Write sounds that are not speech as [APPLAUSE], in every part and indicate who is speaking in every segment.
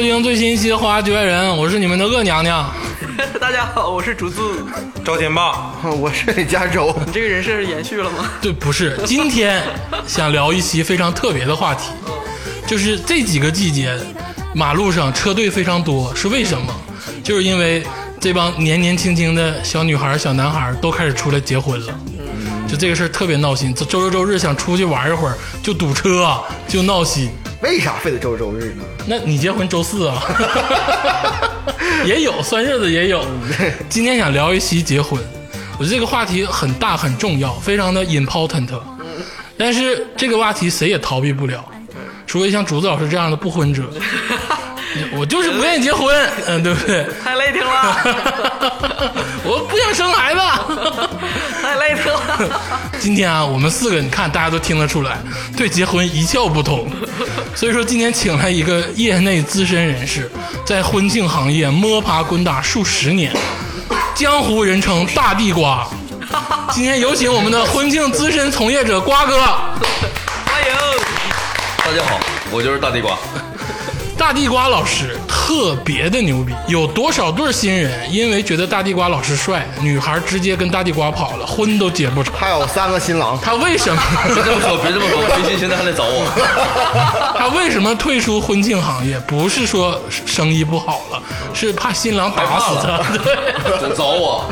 Speaker 1: 听最新一期的《花花局外人》，我是你们的恶娘娘。
Speaker 2: [LAUGHS] 大家好，我是竹子。
Speaker 3: 赵天霸，
Speaker 4: 我是李佳洲，
Speaker 2: 你这个人设延续了吗？ [LAUGHS]
Speaker 1: 对，不是，今天想聊一期非常特别的话题，就是这几个季节，马路上车队非常多，是为什么？就是因为这帮年年轻轻的小女孩、小男孩都开始出来结婚了。就这个事儿特别闹心，周六周日想出去玩一会儿就堵车，啊就闹心。
Speaker 4: 为啥非得周周日呢？
Speaker 1: 那你结婚周四啊？ [LAUGHS] 也有算日子也有。今天想聊一期结婚，我觉得这个话题很大很重要，非常的 important。但是这个话题谁也逃避不了，除非像竹子老师这样的不婚者，我就是不愿意结婚，嗯，对不对？ [LAUGHS]
Speaker 2: 太累挺了， [LAUGHS]
Speaker 1: 我不想生孩子。
Speaker 2: 太累挺了。
Speaker 3: [LAUGHS]
Speaker 1: 今天啊，我们四个你看，大家都听得出来，对结婚一窍不通。所以说，今天请来一个业内资深人士，在婚庆行业摸爬滚打数十年，江湖人称“大地瓜”。今天有请我们的婚庆资深从业者瓜哥。
Speaker 2: 欢迎，
Speaker 3: 大家好，我就是大地瓜。
Speaker 1: 大地瓜老师特别的牛逼，有多少对新人因为觉得大地瓜老师帅，女孩直接跟大地瓜跑了，婚都结不成。
Speaker 4: 还有三个新郎，
Speaker 1: 他为什么？
Speaker 3: 别这么说，别这么说，我微信现在还来找我。
Speaker 1: [LAUGHS] 他为什么退出婚庆行业？不是说 [LAUGHS] 生意不好了，是怕新郎打死他。 [LAUGHS] 对，
Speaker 3: 总找我，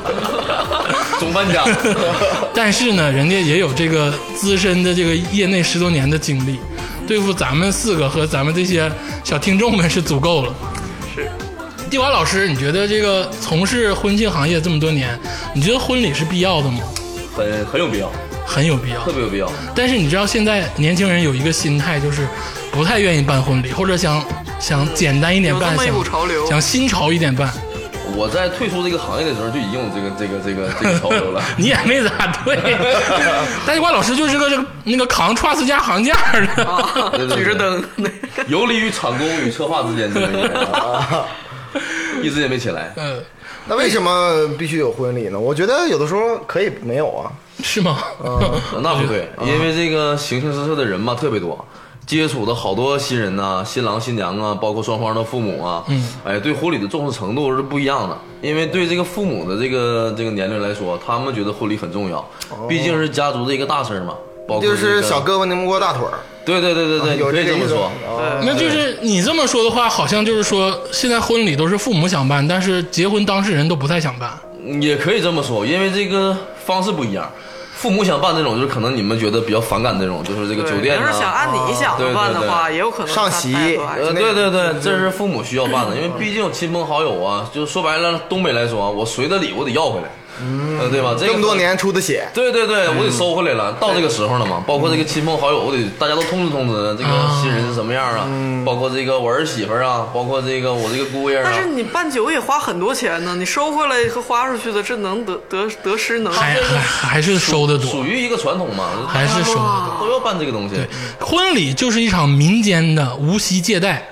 Speaker 3: 总搬家。
Speaker 1: [LAUGHS] 但是呢，人家也有这个资深的这个业内十多年的经历，对付咱们四个和咱们这些小听众们是足够了。是，地瓜老师，你觉得这个从事婚庆行业这么多年，你觉得婚礼是必要的吗？
Speaker 3: 很很有必要，
Speaker 1: 很有必要
Speaker 3: 特。别有必要。
Speaker 1: 但是你知道现在年轻人有一个心态，就是不太愿意办婚礼，或者想想简单一点办，
Speaker 2: 有这么一股
Speaker 1: 想
Speaker 2: 潮流
Speaker 1: 想新潮一点办。
Speaker 3: 我在退出这个行业的时候就已经有这个这个这个这个潮
Speaker 1: [LAUGHS]
Speaker 3: 流了。
Speaker 1: 你也没咋
Speaker 2: [LAUGHS]
Speaker 1: 对，大西瓜老师就是个这个那个扛 trust 加行价的。 [LAUGHS]
Speaker 3: 对对对
Speaker 2: 举着灯，
Speaker 3: 游离于产工与策划之间，这个啊一直也没起来。
Speaker 1: 嗯，
Speaker 4: [LAUGHS] 那为什么必须有婚礼呢？我觉得有的时候可以没有啊。
Speaker 1: 是吗？
Speaker 3: 那不对，因为这个形形色色的人嘛特别多，接触的好多新人呐、新郎新娘啊，包括双方的父母啊，嗯，哎，对婚礼的重视程度是不一样的。因为对这个父母的这个这个年龄来说，他们觉得婚礼很重要，毕竟是家族的一个大事儿嘛。包括
Speaker 4: 就
Speaker 3: 这
Speaker 4: 是
Speaker 3: 个
Speaker 4: 小，胳膊拧不过大腿儿，
Speaker 3: 对对对对对，
Speaker 4: 有
Speaker 3: 你可以这
Speaker 4: 这个意
Speaker 3: 么
Speaker 4: 思
Speaker 3: 说。
Speaker 1: [LAUGHS]
Speaker 4: 啊。
Speaker 1: 那就是你这么说的话，好像就是说现在婚礼都是父母想办，但是结婚当事人都不太想办。
Speaker 3: 嗯也可以这么说，因为这个方式不一样。父母想办这种，就是可能你们觉得比较反感这种，就是这个酒
Speaker 2: 对，
Speaker 3: 店
Speaker 2: 要是
Speaker 3: 啊。
Speaker 2: 想按你想的办的话，也有可能
Speaker 4: 上席
Speaker 2: 太多爱
Speaker 3: 呃，
Speaker 2: 情
Speaker 3: 对对对，这是父母需要办的，因为毕竟亲朋好友啊，就说白了，东北来说啊，我随的礼我得要回来，嗯，对吧？这
Speaker 4: 这
Speaker 3: 个
Speaker 4: 么多，年出的血，
Speaker 3: 对对对，我得收回来了。到这个时候了嘛，包括这个亲朋好友，我得大家都通知通知这个新人是什么样啊，包括这个我儿媳妇儿啊，包括这个我这个姑爷啊
Speaker 2: 但，是你办酒也花很多钱呢，你收回来和花出去的，这能得得得失能
Speaker 1: 还还还是收的多
Speaker 3: 属，于一个传统嘛，
Speaker 1: 还是收的多。
Speaker 3: 都要办这个东西
Speaker 1: 婚礼就是一场民间的无息借贷，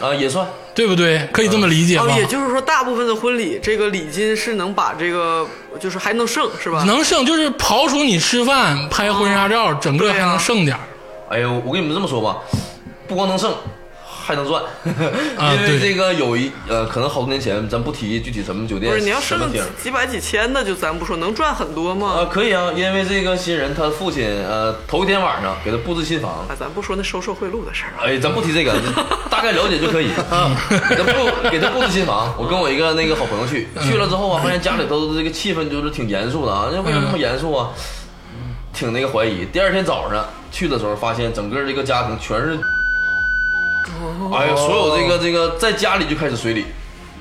Speaker 3: 啊，也算。
Speaker 1: 对不对？可以这么理解
Speaker 2: 哦，
Speaker 1: 吗？
Speaker 2: 也就是说，大部分的婚礼这个礼金是能把这个就是还能剩是吧？
Speaker 1: 能剩就是刨除你吃饭、拍婚纱照，整个还
Speaker 3: 啊
Speaker 1: 能剩点儿。
Speaker 3: 哎呦，我跟你们这么说吧，不光能挣，还能赚，
Speaker 1: 啊
Speaker 3: [LAUGHS] 因为这个有一呃，可能好多年前，咱不提具体什么酒
Speaker 2: 不
Speaker 3: 店，
Speaker 2: 是你要剩
Speaker 3: 什么
Speaker 2: 几
Speaker 3: 厅儿。
Speaker 2: 几百几千的，就咱不说，能赚很多吗？
Speaker 3: 啊，可以啊，因为这个新人他父亲呃头一天晚上给他布置新房，
Speaker 2: 啊，咱不说那收受贿赂的事儿啊。
Speaker 3: 哎，咱不提这个，大概了解
Speaker 1: [LAUGHS]
Speaker 3: 就可以。
Speaker 1: 嗯
Speaker 3: 给他布给他布置新房，我跟我一个那个好朋友去，
Speaker 1: 嗯
Speaker 3: 去了之后啊，发现家里头这个气氛就是挺严肃的啊，那为什
Speaker 1: 嗯
Speaker 3: 么这么严肃啊？挺那个怀疑。第二天早上去的时候，发现整个这个家庭全是，
Speaker 1: 哦
Speaker 3: 哎呀，所有这个这个在家里就开始随礼，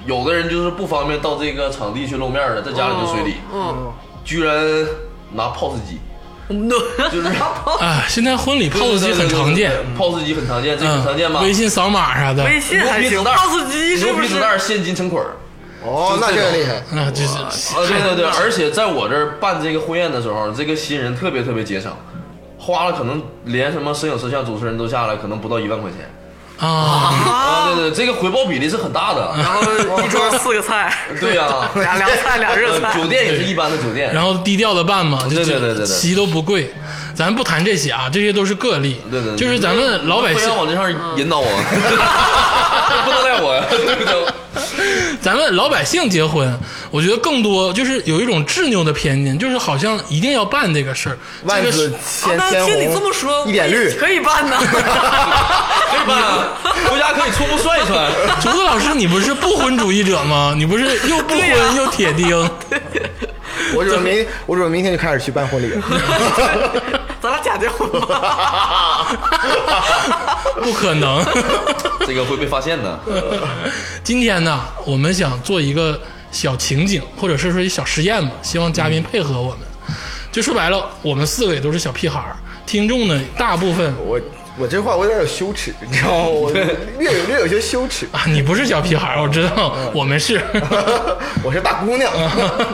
Speaker 3: 有的人就是不方便到这个场地去露面的，在家里就随礼，
Speaker 1: 哦
Speaker 2: 嗯，
Speaker 3: 居然拿 POS 机。
Speaker 2: [LAUGHS]
Speaker 3: 就是
Speaker 1: 啊，现在婚礼 POS 机很常见，
Speaker 3: ，POS 机很常见，这个
Speaker 1: 嗯，
Speaker 3: 很常见吧？
Speaker 1: 微信扫码啥的，
Speaker 2: 微信还行
Speaker 3: 牛皮纸袋儿
Speaker 2: ，POS 机是
Speaker 3: 牛
Speaker 2: 不
Speaker 3: 皮
Speaker 2: 是
Speaker 3: 纸？袋儿现金成
Speaker 2: [LAUGHS]
Speaker 3: 捆儿。
Speaker 4: 哦，那这个厉害。
Speaker 1: 啊，就是
Speaker 3: 啊，
Speaker 2: 哎
Speaker 3: 对对对，而且在我这儿办这个婚宴的时候，这个新人特别特别节省，花了可能连什么摄影、摄像、主持人都下来，可能不到一万块钱。
Speaker 1: 啊，
Speaker 3: 啊，对对，这个回报比例是很大的。
Speaker 2: 然后一桌四个菜，[LAUGHS]
Speaker 3: 对呀，
Speaker 2: 俩凉菜俩热
Speaker 3: 呃
Speaker 2: 菜，
Speaker 3: 酒店也是一般的酒店。
Speaker 1: 然后低调的办嘛，就
Speaker 3: 对对对对对
Speaker 1: 席都不贵，咱不谈这些啊，这些都是个例，
Speaker 3: 对对对
Speaker 1: 就是咱们老百
Speaker 2: 嗯
Speaker 3: 非
Speaker 1: 姓
Speaker 3: 要往这上引导我，不能赖我呀，对不对？
Speaker 1: 咱们老百姓结婚，我觉得更多就是有一种执拗的偏见，就是好像一定要办这个事儿。
Speaker 4: 万
Speaker 1: 这个
Speaker 4: 紫
Speaker 1: 是
Speaker 4: 千
Speaker 2: 啊那
Speaker 4: 千
Speaker 2: 听
Speaker 4: 红，
Speaker 2: 你这么说，
Speaker 4: 一脸绿。
Speaker 2: 可以办呢。
Speaker 3: 可以办，回家可以初步算一算。
Speaker 1: 竹子老师，你不是不婚主义者吗？你不是又不
Speaker 2: 对呀
Speaker 1: 婚又铁钉？
Speaker 4: 我准备明，我准备明天就开始去办婚礼
Speaker 2: [LAUGHS]
Speaker 4: 了。
Speaker 2: [LAUGHS] 咱俩假结婚吧。
Speaker 1: 不可能。
Speaker 3: 这个会被发现的。
Speaker 1: [LAUGHS] 今天呢，我们想做一个小情景，或者是说一小实验吧，希望嘉宾配合我们。就说白了，我们四个也都是小屁孩儿，听众呢大部分
Speaker 4: 我我这话我有点有羞耻，你知道
Speaker 2: [LAUGHS]
Speaker 4: 吗？我略有略有些羞耻。 [LAUGHS]
Speaker 1: 啊，你不是小屁孩儿，我知道，我们是。
Speaker 4: 我是大姑
Speaker 2: [LAUGHS]
Speaker 4: 娘，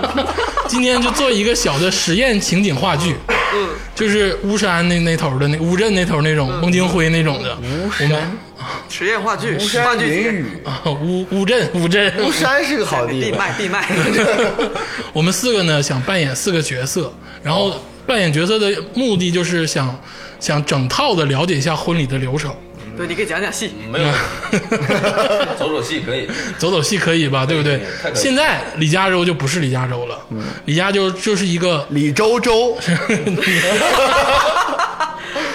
Speaker 1: [LAUGHS] 今天就做一个小的实验情景话剧，嗯，就是巫山那那头的那乌镇那头那种孟京辉那种的，我们
Speaker 2: 实验话剧，
Speaker 4: 巫山
Speaker 2: 话
Speaker 4: 云
Speaker 2: 剧节，
Speaker 4: 雨，
Speaker 1: 啊乌乌镇乌镇
Speaker 4: 巫山是个好地
Speaker 2: 闭
Speaker 4: 方。
Speaker 2: 麦闭麦。
Speaker 3: [LAUGHS]
Speaker 1: [LAUGHS] 我们四个呢想扮演四个角色，然后扮演角色的目的就是想想整套的了解一下婚礼的流程， [LAUGHS]
Speaker 2: 对，你给讲讲戏。
Speaker 3: 没有，走走戏可以。
Speaker 1: 走走戏可以吧？对不对
Speaker 3: 可以太？可以
Speaker 1: 现在李嘉洲就不是李嘉洲了，李嘉洲就是一个
Speaker 4: 李周周，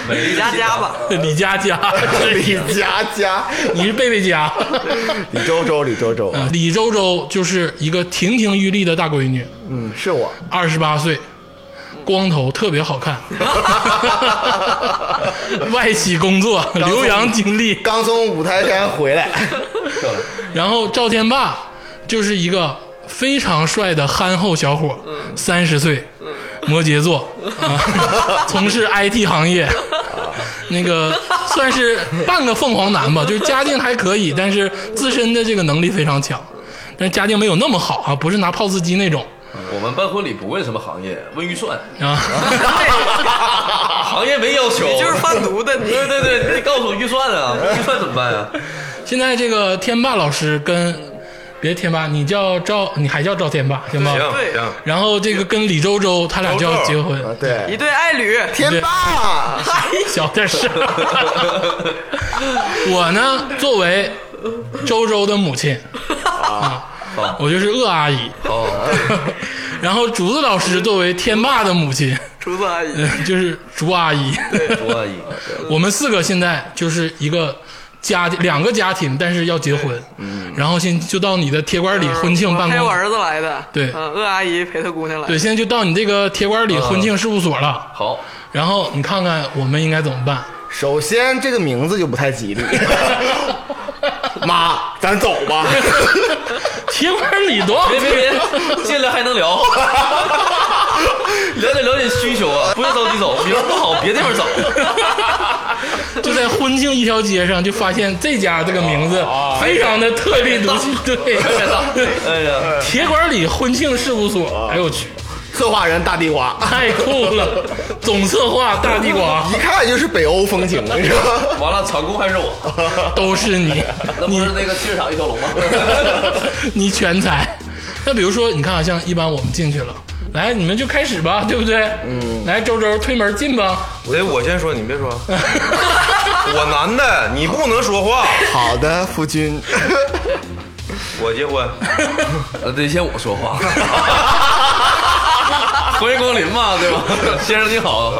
Speaker 3: 美丽
Speaker 2: 李佳佳吧，
Speaker 1: 李佳佳，
Speaker 4: 李佳佳，
Speaker 1: 你是贝贝佳，
Speaker 4: 李周周，李周啊周，
Speaker 1: 呃李周周就是一个亭亭玉立的大闺女，
Speaker 4: 嗯，是我，
Speaker 1: 二十八岁，光头特别好看， [LAUGHS] 外企工作，留洋经历。
Speaker 4: 刚从五台山回 [LAUGHS] 来，
Speaker 3: 漂亮。
Speaker 1: 然后赵天霸就是一个非常帅的憨厚小伙，三十岁，摩羯座，啊，从事 IT 行业，那个算是半个凤凰男吧，就是家境还可以，但是自身的这个能力非常强，但是家境没有那么好啊，不是拿 POS 机那种
Speaker 3: 我们办婚礼不问什么行业，问预算，啊
Speaker 1: 啊。 [LAUGHS]
Speaker 3: 行业没要求。
Speaker 2: 就是贩毒的你。
Speaker 3: [LAUGHS] 对对对，你得告诉我预算
Speaker 5: [LAUGHS]
Speaker 3: 啊，不预算怎么办啊？
Speaker 1: 现在这个天霸老师跟别天霸，你叫赵，你还叫赵天霸行吗？
Speaker 5: 行
Speaker 2: 对
Speaker 5: 行，
Speaker 1: 然后这个跟李周周他俩就要结婚，
Speaker 4: 啊，
Speaker 2: 一
Speaker 4: 对，
Speaker 2: 对爱侣，
Speaker 4: 天霸，
Speaker 1: 小点声。 [LAUGHS] 我呢，作为周周的母亲啊，我就是鄂阿姨。
Speaker 3: 哦
Speaker 1: [LAUGHS] 然后竹子老师作为天霸的母亲，
Speaker 2: 厨子阿
Speaker 3: 嗯
Speaker 2: 姨，
Speaker 1: 就是竹阿姨。
Speaker 3: 朱阿姨，
Speaker 1: [LAUGHS] 我们四个现在就是一个家两个家庭，但是要结婚。
Speaker 3: 嗯
Speaker 1: 然后现就到你的铁管里婚庆办
Speaker 2: 陪嗯我
Speaker 1: 公。
Speaker 2: 儿子来的。
Speaker 1: 对
Speaker 2: 嗯，鄂阿姨陪她姑娘来。
Speaker 1: 对，现在就到你这个铁管
Speaker 3: 嗯
Speaker 1: 里婚庆事务所了。
Speaker 3: 好，
Speaker 1: 然后你看看我们应该怎么办？
Speaker 4: 首先这个名字就不太吉利， [LAUGHS] 妈，咱走吧， [LAUGHS]
Speaker 1: 铁管里多好
Speaker 3: 别别别，进来还能聊， [LAUGHS] 了解了解需求啊，不要着急
Speaker 5: [LAUGHS]
Speaker 3: 走， [LAUGHS] 名儿不好别地方找。
Speaker 1: 就在婚庆一条街上，就发现这家这个名字非常的特立独行。对，
Speaker 3: 哎呀，
Speaker 1: 铁管里婚庆事务所，哎呦我去，
Speaker 4: 策划人大地瓜，
Speaker 1: 太酷了！总策划大地瓜
Speaker 4: 一看就是北欧风情，你知道吗？
Speaker 3: 完了，场控还是我，
Speaker 1: 都是你，
Speaker 3: 那不是那个汽车厂一条
Speaker 5: [LAUGHS]
Speaker 3: 龙吗？
Speaker 1: 你全才。那比如说，你看啊，像一般我们进去了，来你们就开始吧，对不对？嗯，来周周推门进吧，
Speaker 5: 得哎我先说，你
Speaker 3: [LAUGHS]
Speaker 5: 别说。我男的，你不能说话。
Speaker 4: 好的，夫君，
Speaker 5: 我结婚，
Speaker 3: [LAUGHS] 那得先我说 [LAUGHS] 话。欢迎光临嘛，对 [LAUGHS] 吧？先生你好，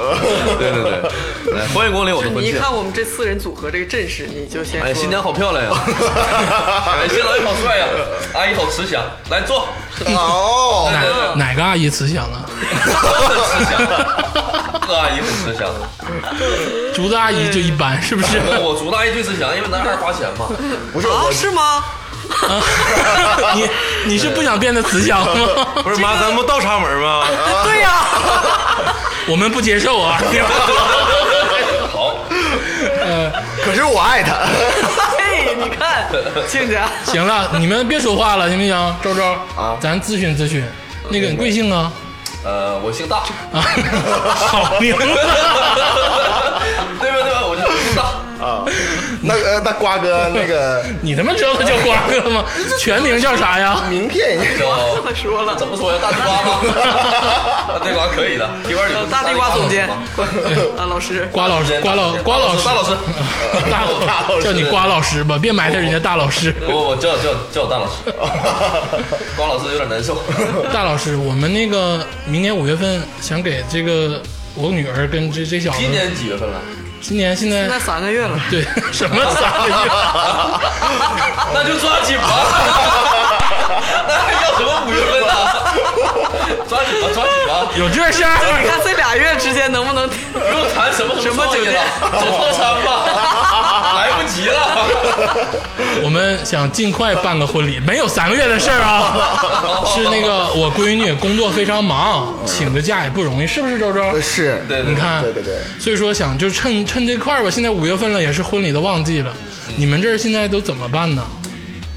Speaker 3: 对对 [LAUGHS] 对，来欢迎光临我的婚
Speaker 2: 你一
Speaker 3: 庆。
Speaker 2: 看我们这四人组合这个阵势，你就先
Speaker 3: 哎，
Speaker 2: 说
Speaker 3: 新娘好漂亮呀！ [LAUGHS] 哎，新郎也好帅呀！阿姨好慈祥，来坐，
Speaker 4: 哦，
Speaker 1: 哪哪个阿姨慈祥啊？
Speaker 3: 都很慈 [LAUGHS] 祥。这阿姨很慈祥，
Speaker 1: 竹子阿姨就一般，是不是？
Speaker 3: 那我祝大姨最慈祥，因为男孩花钱嘛。
Speaker 4: 不是
Speaker 2: 啊？
Speaker 4: 我，
Speaker 2: 是
Speaker 3: [LAUGHS]
Speaker 2: 吗？
Speaker 1: 你你是不想变得慈祥吗？
Speaker 5: 不是妈，咱不倒插门吗？
Speaker 2: 对呀， [LAUGHS]
Speaker 1: 我们不接受 [LAUGHS] 啊！
Speaker 3: 哎好，
Speaker 4: 可是我爱他，
Speaker 2: 嘿，你看，亲家，
Speaker 1: 行了，你们别说话了，行不行？周周
Speaker 4: 啊
Speaker 1: 咱咨询咨询。那个你贵姓啊？
Speaker 3: 呃，我姓 [LAUGHS] 大，
Speaker 1: [LAUGHS] 好名字，啊
Speaker 3: [LAUGHS] 对吧？对吧？我姓大，
Speaker 4: 啊， [LAUGHS] 那呃，那瓜哥那个
Speaker 1: 你他妈知道他叫瓜哥 [LAUGHS] 吗？全名叫啥呀？
Speaker 4: 名片人家，
Speaker 3: 叫
Speaker 2: 这么说了
Speaker 3: 怎，么说呀？大地瓜
Speaker 2: [LAUGHS]
Speaker 3: 吗？大地瓜可以的，地瓜里
Speaker 2: 呃大地瓜总监 [LAUGHS] 啊，老师，
Speaker 1: 瓜老师，瓜老瓜老师，
Speaker 3: 大老师，
Speaker 1: 大 [LAUGHS]
Speaker 3: 大
Speaker 1: 叫你瓜老师吧，别埋汰人家大老师。
Speaker 3: 不不不，叫
Speaker 2: [LAUGHS]
Speaker 3: 叫叫我大老师，瓜老师有点难受。
Speaker 1: 大老师，我们那个明年五月份想给这个我女儿跟这这小子，
Speaker 3: 今年几
Speaker 2: [LAUGHS]
Speaker 3: 月份了？
Speaker 1: 今年现在
Speaker 2: 现在三个月了，
Speaker 1: 对 [LAUGHS] 什么三个 [LAUGHS] 月？
Speaker 3: 那就抓
Speaker 2: [LAUGHS]
Speaker 3: 紧吧，那还要什么五月份呢？抓紧吧，抓紧吧，
Speaker 1: 有这事儿？
Speaker 2: 你看这俩月之间能不能 [LAUGHS]
Speaker 3: 不用谈什么
Speaker 2: 什么
Speaker 3: 创业
Speaker 2: 酒店
Speaker 3: 了，走套餐吧，来不及了。
Speaker 2: [LAUGHS]
Speaker 1: 我们想尽快办个婚礼，没有三个月的事儿啊。是那个我闺女工作非常忙，请个假也不容易，是不是周周？
Speaker 4: [LAUGHS] 是，
Speaker 3: 对对
Speaker 1: 你看，
Speaker 4: 对对对
Speaker 1: 所以说想就趁趁这块儿吧，现在五月份了，也是婚礼的旺季了，你们这儿现在都怎么办呢？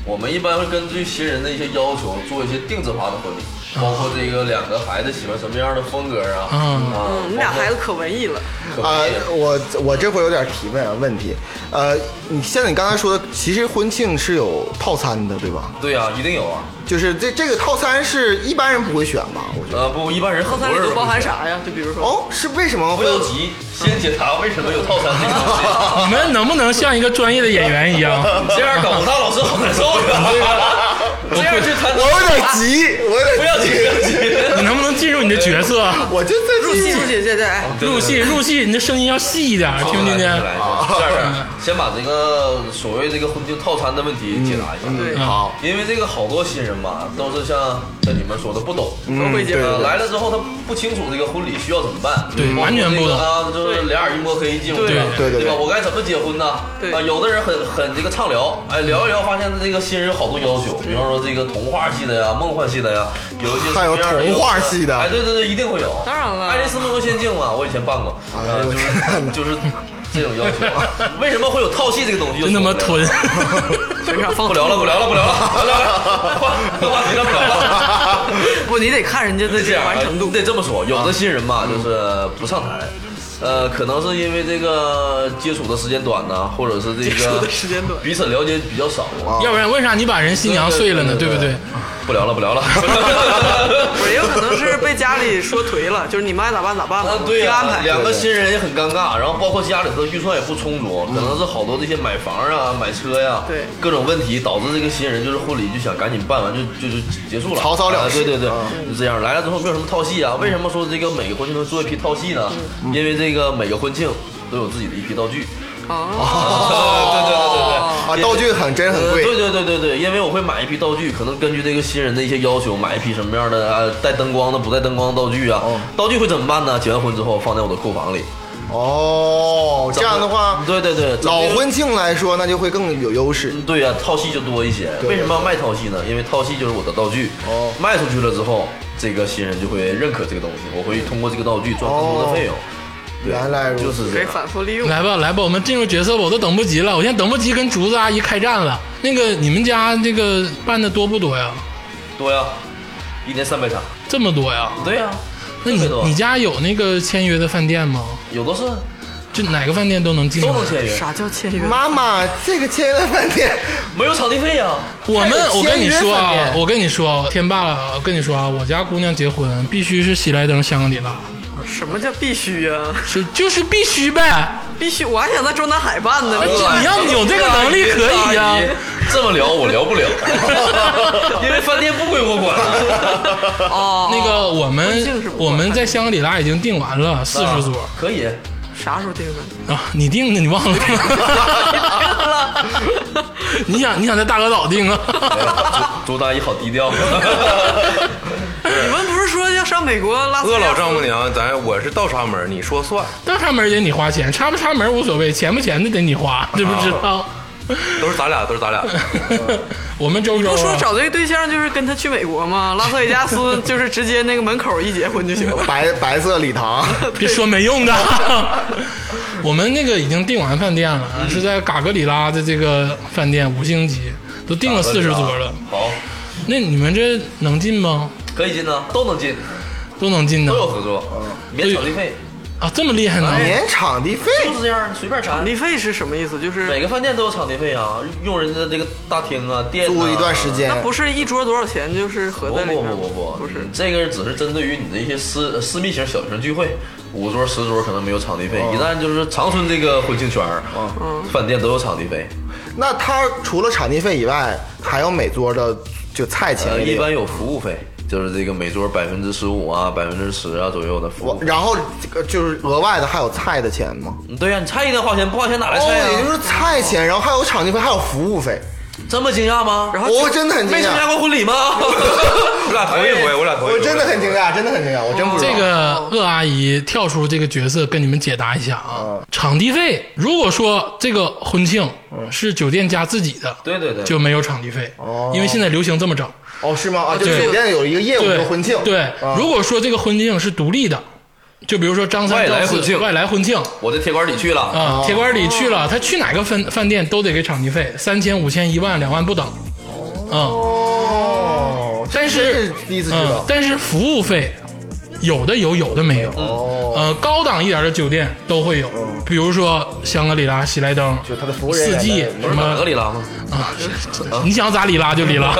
Speaker 3: 我们一般会根据新人的一些要求做一些定制化的婚礼，包括这个两个孩子喜欢什么样的风格啊，
Speaker 1: 嗯
Speaker 3: 啊，
Speaker 2: [LAUGHS] 我们俩孩子可文艺了，
Speaker 3: 包括
Speaker 4: 啊、
Speaker 3: 可以
Speaker 4: 我我这会儿有点提问啊问题，呃，你像你刚才说的，其实婚庆是有套餐的，对吧？
Speaker 3: 对啊，一定有啊，
Speaker 4: 就是这这个套餐是一般人不会选吧？我觉得。
Speaker 3: 呃，不，一般人
Speaker 2: 套
Speaker 3: 很多
Speaker 2: 餐里
Speaker 3: 人
Speaker 2: 都
Speaker 3: 不
Speaker 2: 包含
Speaker 3: 知道？
Speaker 2: 啥呀？就比如说，
Speaker 4: 哦，是为什么
Speaker 3: 不
Speaker 4: 会
Speaker 3: 要
Speaker 4: 有？
Speaker 3: 急，先解答为什么有套餐这个东
Speaker 1: 你们能不能像一个专业的演员一样？
Speaker 3: 西。这样搞不大，老师好难受呀。这样去谈，
Speaker 4: 我有点急，我有点
Speaker 3: 不要急，不要急。
Speaker 1: 你能不能进入你的角色？
Speaker 4: 我就在
Speaker 2: 入戏入戏，这这哎，
Speaker 1: 入戏入戏，你的声音要细一点，听不听见？
Speaker 3: 来，这样啊，先把这个所谓这个婚庆套餐的问题解答一下。
Speaker 2: 对，
Speaker 4: 好，
Speaker 3: 因为这个好多新人吧，都是像像你们说的不懂，
Speaker 2: 都会结
Speaker 4: 对
Speaker 3: 呃
Speaker 2: 婚，
Speaker 3: 来了之后他不清楚这个婚礼需要怎么办，
Speaker 1: 对
Speaker 3: 包括
Speaker 1: 完全不
Speaker 3: 这个
Speaker 1: 懂
Speaker 3: 啊，就是两眼一摸黑进入
Speaker 2: 对
Speaker 3: 这个
Speaker 4: 对对
Speaker 3: 对吧？我
Speaker 4: 对
Speaker 3: 该怎么结婚呢？
Speaker 2: 对
Speaker 3: 啊，有的人很很这个畅聊，哎，聊一聊发现这个新人有好多要求，比方说这个童话系的呀、梦幻系的呀，有一些
Speaker 4: 还有
Speaker 3: 什么样的
Speaker 4: 童话系的
Speaker 3: 哎，对对对，一定会有，
Speaker 2: 当然了
Speaker 3: 爱丽丝梦游仙境嘛，我以前办过，
Speaker 4: 哎呦
Speaker 3: 呃
Speaker 4: 我
Speaker 3: 就是 [LAUGHS]
Speaker 4: 天哪
Speaker 3: 就是这种要求，啊
Speaker 4: [LAUGHS]
Speaker 3: 为什么会有套系这个东西？
Speaker 1: 真他妈
Speaker 3: 囤。
Speaker 1: 囤！
Speaker 2: [LAUGHS] 身上放
Speaker 3: 不聊了，不聊了，不聊了，不聊
Speaker 4: [LAUGHS]
Speaker 3: 了，换话题了，不聊了。
Speaker 2: [LAUGHS] 不，你得看人家的
Speaker 3: 这
Speaker 2: 这个
Speaker 3: 样啊
Speaker 2: 完成度嗯
Speaker 3: 你。得这么说，有的新人吧，就是不上台。呃，可能是因为这个接触的时间短呢，或者是这
Speaker 2: 接触
Speaker 3: 个
Speaker 2: 的时间啊短
Speaker 3: 彼此了解比较少。
Speaker 1: 要不然为啥你把人新娘碎了呢？对不对？
Speaker 3: 不聊了，不聊
Speaker 2: [LAUGHS]
Speaker 3: 了。啊
Speaker 2: 不是，也有可能是被家里说颓了，就是你们爱咋办咋办吧
Speaker 3: 啊，，对
Speaker 2: 听
Speaker 3: 呀、
Speaker 2: 安排。
Speaker 3: 两个新人也很尴尬，然后包括家里头预算也不充足，可能是好多这些买房啊、买车呀、
Speaker 2: 对
Speaker 3: 各种问题导致这个新人就是婚礼就想赶紧办完就就就结束了，
Speaker 4: 草草了事
Speaker 3: 啊对对对，
Speaker 4: 啊
Speaker 3: 就这样来了之后没有什么套系啊？为什么说这个每个婚庆都做一批套系呢？因为这个每个婚庆都有自己的一批道具。
Speaker 2: 啊，
Speaker 3: 哦对对对对对。
Speaker 4: 啊，道具很真很
Speaker 3: 呃对
Speaker 4: 贵，
Speaker 3: 对对对对，因为我会买一批道具，可能根据这个新人的一些要求，买一批什么样的啊，带灯光的、不带灯光的道具啊。道具会怎么办呢？结完婚之后放在我的库房里。
Speaker 4: 哦，这样的话，
Speaker 3: 对对对，嗯
Speaker 4: 老婚庆来说那就会更有优势。
Speaker 3: 对呀、套系就多一些。
Speaker 4: 对
Speaker 3: 为什么要卖套系呢？因为套系就是我的道具。
Speaker 4: 哦
Speaker 3: 卖出去了之后，这个新人就会认可这个东西，我会通过这个道具赚更多的费用。对
Speaker 4: 哦原来如此
Speaker 2: 可
Speaker 3: 就是这
Speaker 2: 以
Speaker 3: 样。
Speaker 2: 反复利用。
Speaker 1: 来吧，来吧，我们进入角色吧，我都等不及了，我现在等不及跟竹子阿姨开战了。那个，你们家这个办的多不多呀？
Speaker 3: 多呀，啊一年三百场。
Speaker 1: 这么多呀？
Speaker 3: 对啊呀、
Speaker 1: 那
Speaker 3: 特
Speaker 1: 你
Speaker 3: 别多
Speaker 1: 你家有那个签约的饭店吗？
Speaker 3: 有的是，
Speaker 1: 就哪个饭店都能进来
Speaker 3: 都能签约，
Speaker 2: 啥叫签约？
Speaker 4: 妈妈，这个签了半天，
Speaker 3: 没有场地费呀、
Speaker 1: 我们，我跟你说
Speaker 4: 还有签约
Speaker 1: 啊
Speaker 4: 饭，店
Speaker 1: 我跟你说啊，天霸，我跟你说啊，我家姑娘结婚必须是喜来登香格里拉，
Speaker 2: 什么叫必须呀、
Speaker 1: 是就是必须呗。
Speaker 2: 必须！我还想在中南海办
Speaker 3: 啊
Speaker 5: 哎
Speaker 2: 呢。
Speaker 1: 这你要有这个能力可以呀
Speaker 3: 阿姨这么聊我聊
Speaker 5: [LAUGHS]
Speaker 3: 不了，因为饭店不归我管。
Speaker 2: 哦，
Speaker 1: 那个我
Speaker 2: 婚
Speaker 1: 们
Speaker 2: 庆是不
Speaker 1: 我们在香格里拉已经订完了四
Speaker 5: 啊
Speaker 3: 啊
Speaker 1: 十桌
Speaker 3: 可以，
Speaker 2: 啥时候定的？
Speaker 1: 啊，你订的你忘 [LAUGHS] 了？你想你想在大哥岛订啊？ [LAUGHS]
Speaker 3: 朱大姨好低
Speaker 5: [LAUGHS]
Speaker 3: 调。
Speaker 2: 你们不是说要上美国拉斯
Speaker 5: 饿
Speaker 2: 维加
Speaker 5: 老
Speaker 2: 斯
Speaker 5: 丈母娘，咱我是倒插门，你说算，
Speaker 1: 倒插门也得你花钱，插不插门无所谓，钱不钱的得你花，知不知道？
Speaker 5: 都是咱俩，都是咱俩。
Speaker 1: [LAUGHS] 我们周周
Speaker 2: 不
Speaker 1: 啊
Speaker 2: 说找这个对象就是跟他去美国
Speaker 3: [LAUGHS]
Speaker 2: 吗？拉斯维加斯就是直接那个门口一结婚就行了。
Speaker 4: 白白色礼
Speaker 3: [LAUGHS]
Speaker 4: 堂，
Speaker 1: 别说没用的。 [LAUGHS] 我们那个已经订完饭店了，是在嘎格里拉的这个饭店，五星级，都订了四十桌了。
Speaker 3: 好，
Speaker 1: 那你们这能进吗？
Speaker 5: 嗯
Speaker 3: 可以进呢，都能进，
Speaker 1: 都能进呢
Speaker 3: 都。有合作，免场地费。
Speaker 1: 啊，这么厉害呢？
Speaker 4: 年场地费
Speaker 3: 就是这样，随便查
Speaker 2: 场。地费是什么意思？就是
Speaker 3: 每个饭店都有场地费啊，用人家的这个大厅啊、店啊
Speaker 4: 租一段时。间
Speaker 2: 那，不是一桌多少钱，就是合
Speaker 3: 不
Speaker 2: 在
Speaker 3: 不
Speaker 2: 里面。
Speaker 3: 不不
Speaker 2: 不是
Speaker 3: 你这个只是针对于你的一些私呃私密型小型聚会，五桌十桌可能没有场地
Speaker 4: 哦
Speaker 3: 费。一旦就是长春这个婚庆圈儿，饭店都有场地费，
Speaker 4: 那他除了场地费以外，还有每桌的就菜钱
Speaker 3: 呃，
Speaker 4: 也
Speaker 3: 一
Speaker 4: 得
Speaker 3: 般有服务费，就是这个每桌百分之十五啊、百分之十啊左右的服务
Speaker 4: 我
Speaker 3: 费。
Speaker 4: 然后这个就是额外的还有菜的钱吗？
Speaker 3: 嗯对呀、你菜一定花钱，不花钱哪来菜啊
Speaker 4: 哦，也就
Speaker 3: 呀、
Speaker 4: 是菜钱，然后还有场地费，还有服务费。
Speaker 3: 这么惊讶吗？
Speaker 2: 然后
Speaker 4: 我真的很惊
Speaker 3: 没参加
Speaker 4: 讶，
Speaker 3: 过婚礼吗？
Speaker 5: 我俩头一回，我俩头一
Speaker 4: 我
Speaker 5: 回，
Speaker 4: 真的很惊讶，真的很惊讶，我真不知道。
Speaker 1: 这
Speaker 4: 哦
Speaker 1: 个鄂阿姨跳出这个角色，跟你们解答一下啊。
Speaker 4: 哦
Speaker 1: 场地费，如果说这个婚庆
Speaker 4: 嗯
Speaker 1: 是酒店家自己的，
Speaker 3: 对对对
Speaker 1: 就没有场地费，因为现在流行这么整。
Speaker 4: 哦，是吗？啊，就
Speaker 1: 对
Speaker 4: 酒店有一个业务
Speaker 1: 对
Speaker 4: 叫婚庆，
Speaker 1: 对
Speaker 4: 啊，
Speaker 1: 如果说这个婚庆是独立的，就比如说张三
Speaker 3: 外来
Speaker 1: 赵四
Speaker 3: 婚庆
Speaker 1: 外来婚庆
Speaker 3: 我这铁管里去了，
Speaker 4: 哦
Speaker 1: 啊，铁馆里去了，他去哪个饭饭店都得给场地费，三千、五千、一万、两万不等。嗯，
Speaker 4: 哦，
Speaker 1: 但
Speaker 4: 这
Speaker 1: 是
Speaker 4: 是第一次知
Speaker 1: 嗯
Speaker 4: 道，。
Speaker 1: 但是服务费有的有，有的没有。
Speaker 4: 哦，
Speaker 1: 呃，高档一点的酒店都会有，比如说香格里拉、喜来登，
Speaker 4: 就他的服务人员
Speaker 1: 四季
Speaker 4: 的
Speaker 3: 不
Speaker 1: 什
Speaker 3: 是哪
Speaker 1: 么
Speaker 3: 个里拉吗？
Speaker 1: 啊，你想咋里拉就里拉，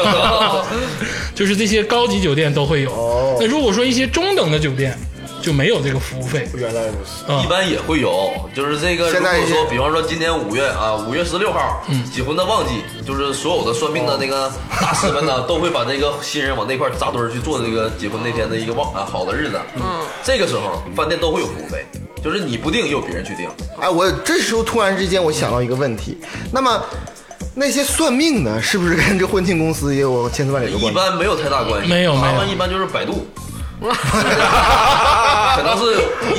Speaker 1: [LAUGHS] 就是这些高级酒店都会有。
Speaker 4: 哦
Speaker 1: 那如果说一些中等的酒店就没有这个服务费，
Speaker 4: 原来如此。
Speaker 1: 嗯
Speaker 3: 一般也会有，就是这个。
Speaker 4: 现
Speaker 3: 如
Speaker 4: 在
Speaker 3: 果
Speaker 4: 一些嗯
Speaker 3: 说，比方说今年五月啊，五月十六号，结婚的旺季，就是所有的算命的那个大师们
Speaker 4: [LAUGHS]
Speaker 3: 呢，都会把这个新人往那块扎堆儿去做这个结婚那天的一个旺啊好的日子。嗯，这个时候饭店都会有服务费，就是你不定也有别人去定。
Speaker 4: 哎，我这时候突然之间我想到一个问题，那么那些算命的，是不是跟这婚庆公司也有千丝万缕的
Speaker 3: 一
Speaker 4: 关系？
Speaker 3: 般没有太大关系，
Speaker 1: 没有
Speaker 3: 他
Speaker 1: 没
Speaker 3: 们
Speaker 1: 有
Speaker 3: 一般就是百
Speaker 4: [LAUGHS]
Speaker 3: 度。可能是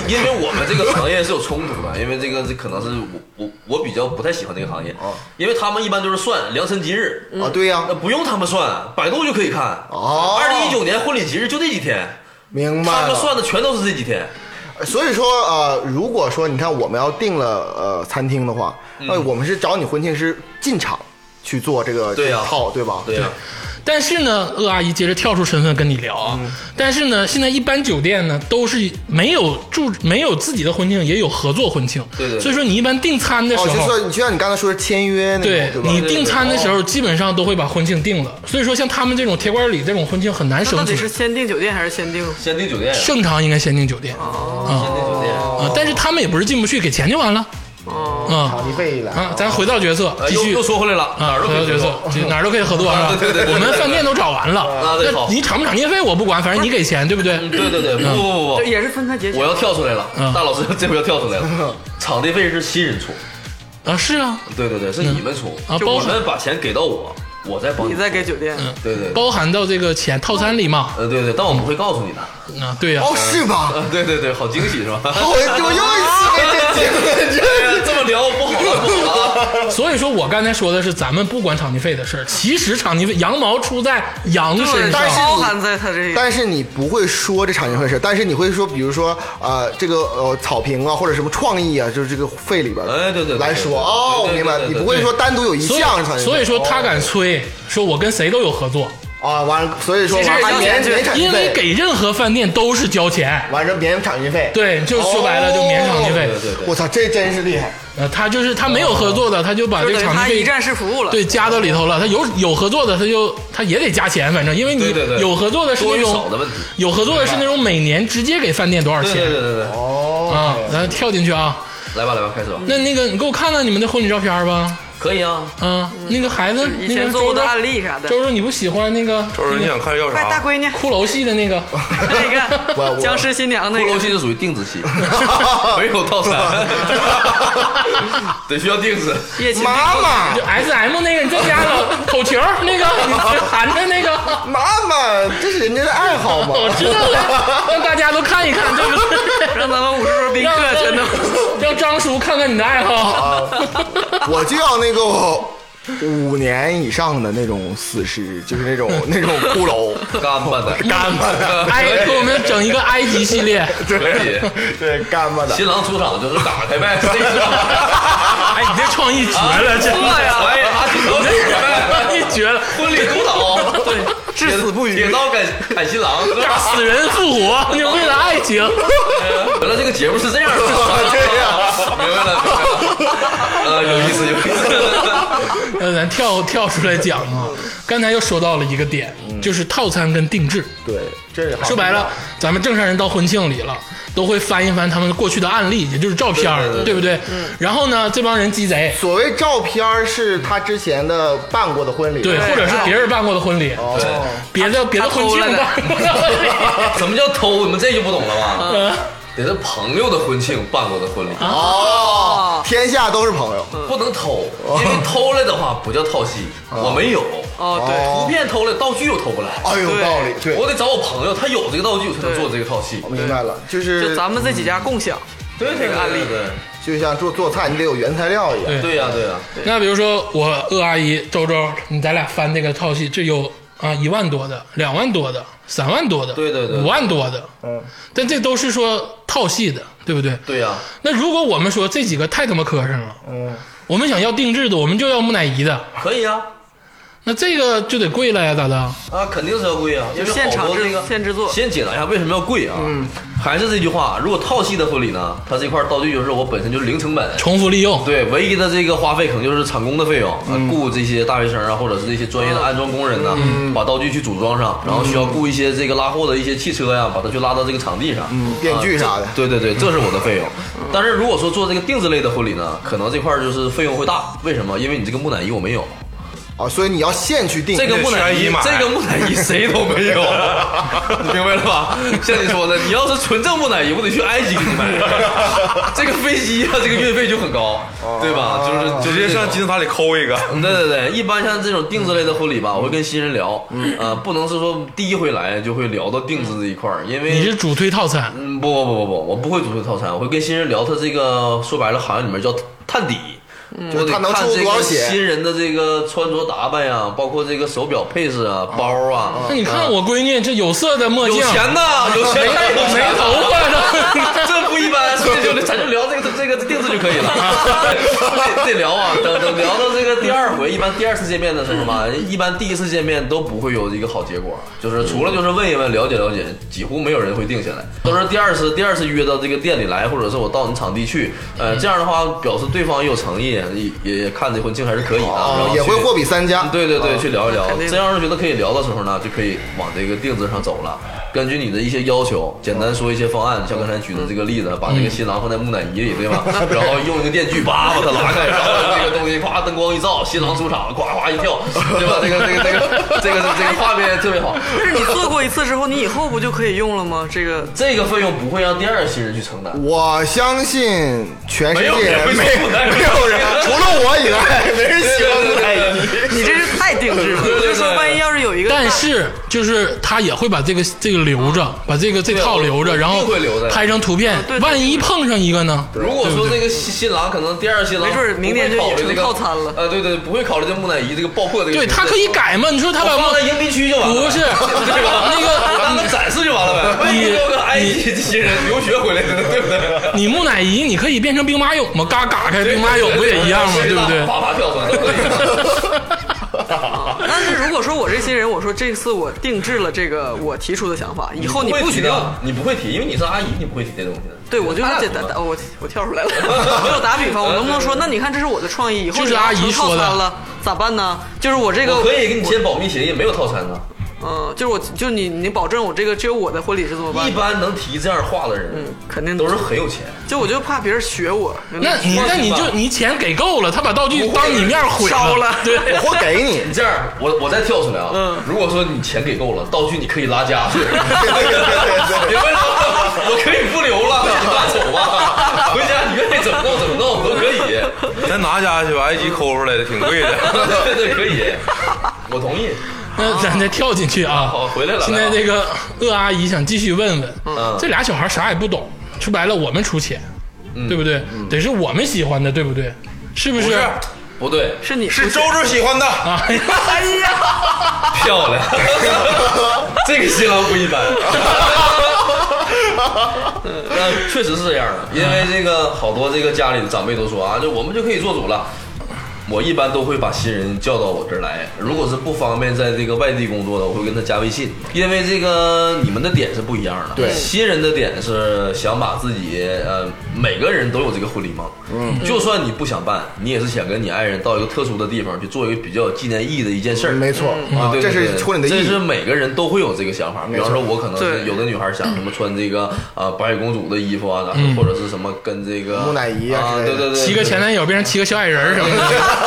Speaker 3: 因为我们这个行业是有冲突的，因为这个这可能是我我我比较不太喜欢这个行业，
Speaker 4: 哦
Speaker 3: 因为他们一般就是算良辰吉日，
Speaker 4: 啊，对呀
Speaker 3: 那，不用他们算，百度就可以看。
Speaker 4: 哦
Speaker 3: 二零一九年婚礼吉日就这几天，
Speaker 4: 明白了。
Speaker 3: 他们算的全都是这几天。
Speaker 4: 所以说，呃，如果说你看我们要订了呃餐厅的话，
Speaker 3: 嗯
Speaker 4: 那、我们是找你婚庆是进场去做这个
Speaker 3: 对呀
Speaker 4: 这个套，对吧？
Speaker 3: 对呀、
Speaker 1: 但是呢，鄂阿姨接着跳出身份跟你聊啊。但是呢，现在一般酒店呢都是没有住没有自己的婚庆，也有合作婚庆。
Speaker 3: 对对对
Speaker 1: 所以说你一般订餐的时
Speaker 4: 哦，
Speaker 1: 候，
Speaker 4: 就说你就像你刚才说的签约那种，
Speaker 1: 对
Speaker 4: 对吧？
Speaker 1: 你订餐的时候，基本上都会把婚庆定了。所以说，像他们这种铁馆里这种婚庆很难
Speaker 2: 到
Speaker 1: 生
Speaker 2: 底
Speaker 1: 存
Speaker 2: 是。先订酒店还是先订？
Speaker 3: 先订酒店呀，先
Speaker 1: 正常应该先订酒店
Speaker 3: 哦
Speaker 1: 啊、
Speaker 3: 订酒店。
Speaker 1: 啊但是他们也不是进不去，给钱就完了啊
Speaker 4: 场地费来，
Speaker 1: 啊咱回到角色，
Speaker 3: 哦呃
Speaker 1: 继
Speaker 3: 又
Speaker 1: 续
Speaker 3: 又说回来了，哪
Speaker 1: 啊，
Speaker 3: 儿都
Speaker 1: 回
Speaker 3: 可
Speaker 1: 到
Speaker 3: 以
Speaker 1: 角色，就哪儿都可以合作啊。
Speaker 3: [LAUGHS] 对对对
Speaker 1: 我们饭店都找完了，
Speaker 3: 啊对好
Speaker 1: 那你场不场地费我不管，反正你给钱，对不对？
Speaker 3: 嗯对对对，不不不不，
Speaker 2: 也是分开结
Speaker 3: 我
Speaker 2: 钱。
Speaker 3: 要跳出来了，
Speaker 1: 嗯
Speaker 3: 大老师这回要跳出来了。场地费是新人出，
Speaker 1: 啊，是啊，
Speaker 3: 对对对，是你们出，
Speaker 1: 啊
Speaker 3: 就
Speaker 1: 包
Speaker 3: 我
Speaker 1: 含
Speaker 3: 们把钱给到我，我再帮
Speaker 2: 你再给酒店，
Speaker 3: 对对，对
Speaker 1: 包含到这个钱套餐里嘛。
Speaker 3: 呃对对，但我们会告诉你的。
Speaker 1: 啊，对呀、
Speaker 4: 哦，是吧？
Speaker 3: 啊对对对，好惊喜是吧？
Speaker 1: 哦
Speaker 4: 我我又一次被震惊了，
Speaker 3: 哎
Speaker 4: 这
Speaker 3: 呀这么聊不好了不好了
Speaker 1: [LAUGHS]
Speaker 3: 啊。
Speaker 1: 所以说我刚才说的是咱们不管场地费的事儿，其实场地费羊毛出在羊身上
Speaker 4: 但。是你
Speaker 2: 包含在他这个。
Speaker 4: 但是你不会说这场地费的事，但是你会说，比如说，呃，这个呃草坪啊，或者什么创意啊，就是这个费里边儿
Speaker 3: 哎对对对
Speaker 4: 来说
Speaker 3: 对对
Speaker 4: 哦，我
Speaker 3: 对对
Speaker 4: 明白，
Speaker 3: 对对
Speaker 4: 你
Speaker 3: 对
Speaker 4: 不会说单独有一
Speaker 1: 所以
Speaker 4: 项场地费，
Speaker 1: 所以说他
Speaker 4: 哦
Speaker 1: 敢吹，说我跟谁都有合作，
Speaker 3: 哦
Speaker 4: 啊，完了，所以说
Speaker 2: 其实
Speaker 4: 完
Speaker 2: 要
Speaker 4: 了免
Speaker 2: 钱
Speaker 4: 免场地
Speaker 1: 因为
Speaker 4: 费，
Speaker 1: 给任何饭店都是交钱。
Speaker 4: 完了免场地费，哦
Speaker 1: 对，就说白了就免场地费
Speaker 3: 对。对对
Speaker 4: 我，操，这真是厉害！
Speaker 1: 呃，他就是他没有合作的，他就把
Speaker 2: 就
Speaker 1: 这个
Speaker 2: 等于
Speaker 1: 场
Speaker 2: 他一
Speaker 1: 地费
Speaker 2: 站式服务了，
Speaker 1: 对加到里头了。他有有合作的，他就他也得加钱，反正因为你
Speaker 3: 对对对
Speaker 1: 有合作的是
Speaker 3: 多
Speaker 1: 那
Speaker 3: 与少的
Speaker 1: 种
Speaker 3: 问题。
Speaker 1: 有合作的是那种每年直接给饭店多少
Speaker 3: 对对
Speaker 1: 钱
Speaker 3: 对对对，
Speaker 4: 哦，
Speaker 1: 啊？咱跳进去啊！
Speaker 3: 来吧来吧，开始吧。
Speaker 1: 那那个你给我看看你们的婚礼照片吧。
Speaker 3: 可以啊，
Speaker 1: 啊，那个孩子，那
Speaker 2: 以前
Speaker 1: 个
Speaker 2: 做
Speaker 1: 周
Speaker 2: 过的
Speaker 1: 周，
Speaker 2: 案例啥的。
Speaker 1: 周周你不喜欢那个
Speaker 5: 周周，你想看要
Speaker 2: 快大
Speaker 5: 啥？
Speaker 2: 闺
Speaker 3: [LAUGHS]
Speaker 2: 女，
Speaker 1: 骷髅系的那个？
Speaker 2: 那
Speaker 4: 我
Speaker 2: 个
Speaker 4: 我
Speaker 2: 僵尸新娘那
Speaker 3: 骷髅
Speaker 2: 个，
Speaker 3: 系是属于定制系，没有套餐， [LAUGHS] 得需要定制。
Speaker 2: 叶青
Speaker 4: 妈妈
Speaker 1: 就 S M 那个，你在家了口球儿那个，你含着那个。
Speaker 4: 妈妈，这是人家的爱好吗？
Speaker 1: 我知道了，让大家都看一看，对不对？
Speaker 2: [LAUGHS] 让咱们五十桌宾
Speaker 1: 让
Speaker 2: 客全都。
Speaker 1: 让让张叔看看你的爱好。
Speaker 4: 啊我就要那个五年以上的那种死尸，就是那种那种骷髅，
Speaker 3: 干巴的，
Speaker 4: 干巴的，
Speaker 1: 埃，哎给我们整一个埃及系
Speaker 4: [LAUGHS]
Speaker 1: 列。哎
Speaker 3: 可以。
Speaker 4: 对，干巴的。
Speaker 3: 新郎出场就是打开呗，谁知道？
Speaker 4: 啊
Speaker 1: 哎，你这创意绝了，真 [LAUGHS]
Speaker 3: 哎呀，哎呀，
Speaker 1: 的！你绝了，
Speaker 3: 婚礼督导，对，
Speaker 2: 至死不
Speaker 3: 铁
Speaker 2: 渝。
Speaker 3: 刀砍砍新郎，
Speaker 1: 炸死人复活，你为了爱情，
Speaker 3: 原来这个节目是这样的，
Speaker 4: 对呀、
Speaker 3: 明白了，明白了，呃，有意思，有意思，
Speaker 1: 呃，咱跳跳出来讲啊。刚才又说到了一个点，
Speaker 4: 嗯
Speaker 1: 就是套餐跟定制。
Speaker 4: 对，这好
Speaker 1: 说白了，咱们正常人到婚庆里了，都会翻一翻他们过去的案例，也就是照片儿，
Speaker 4: 对对对嗯
Speaker 1: 不对？然后呢，这帮人鸡贼，
Speaker 4: 所谓照片儿是他之前的办过的婚礼，
Speaker 1: 对，或者是别人办过的婚礼，
Speaker 4: 啊哦，
Speaker 1: 别的别的婚庆办过的婚礼，
Speaker 4: [LAUGHS]
Speaker 3: [LAUGHS] 什么叫偷？你们这就不懂了吧？
Speaker 1: 呃
Speaker 3: 得是朋友的婚庆办过的婚礼，
Speaker 4: 啊
Speaker 2: 哦，
Speaker 4: 天下都是朋友。
Speaker 3: 不能偷，因为偷了的话不叫套戏，我没有，
Speaker 2: 哦，对，
Speaker 4: 哦
Speaker 3: 图片偷了，道具又偷不来，
Speaker 4: 哎，有
Speaker 2: 对
Speaker 4: 道理，对，
Speaker 3: 我得找我朋友，他有这个道具，我才能做这个套戏
Speaker 4: 我。明白了，就是
Speaker 2: 就咱们这几家共享。
Speaker 3: 对这个案例，
Speaker 4: 就像做做菜，你得有原材料一
Speaker 1: 对
Speaker 4: 样。
Speaker 3: 对呀，对呀，
Speaker 1: 那比如说我鄂阿姨周周，你咱俩翻这个套系，这有啊一万多的、两万多的、三万多的，
Speaker 3: 对对对
Speaker 1: 五万多的，嗯，但这都是说套系的，对不对？
Speaker 3: 对呀，
Speaker 1: 那如果我们说这几个太他妈磕碜了，嗯，我们想要定制的，我们就要木乃伊的，
Speaker 3: 可以啊，
Speaker 1: 那这个就得贵了呀，咋的？
Speaker 3: 啊，肯定是要贵啊，因为
Speaker 2: 现场
Speaker 3: 好多
Speaker 2: 制
Speaker 3: 那个
Speaker 2: 现制作
Speaker 3: 先解答一下为什么要贵啊？嗯，还是这句话，如果套系的婚礼呢，它这块道具就是我本身就是零成本。
Speaker 1: 重复利用，
Speaker 3: 对，唯一的这个花费可能就是厂工的费用，呃雇这些大学生啊，或者是这些专业的安装工人呢，把道具去组装上，然后需要雇一些这个拉货的一些汽车呀，把它去拉到这个场地上。嗯
Speaker 4: 电锯啥的
Speaker 3: 对对对，这是我的费用。但是如果说做这个定制类的婚礼呢，可能这块儿就是费用会大，为什么？因为你这个木乃伊我没有，
Speaker 4: 啊，所以你要现去定
Speaker 3: 这个木乃
Speaker 5: 缺
Speaker 3: 伊
Speaker 5: 一买，
Speaker 3: 这个木乃伊谁都没有，你明白了吧？像你说的，你要是纯正木乃伊，我得去埃及给你买。 [LAUGHS] 这个飞机啊，这个运费就很高，对吧？就是
Speaker 5: 直接上金字塔里抠一个。
Speaker 3: 嗯对对对，一般像这种定制类的婚礼吧，
Speaker 1: 嗯
Speaker 3: 我会跟新人聊，呃，不能是说第一回来就会聊到定制这一块儿，因为
Speaker 1: 嗯你是主推套餐，
Speaker 3: 嗯，不不不不不，我不会组织套餐，我会跟新人聊他这个，说白了行业里面叫探底，
Speaker 1: 嗯
Speaker 3: 就
Speaker 4: 就
Speaker 3: 得
Speaker 4: 是他能
Speaker 3: 看
Speaker 4: 出
Speaker 3: 这
Speaker 4: 多少
Speaker 3: 个
Speaker 4: 血
Speaker 3: 新人的这个穿着打扮呀，包括这个手表配饰
Speaker 1: 哦
Speaker 3: 啊、包啊。
Speaker 1: 那你看我闺女这有色的墨
Speaker 3: 有
Speaker 1: 镜，
Speaker 3: 钱
Speaker 1: 哦
Speaker 3: 呐，有钱
Speaker 1: 没
Speaker 3: 太有钱
Speaker 1: 没
Speaker 3: 了，
Speaker 1: 头
Speaker 3: [LAUGHS]
Speaker 1: 发的，
Speaker 3: 这不一般，所以就咱就聊这个这个定制就可以了， [LAUGHS] 得得聊啊，等等聊到这个第二回，一般第二次见面的时候吧，一般第一次见面都不会有一个好结果，就是除了就是问一问了解了解，几乎没有人会定下来，都是第二次第二次约到这个店里来，或者是我到你场地去，呃，这样的话表示对方也有诚意，也也看这婚庆还是可以的，然
Speaker 4: 啊
Speaker 3: 后，
Speaker 4: 也会
Speaker 3: 去
Speaker 4: 货比三家。
Speaker 3: 嗯对对对，去聊一聊
Speaker 2: 啊肯定。的
Speaker 3: 这要是觉得可以聊的时候呢，就可以往这个定制上走了。根据你的一些要求，简单说一些方案，像刚才举的这个例子，把这个新郎放在木乃伊里，对吧？
Speaker 2: 嗯
Speaker 3: 然后用一个电锯叭把他拉开，然后这个东西咵灯光一照，新郎出场，咵咵一跳，对吧？这个这个这个这个这个画面特别好。
Speaker 2: 但是你做过一次之后，你以后不就可以用了吗？这个
Speaker 3: 这个费用不会让第二新人去承担。
Speaker 4: 我相信全世
Speaker 3: 没
Speaker 4: 界
Speaker 3: 有人会
Speaker 4: 没
Speaker 3: 做木乃伊
Speaker 4: 没有人，除了我以外，没人喜欢木乃伊。
Speaker 2: 你这是太定制了。
Speaker 3: 对对
Speaker 2: 我
Speaker 3: 对
Speaker 2: 就说，万一要是有一个，
Speaker 1: 但是就是他也会把这个这个留着，把这个这套留着，
Speaker 3: 对
Speaker 1: 然后
Speaker 3: 一定会留的
Speaker 1: 拍成图片
Speaker 2: 对对，对
Speaker 1: 万一碰上一个呢？
Speaker 3: 如果说这个新新郎可能第二新郎
Speaker 2: 没准儿明年就
Speaker 3: 不会考虑
Speaker 2: 已经
Speaker 3: 这个
Speaker 2: 套餐了
Speaker 3: 呃，对对，不会考虑这木乃伊这个爆破这个形
Speaker 1: 对
Speaker 3: 式。
Speaker 1: 他可以改嘛？你说他把
Speaker 3: 我
Speaker 1: 木
Speaker 3: 哦放在迎宾区就完了。
Speaker 1: 不是
Speaker 3: [LAUGHS] 对吧？
Speaker 1: 那个
Speaker 3: [LAUGHS] 当个展示就完了
Speaker 1: 你
Speaker 3: 呗。万一有个埃及这些人留学回来的，对不对？
Speaker 1: 你木乃伊，你可以变成兵马俑嘛？嘎嘎开兵马俑不也一
Speaker 3: [LAUGHS]
Speaker 1: 样吗？对不对？
Speaker 3: 啪啪跳出来都可以。
Speaker 1: [LAUGHS]
Speaker 2: 但是如果说我这新人，我说这次我定制了这个我提出的想法，以后你不许用。
Speaker 3: 的，你不会提，因为你是阿姨，你不会提这东西的。
Speaker 2: 对，我就说这打打我我跳出来了， [LAUGHS] 没有打比方，我能不能说？那你看，这是我的创意，以后
Speaker 1: 这是
Speaker 2: 你要
Speaker 1: 阿姨
Speaker 2: 成套
Speaker 1: 说的
Speaker 2: 餐了咋办呢？就是我这个
Speaker 3: 我可以给你签保密协议，没有套餐的。
Speaker 2: 嗯，就是我，就是你，你保证我这个只有我的婚礼是怎么办
Speaker 3: 一？般能提这样话的人
Speaker 2: 嗯，肯定
Speaker 3: 都是很有钱。
Speaker 2: 就我就怕别人学我。就
Speaker 1: 那你那你就你钱给够了，他把道具当你面毁
Speaker 2: 烧了
Speaker 1: 对，
Speaker 4: 我会给你，
Speaker 3: 你这样，我我再跳出来啊。
Speaker 2: 嗯
Speaker 3: 如果说你钱给够了，道具你可以拉家 [LAUGHS] 去。
Speaker 4: 对对对
Speaker 3: 明白了，我可以不留了，你拉走吧，回家你愿意怎么弄怎么弄都可以。
Speaker 5: 咱拿家去吧，埃及抠出来的，挺贵的。
Speaker 3: [LAUGHS] 对对，可以，我同意。
Speaker 1: 那咱再跳进去啊！
Speaker 3: 好哦回来了嗯
Speaker 1: 现在这个鄂阿姨想继续问问，这俩小孩啥也不懂，说白了我们出钱，对不对？得是我们喜欢的，对不对？是不
Speaker 5: 不
Speaker 1: 是？
Speaker 5: 是，
Speaker 3: 嗯不对，
Speaker 2: 是你
Speaker 5: 是周周喜欢的，
Speaker 1: 啊，
Speaker 2: 哎呀，
Speaker 3: 漂亮， [LAUGHS] 这个新郎不一般。 [LAUGHS] 那确实是这样的，因为这个好多这个家里的长辈都说啊，就我们就可以做主了。我一般都会把新人叫到我这儿来。如果是不方便在这个外地工作的，我会跟他加微信，因为这个你们的点是不一样的。
Speaker 4: 对
Speaker 3: 新人的点是想把自己，呃，每个人都有这个婚礼梦。嗯，就算你不想办，你也是想跟你爱人到一个特殊的地方去做一个比较有纪念意义的一件事儿。
Speaker 4: 嗯没错
Speaker 3: 啊，对
Speaker 4: 这
Speaker 3: 对对
Speaker 4: 是婚礼的意
Speaker 3: 这是
Speaker 4: 义。
Speaker 3: 每个人都会有这个想法。比方说，我可能
Speaker 2: 对
Speaker 3: 是有的女孩想什么穿这个啊白雪公主的衣服啊，然后或者是什么跟这个
Speaker 4: 木乃伊啊
Speaker 3: 啊，
Speaker 4: 之类
Speaker 3: 对
Speaker 4: 的
Speaker 3: 对对，
Speaker 1: 嗯骑个前男友变成骑个小矮人儿什么的。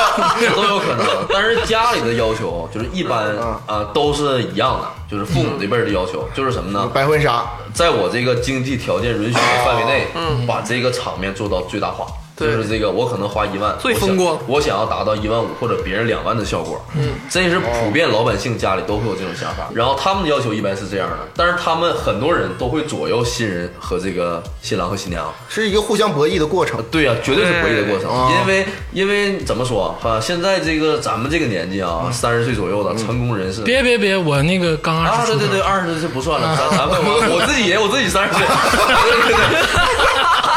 Speaker 3: 都有可能。 [LAUGHS] 但是家里的要求就是一般
Speaker 4: 嗯
Speaker 3: 啊都是一样的，就是父母那辈儿的要求就是什么呢？
Speaker 4: 白婚纱，
Speaker 3: 在我这个经济条件允许的范围内，把这个场面做到最大化。就
Speaker 2: 啊嗯对
Speaker 3: 是这个，我可能花一万，
Speaker 2: 最风光
Speaker 3: 我想，我想要达到一万五或者别人两万的效果。嗯，这是普遍老百姓家里都会有这种想
Speaker 2: 哦
Speaker 3: 法，然后他们的要求一般是这样的，但是他们很多人都会左右新人和这个新郎和新娘。呃
Speaker 4: 是一个互相博弈的过程。
Speaker 3: 对呀、绝对是博弈的过程，
Speaker 2: 哎哦
Speaker 4: 对
Speaker 3: 因为因为怎么说哈、现在这个咱们这个年纪
Speaker 2: 嗯
Speaker 3: 啊，三十岁左右的成功人士。
Speaker 1: 别别别，我那个刚二
Speaker 3: 啊，
Speaker 1: 十出头。
Speaker 3: 对
Speaker 1: 啊
Speaker 3: 对对，二十岁不算了，咱咱们我我自己也我自己三十岁， [LAUGHS] 对对对，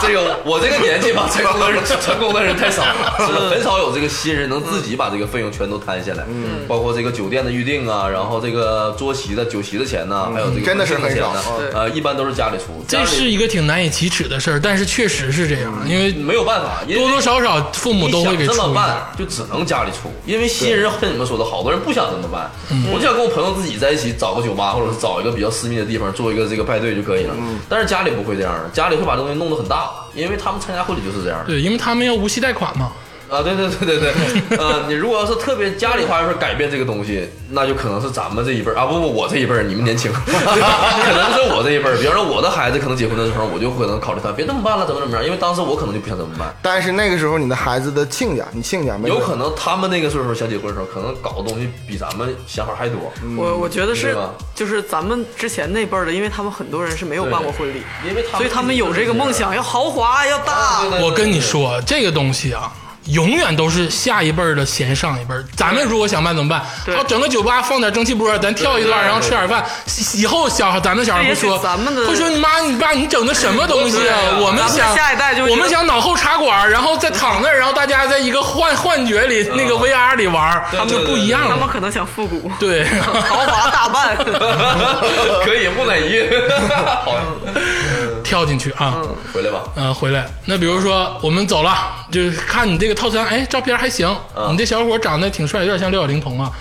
Speaker 3: 这个我这个年纪吧，成功的人成功的人太少了，是
Speaker 1: 嗯
Speaker 3: 的很少有这个新人能自己把这个费用全都摊下来，嗯，包括这个酒店的预订啊，然后这个桌席的酒席的钱
Speaker 1: 嗯
Speaker 3: 呐，还有这个
Speaker 4: 真的是
Speaker 3: 婚庆钱
Speaker 4: 很少
Speaker 3: 呐，呃，一般都是家里出，
Speaker 1: 这
Speaker 3: 家里
Speaker 1: 是一个挺难以启齿的事儿，但是确实是这样，因为
Speaker 3: 没有办法，因为
Speaker 1: 多多少少父母都会给
Speaker 3: 你
Speaker 1: 出
Speaker 3: 想
Speaker 1: 一点。
Speaker 3: 这么办，就只能家里出，因为新人跟你们说的，好多人不想这么办。
Speaker 1: 嗯
Speaker 3: 我就想跟我朋友自己在一起找个酒吧，或者是找一个比较私密的地方做一个这个派对就可以了。但是家里不会这样的，家里会把东西弄得很大，因为他们参加婚礼就是这样的。
Speaker 1: 对，因为他们要无息贷款嘛。
Speaker 3: 啊，对对对对对，呃，你如果要是特别家里话，要是改变这个东西，那就可能是咱们这一辈儿啊，不不，我这一辈儿，你们年轻， [LAUGHS] 可能是我这一辈儿。比方说我的孩子可能结婚的时候，我就可能考虑他别这么办了，怎么怎么样，因为当时我可能就不想这么办。
Speaker 4: 但是那个时候你的孩子的亲家，你亲家没
Speaker 3: 有可能他们那个岁数想结婚的时候，可能搞的东西比咱们想法还多。
Speaker 2: 我我觉得
Speaker 3: 对
Speaker 2: 是
Speaker 3: 吧，
Speaker 2: 就是咱们之前那辈儿的，因为他们很多人是没有办过婚礼，
Speaker 3: 因为他们
Speaker 2: 所以他们有这个梦想，要豪华，要大。
Speaker 3: 对对
Speaker 1: 我跟你说，这个东西啊，永远都是下一辈儿的嫌上一辈儿。咱们如果想办怎么办？
Speaker 2: 对
Speaker 1: 啊，整个酒吧放点蒸汽波，咱跳一段，然后吃点饭。以以后小孩咱们小孩会
Speaker 2: 这也
Speaker 1: 说，
Speaker 2: 许咱们的
Speaker 1: 会说你妈你爸你整的什么东西啊？我们
Speaker 2: 咱
Speaker 1: 想
Speaker 2: 们下一代就会
Speaker 1: 我
Speaker 2: 觉
Speaker 1: 们
Speaker 2: 得
Speaker 1: 想脑后插管，然后再躺那儿，然后大家在一个幻幻觉里那
Speaker 2: 嗯
Speaker 1: 个 VR 里玩儿，
Speaker 3: 对
Speaker 1: 就不一样
Speaker 2: 他们
Speaker 1: 了。
Speaker 2: 可能想复古，
Speaker 1: 对，
Speaker 2: [LAUGHS] 豪华大办。
Speaker 3: [LAUGHS] 可以木乃
Speaker 1: [LAUGHS]
Speaker 3: 伊，好，
Speaker 1: 跳进去啊。
Speaker 2: 嗯
Speaker 3: 回来吧。
Speaker 1: 呃，回来。那比如说我们走了，就是看你这个套餐，哎，照片还行，
Speaker 2: 嗯
Speaker 1: 你这小伙长得挺帅，有点像六小龄童啊，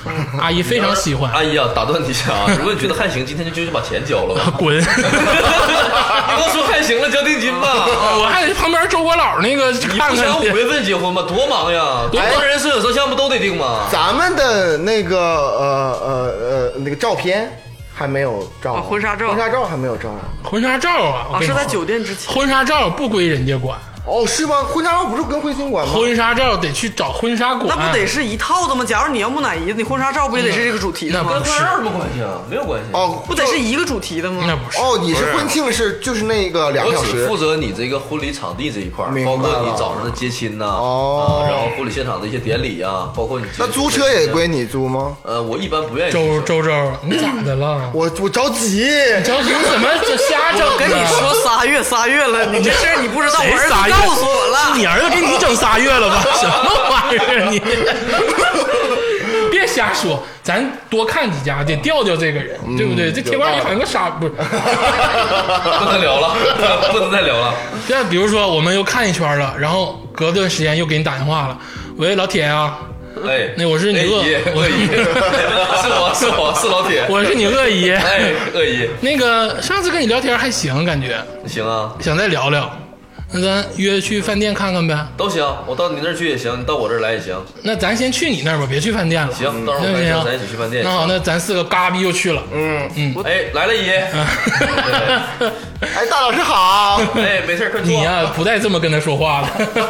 Speaker 1: 阿姨非常喜欢，
Speaker 3: 阿姨啊，打断你一
Speaker 1: [LAUGHS]
Speaker 3: 下啊，如果你觉得还行，今天就就去把钱交了吧。
Speaker 1: 滚！
Speaker 3: 你都说还行了，交定金
Speaker 1: [LAUGHS]
Speaker 3: 吧。
Speaker 1: 我还得旁边周国老那个去
Speaker 3: 你
Speaker 1: 看
Speaker 3: 不
Speaker 1: 看
Speaker 3: 想五
Speaker 1: 去。
Speaker 3: 月份结婚吗？多忙呀！多忙人摄影摄像不都得定吗？
Speaker 4: 咱们的那个呃呃呃那个照片还没有照
Speaker 2: 啊
Speaker 4: 呢，
Speaker 2: 婚纱照
Speaker 4: 婚纱照还没有照呢。
Speaker 1: 婚纱照啊，我
Speaker 2: 啊，
Speaker 1: 跟你
Speaker 2: 是在
Speaker 1: 说，
Speaker 2: 酒店之前，
Speaker 1: 婚纱照不归人家管，
Speaker 4: 哦，是吗？婚纱照不是跟婚庆管吗？
Speaker 1: 婚纱照得去找婚纱馆。
Speaker 2: 嗯那不得是一套的吗？假如你要木乃伊，你婚纱照不也得是这个主题的
Speaker 1: 那
Speaker 2: 吗
Speaker 3: 跟？婚纱照有什么关系啊？没有关系。
Speaker 4: 哦，
Speaker 2: 不得是一个主题的
Speaker 1: 那
Speaker 2: 吗？
Speaker 1: 不是。
Speaker 4: 哦，你是婚庆是就是那个两
Speaker 3: 我
Speaker 4: 个小
Speaker 3: 只
Speaker 4: 时
Speaker 3: 负责你这个婚礼场地这一块儿，
Speaker 4: 明白
Speaker 3: 包括
Speaker 4: 了
Speaker 3: 你早上的接亲呐、
Speaker 4: 哦
Speaker 3: 啊然后婚礼现场的一些典礼啊，包括你
Speaker 4: 那租车也归你租吗？
Speaker 3: 呃，我一般不愿意
Speaker 1: 周周周，你咋的了？
Speaker 4: 我我着急，
Speaker 1: 着急怎么就瞎整？
Speaker 2: 我跟你，说仨月仨月了，你这事儿你不知道，我
Speaker 1: 谁
Speaker 2: 儿子
Speaker 1: 仨月？
Speaker 2: 告诉我了。
Speaker 1: 你儿子给你整仨月了 [LAUGHS] 吧？什么玩意儿你？ [LAUGHS] 别瞎说，咱多看几家，得调调这个人，对不对？这铁罐里好像个傻，不是？
Speaker 3: [LAUGHS] 不能聊了，不能再聊了。
Speaker 1: 现啊在比如说，我们又看一圈了，然后隔段时间又给你打电话了，喂，老铁啊，
Speaker 3: 哎，
Speaker 1: 那我是你
Speaker 3: 哎
Speaker 1: 恶
Speaker 3: 姨
Speaker 1: 我
Speaker 3: 恶姨，
Speaker 1: [LAUGHS]
Speaker 3: 是我是我是老铁，
Speaker 1: 我是你恶姨，
Speaker 3: 哎恶姨，
Speaker 1: [LAUGHS] 那个上次跟你聊天还行，感觉
Speaker 3: 行啊，
Speaker 1: 想再聊聊，那咱约去饭店看看呗。
Speaker 3: 都行，我到你那儿去也行，你到我这儿来也行，
Speaker 1: 那咱先去你那儿吧，别去饭店了。
Speaker 3: 行，到时候我
Speaker 1: 行不
Speaker 3: 开
Speaker 1: 行？
Speaker 3: 车咱一起去饭店。
Speaker 1: 那好，那咱四个嘎逼又去了。
Speaker 3: 哎
Speaker 1: [LAUGHS]
Speaker 3: 来了姨，
Speaker 4: 哎，大老师好，
Speaker 3: 哎没事儿快
Speaker 1: [LAUGHS]
Speaker 3: 坐。
Speaker 1: 你呀、不带这么跟他说话的。
Speaker 5: 不是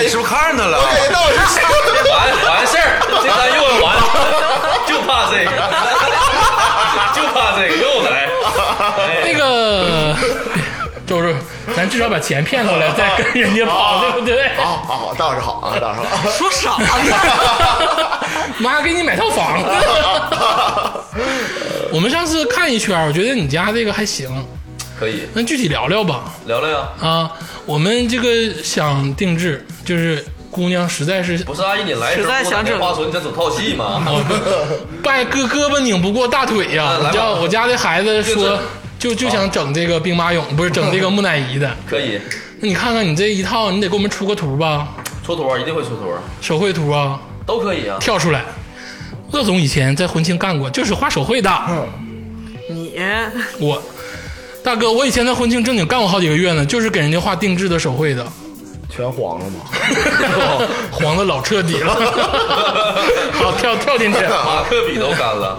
Speaker 5: 你是不是看着
Speaker 4: 我
Speaker 5: 了？
Speaker 4: 感觉大老师
Speaker 3: 完完事儿，这单又要完，就怕这个，就怕这个又来。
Speaker 1: [LAUGHS]
Speaker 3: 哎
Speaker 1: 那个周周，咱至少把钱骗过来，再跟人家跑，对不对？
Speaker 4: [LAUGHS] 好好好，大老师好 [LAUGHS] 啊，大老师好。
Speaker 2: 说啥呢？
Speaker 1: 妈给你买套房。 [LAUGHS] 我们上次看一圈，我觉得你家这个还行，
Speaker 3: 可以
Speaker 1: 那具体聊聊吧。
Speaker 3: 聊聊呀，
Speaker 1: 啊，我们这个想定制，就是姑娘实在是
Speaker 3: 不是阿姨，你来的时
Speaker 2: 实在
Speaker 3: 候给我打
Speaker 2: 想整
Speaker 3: 电话说你想整套戏吗？
Speaker 1: 拜胳胳膊拧不过大腿呀、
Speaker 3: 啊来吧
Speaker 1: 你知道我家这孩子
Speaker 3: 就是
Speaker 1: 说就就想整这个兵马俑，不是整这个木乃伊的。
Speaker 3: 可以，
Speaker 1: 那你看看你这一套，你得给我们出个图吧，
Speaker 3: 出托一定会出托，
Speaker 1: 手绘图啊，
Speaker 3: 都可以啊。
Speaker 1: 跳出来。乐总以前在婚庆干过，就是画手绘的。
Speaker 2: 你
Speaker 1: 我大哥，我以前在婚庆正经干过好几个月呢，就是给人家画定制的手绘的，
Speaker 4: 全黄了吗？
Speaker 1: [LAUGHS] 黄的老彻底了。好，跳跳进去。
Speaker 3: 马克笔都干了，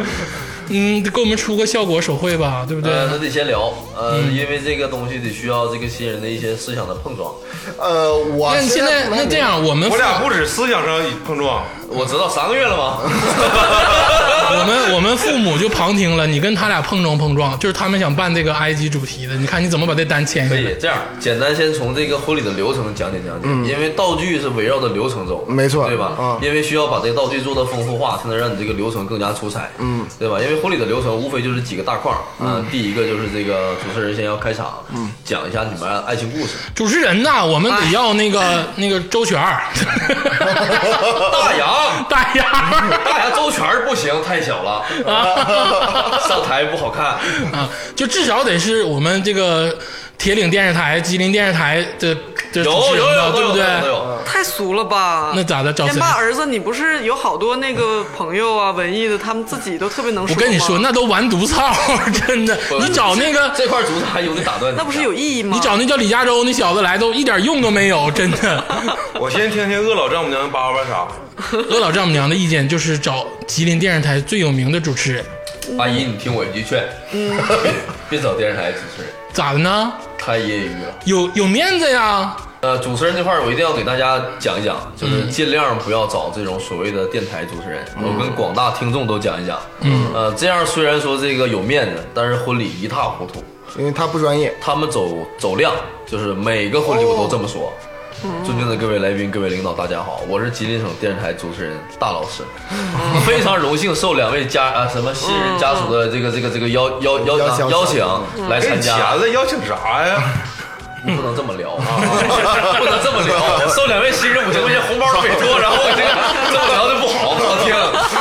Speaker 1: 嗯，给我们出个效果手绘吧，对不对？
Speaker 3: 呃，那得先聊，呃，
Speaker 2: 嗯
Speaker 3: 因为这个东西得需要这个新人的一些思想的碰撞。
Speaker 4: 呃，我
Speaker 1: 那你现在
Speaker 4: 不太
Speaker 1: 那这样，我们
Speaker 5: 我俩
Speaker 1: 父
Speaker 5: 不止思想上碰撞，
Speaker 3: 我知道三个月了吗？ [LAUGHS]
Speaker 1: 我们我们父母就旁听了，你跟他俩碰撞碰撞，就是他们想办这个埃及主题的，你看你怎么把这单签下
Speaker 3: 可
Speaker 1: 来？
Speaker 3: 以这样，简单先从这个婚礼的流程讲解讲解，因为道具是围绕着流程走，
Speaker 4: 没错
Speaker 3: 对吧？
Speaker 4: 嗯
Speaker 3: 因为需要把这个道具做到丰富化，才能让你这个流程更加出彩，嗯，对吧？因为婚礼的流程无非就是几个大块儿，嗯、第一个就是这个主持人先要开场，嗯，讲一下你们爱情故事，
Speaker 1: 主持人呐，我们得要那个那个周全儿，
Speaker 3: 哎 [LAUGHS] 大杨。
Speaker 1: 大丫儿 [LAUGHS]
Speaker 3: 大牙周全儿不行，太小了，上台不好看。
Speaker 1: 啊，就至少得是我们这个铁岭电视台、吉林电视台的的
Speaker 3: 有
Speaker 1: 主持
Speaker 3: 有
Speaker 1: 人吧，
Speaker 3: 有，都
Speaker 1: 对不
Speaker 3: 有都
Speaker 1: 对？
Speaker 3: 有都有。
Speaker 2: 太俗了吧？
Speaker 1: 那咋的找谁
Speaker 2: 天霸儿子，你不是有好多那个朋友啊，文艺的，他们自己都特别能说
Speaker 1: 我
Speaker 2: 吗。
Speaker 1: 跟你说，那都完犊子操， [LAUGHS] 真的
Speaker 3: 不。
Speaker 1: 你找那个，
Speaker 3: 这块竹子还有的打断你，啊
Speaker 2: 那不是有意义吗？
Speaker 1: 你找那叫李嘉洲那小子来，都一点用都没有， [LAUGHS] 真的。
Speaker 3: [LAUGHS]
Speaker 5: 我先听听恶老丈母娘叭叭叭啥，
Speaker 1: 恶老丈母娘的意见就是找吉林电视台最有名的主持人，
Speaker 3: 阿姨，你听我一句劝，
Speaker 2: 嗯
Speaker 3: [LAUGHS] 别找电视台主持人，
Speaker 1: 咋的呢？
Speaker 3: 太业余了。
Speaker 1: 有有面子呀，
Speaker 3: 呃，主持人这块儿我一定要给大家讲一讲，就是尽量不要找这种所谓的电台主持人。我跟广大听众都讲一讲，嗯，呃，这样虽然说这个有面子，但是婚礼一塌糊涂。
Speaker 4: 因为他不专业，
Speaker 3: 他们走走量，就是每个婚礼我都这么说。尊敬的各位来宾、各位领导，大家好，我是吉林省电视台主持人大老师，非常荣幸受两位家啊什么新人家属的这个这个这个邀邀邀
Speaker 4: 邀请
Speaker 3: 邀邀请来
Speaker 5: 给
Speaker 3: 参
Speaker 5: 钱
Speaker 3: 加。
Speaker 5: 了邀请啥呀？
Speaker 3: 不能这么聊 [LAUGHS] 啊，不能这么聊，收两位新人五千块钱红包都没 [LAUGHS] 多，然后我这个这么聊就不好，不好听。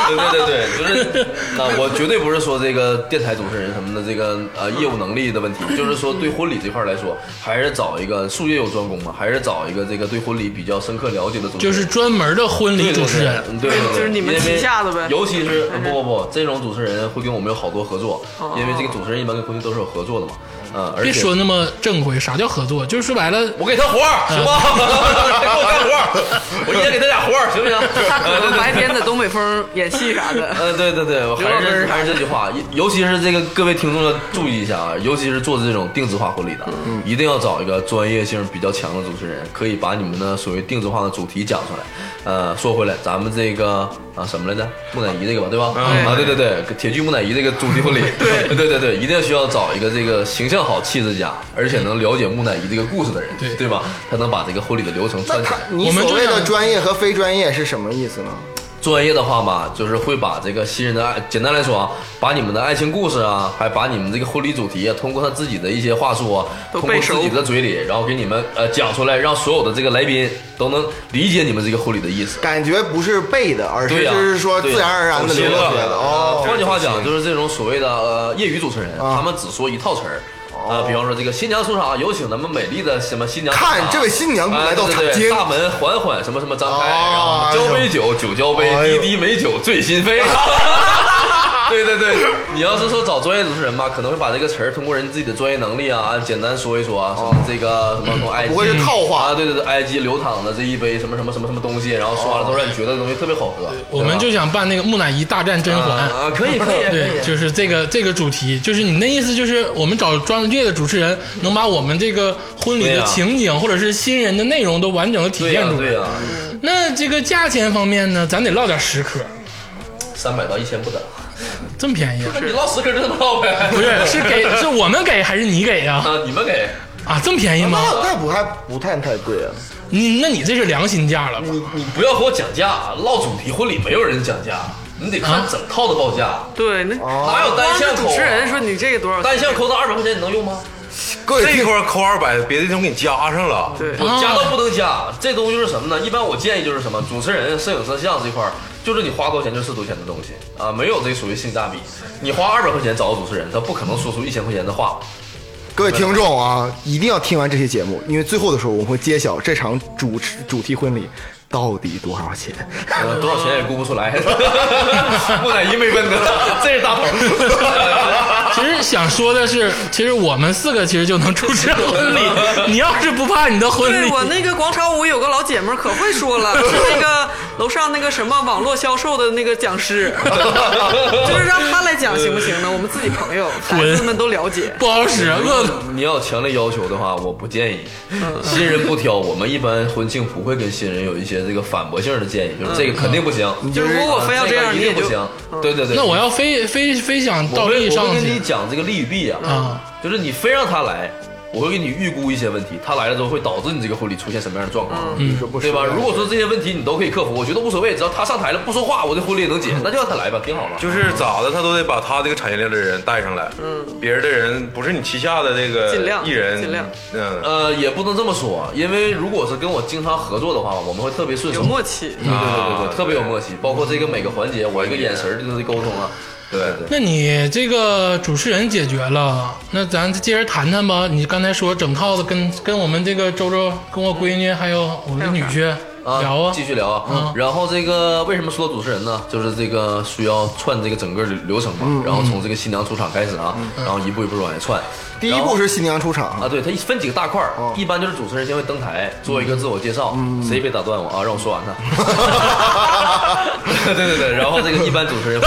Speaker 3: 对对 [LAUGHS] 对对，就是那我绝对不是说这个电台主持人什么的这个呃业务能力的问 [LAUGHS] 题，就是说对婚礼这块来说，还是找一个术业有专攻嘛，还是找一个这个对婚礼比较深刻了解的主持人。
Speaker 1: 就是专门的婚礼主持人。，
Speaker 3: 对对对，
Speaker 2: [LAUGHS] 就是你们旗下的呗
Speaker 3: 尤其是呃
Speaker 2: [LAUGHS]
Speaker 3: 不不不，这种主持人会跟我们有好多合作，
Speaker 2: 哦
Speaker 3: 因为这个主持人一般跟婚庆都是有合作的嘛，嗯，而
Speaker 1: 别
Speaker 3: 且
Speaker 1: 说那么正规，啥叫合作？就是说白了，
Speaker 3: 我给他活儿，行吗？ [LAUGHS] 给我干活儿，我一天给他俩活儿，行不行？
Speaker 2: 他可
Speaker 3: 呃
Speaker 2: 能白天在东北风演戏
Speaker 1: [LAUGHS]
Speaker 2: 啥的。
Speaker 3: 呃，对对对，我还是还是这句话，尤尤其是这个各位听众要注意一下啊，尤其是做这种定制化婚礼的，啊一定要找一个专业性比较强的主持人，可以把你们的所谓定制化的主题讲出来。呃，说回来，咱们这个啊什么来着？木乃伊这个吧，对吧？啊，对对对，铁锯木乃伊这个主题婚礼，对对对对，一定要需要找一个这个形象好、气质佳，而且能了解木乃伊这个故事的人，
Speaker 1: 对
Speaker 3: 对吧？他能把这个婚礼的流程
Speaker 4: 那
Speaker 3: 串起
Speaker 4: 他
Speaker 3: 来。
Speaker 4: 你
Speaker 1: 我们
Speaker 4: 所
Speaker 1: 就
Speaker 4: 谓的
Speaker 1: 想
Speaker 4: 专业和非专业是什么意思呢？
Speaker 3: 专业的话吧，就是会把这个新人的爱，简单来说啊，把你们的爱情故事啊，还把你们这个婚礼主题啊，通过他自己的一些话术啊，
Speaker 2: 都
Speaker 3: 通过
Speaker 2: 背熟
Speaker 3: 自己的嘴里，然后给你们呃讲出来，让所有的这个来宾都能理解你们这个婚礼的意思。
Speaker 4: 感觉不是背的，而是
Speaker 3: 对呀、
Speaker 4: 就是说自然而然的流露出来的
Speaker 3: 呃换
Speaker 4: 哦。
Speaker 3: 句话讲，就是这种所谓的呃业余主持人，
Speaker 4: 啊哦
Speaker 3: 他们只说一套词儿。啊，比方说这个新娘出场，有请咱们美丽的什么新娘出场。
Speaker 4: 看这位新娘
Speaker 3: 哎
Speaker 4: 来到
Speaker 3: 对对
Speaker 4: 塔
Speaker 3: 对
Speaker 4: 尖，
Speaker 3: 大门缓缓什么什么张开，
Speaker 4: 哦
Speaker 3: 然后交杯酒，酒交杯，
Speaker 4: 哎呦
Speaker 3: 滴滴美酒醉心扉。 [LAUGHS] 对对对，你要是说找专业主持人吧，可能会把这个词儿通过人自己的专业能力啊，简单说一说啊，什么这个什么从埃及，
Speaker 4: 哦不会是套话
Speaker 3: 啊，对对对，埃及流淌的这一杯什么什么什么什么东西，然后说完了之后让你觉得这东西特别好喝。
Speaker 1: 我们就想办那个木乃伊大战甄嬛。
Speaker 3: 啊，可以可以可
Speaker 1: 对，
Speaker 3: 以，
Speaker 1: 就是这个这个主题，就是你那意思，就是我们找专业的主持人，能把我们这个婚礼
Speaker 3: 对
Speaker 1: 的
Speaker 3: 呀
Speaker 1: 情景、或者是新人的内容都完整的体
Speaker 3: 对
Speaker 1: 现
Speaker 3: 呀
Speaker 1: 出来。
Speaker 3: 对呀，
Speaker 1: 那这个价钱方面呢，咱得唠点实嗑，
Speaker 3: 三百到一千不等。
Speaker 1: 这么便宜
Speaker 3: [LAUGHS]
Speaker 1: 啊？
Speaker 3: 那你唠十根就这么唠呗。
Speaker 1: 不是，是给是我们给还是你给呀、
Speaker 3: [LAUGHS] 啊，你们给
Speaker 1: 啊？这么便宜
Speaker 4: 那
Speaker 1: 吗？
Speaker 4: 那不还不太太贵啊？
Speaker 1: 你那你这是良心价了吧？
Speaker 3: 你不要给我讲价，唠主题婚礼没有人讲价，你得
Speaker 1: 啊
Speaker 3: 看整套的报价。
Speaker 2: 对，那
Speaker 3: 哪有单
Speaker 2: 光是
Speaker 1: 哦
Speaker 3: 向口
Speaker 2: 主
Speaker 3: 啊？
Speaker 2: 持人说你这个多少钱？
Speaker 3: 单向口的二百块钱你能用吗？
Speaker 4: 各位
Speaker 5: 这
Speaker 4: 听
Speaker 5: 块儿扣二百，别的地方给你加上了。
Speaker 2: 对，
Speaker 3: 我
Speaker 1: 哦
Speaker 3: 加到不能加，这东西就是什么呢？一般我建议就是什么，主持人、摄影、摄像这块儿，就是你花多少钱就是多少钱的东西啊，没有这属于性价比。你花二百块钱找个主持人，他不可能说出一千块钱的话。
Speaker 4: 各位听众啊，一定要听完这些节目，因为最后的时候我们会揭晓这场主持主题婚礼到底多少钱。
Speaker 3: 呃，多少钱也估不出来。 [LAUGHS] 木乃伊没
Speaker 2: [LAUGHS]
Speaker 3: 问的，这是大头。
Speaker 1: 其实想说的是，其实我们四个其实就能主持婚
Speaker 3: [LAUGHS]
Speaker 1: 礼。你要是不怕你的婚
Speaker 2: 对
Speaker 1: 礼，
Speaker 2: 我那个广场舞有个老姐们儿可会说了，是那个
Speaker 1: [LAUGHS]
Speaker 2: 楼上那个什么网络销售的那个讲师，就是让他来讲行不行呢？我们自己朋友，孩子们都了解。
Speaker 1: 不好使，啊饿的。
Speaker 3: [LAUGHS] 你要有强烈要求的话，我不建议。
Speaker 2: 嗯
Speaker 3: 新人不挑，我们一般婚庆不会跟新人有一些这个反驳性的建议，就是这个肯定不行。嗯
Speaker 2: 就如嗯果我非要这样，
Speaker 3: 一
Speaker 2: 你
Speaker 3: 定
Speaker 2: 也
Speaker 3: 不
Speaker 2: 就嗯
Speaker 3: 行。对对对，
Speaker 1: 那我要非非非想
Speaker 3: 我
Speaker 1: 倒
Speaker 3: 会
Speaker 1: 立
Speaker 3: 我
Speaker 1: 上
Speaker 3: 会跟你
Speaker 1: 去，
Speaker 3: 讲这个利与弊啊，
Speaker 1: 啊
Speaker 3: 就是你非让他来，我会给你预估一些问题，他来了之后会导致你这个婚礼出现什么样的状况，
Speaker 2: 嗯
Speaker 3: 对
Speaker 4: [LAUGHS] 啊
Speaker 3: 吧？如果说这些问题你都可以克服，我觉得无所谓，只要他上台了不说话，我这婚礼也能解，那就让他来吧，挺好了。
Speaker 5: 就是咋的，他都得把他这个产业链的人带上来，别人的人不是你旗下的这个
Speaker 2: 尽量
Speaker 5: 艺人，
Speaker 2: 尽量
Speaker 5: 嗯，
Speaker 3: 呃，也不能这么说，因为如果是跟我经常合作的话，我们会特别顺手
Speaker 2: 有，默契，
Speaker 3: 对对对
Speaker 5: 啊
Speaker 3: 对，特别有默契，包括这个每个环节，我一个眼神儿就是沟通啊，对对。
Speaker 1: 那你这个主持人解决了，那咱接着谈谈吧。你刚才说整套的跟跟我们这个周周、跟我闺女还有我们的女婿聊啊，
Speaker 3: 继续聊啊。然后这个为什么说主持人呢？就是这个需要串这个整个流流程嘛，然后从这个新娘出场开始啊，然后一步一步往下串。
Speaker 4: 第一
Speaker 3: 然后
Speaker 4: 步是新娘出场
Speaker 3: 啊，对，它一分几个大块儿，一般就是主持人先会登台做一个自我介绍，谁也别打断我啊，让我说完它。对对对，然后这个一般主持人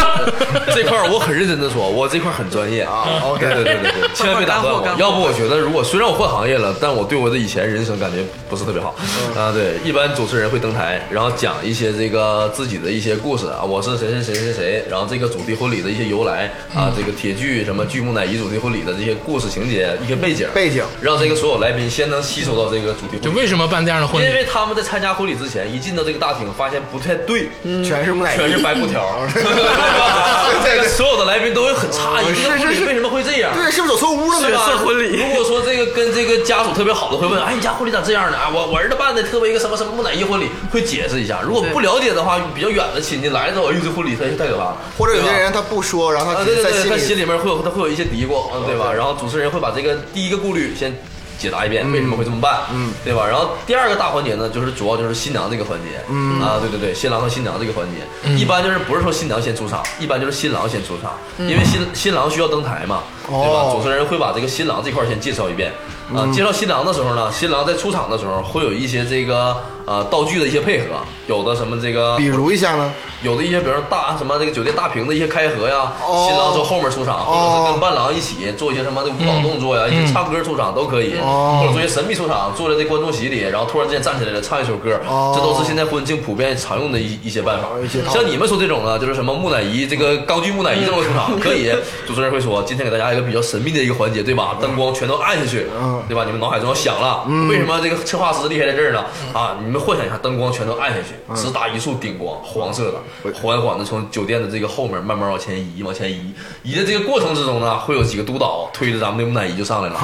Speaker 3: 这块儿我很认真的说，我这块儿很专业啊。
Speaker 4: ，OK
Speaker 3: 对对对对对，千万别打断
Speaker 2: 干货干
Speaker 3: 我，
Speaker 2: 货
Speaker 3: 要不我觉得如果虽然我换行业了，但我对我的以前人生感觉不是特别好
Speaker 4: 嗯
Speaker 3: 啊。对，一般主持人会登台，然后讲一些这个自己的一些故事啊，我是谁谁谁谁谁，然后这个主题婚礼的一些由来啊，
Speaker 4: 嗯
Speaker 3: 这个铁剧什么剧木乃伊主题婚礼的这些故事情节、一些背景，
Speaker 4: 背景
Speaker 3: 让这个所有来宾先能吸收到这个主题
Speaker 1: 就
Speaker 3: 婚礼。
Speaker 1: 为什么办这样的婚
Speaker 3: 因
Speaker 1: 礼？
Speaker 3: 为他们在参加婚礼之前，一进到这个大厅，发现不太对，
Speaker 4: 全是木乃
Speaker 3: 嗯
Speaker 4: 伊
Speaker 3: 全是白布条儿，
Speaker 4: [LAUGHS]
Speaker 3: [LAUGHS] 这个所有的来宾都会很诧异，这个婚礼为什么会这样？
Speaker 4: 嗯对，是不是走错屋了
Speaker 3: 对吧
Speaker 4: 呢？
Speaker 3: 如果说这个跟这个家属特别好的，会问，哎，你家婚礼咋这样呢？啊，我我儿子办的特别一个什么什么木乃伊婚礼，会解释一下。如果不了解的话，比较远的亲戚来了之后，哎呦，这婚礼太太可怕了。
Speaker 4: 或者有些人他不说，然后
Speaker 3: 啊，
Speaker 4: 他
Speaker 3: 对
Speaker 4: 只
Speaker 3: 对
Speaker 4: 是在
Speaker 3: 对，他心
Speaker 4: 里
Speaker 3: 里面会有他会有一些嘀咕，嗯，对吧？然后主持人会把这个第一个顾虑先。解答一遍为什么会这么办，嗯，对吧？然后第二个大环节呢，就是主要就是新娘这个环节，嗯啊，对对对，新郎和新娘这个环节，
Speaker 4: 嗯
Speaker 3: 一般就是不是说新娘先出场，一般就是新郎先出场，因为新新郎需要登台嘛，对吧？
Speaker 4: 嗯哦嗯
Speaker 3: 主持人会把这个新郎这块儿先介绍一遍，啊，介绍新郎的时候呢，新郎在出场的时候会有一些这个呃道具的一些配合，有的什么这个
Speaker 4: 比如一下呢？
Speaker 3: 有的一些，比如说大什么那个酒店大屏的一些开合呀，
Speaker 4: 哦
Speaker 3: 新郎从后面出场，或者是跟伴郎一起做一些什么的舞蹈动作呀，一起唱歌出场都可以，
Speaker 4: 嗯哦
Speaker 3: 或者做一些神秘出场，坐在这观众席里，然后突然之间站起来了唱一首歌，
Speaker 4: 哦
Speaker 3: 这都是现在婚庆普遍常用的一一些办法
Speaker 4: 一些套。路
Speaker 3: 像你们说这种呢，就是什么木乃伊这个钢锯木乃伊这种出
Speaker 4: 嗯
Speaker 3: 场可以，主持人会说今天给大家一个比较神秘的一个环节，对吧？灯光全都暗下去
Speaker 4: 嗯，
Speaker 3: 对吧？你们脑海中要想了，为什么这个策划师厉害在这儿呢？
Speaker 4: 嗯
Speaker 3: 啊，你们幻想一下，灯光全都暗下去，只打一束顶光，黄色的，缓缓的从酒店的这个后面慢慢往前移，往前移，移的这个过程之中呢，会有几个督导推着咱们的木乃伊就上来了。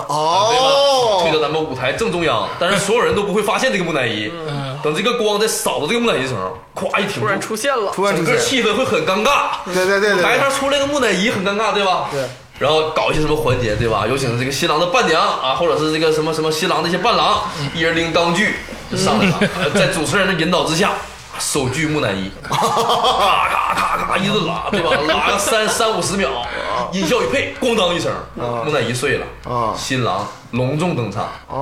Speaker 4: 哦
Speaker 3: 推到咱们舞台正中央，但是所有人都不会发现这个木乃伊。等这个光在扫到这个木乃伊的时候，咵一停住，
Speaker 2: 突然出现了，
Speaker 4: [LAUGHS] 嗯突然出
Speaker 3: 整个气
Speaker 4: 现，
Speaker 3: 氛会很尴尬。
Speaker 4: 对对对对
Speaker 3: 舞台
Speaker 4: 对，
Speaker 3: 上出来个木乃伊，很尴尬，对吧？
Speaker 4: 对。
Speaker 3: 然后搞一些什么环节，对吧？有请这个新郎的伴娘啊，或者是这个什么什么新郎的一些伴郎，
Speaker 4: 嗯
Speaker 3: 一人拎钢锯就上来了，呃在主持人的引导之下。手锯木乃
Speaker 4: [LAUGHS]
Speaker 3: 伊，咔咔咔咔一顿拉，对吧？拉个三三五十秒，音效一配，咣当一声，木乃伊碎了。
Speaker 4: 啊
Speaker 3: 新郎隆重登场，对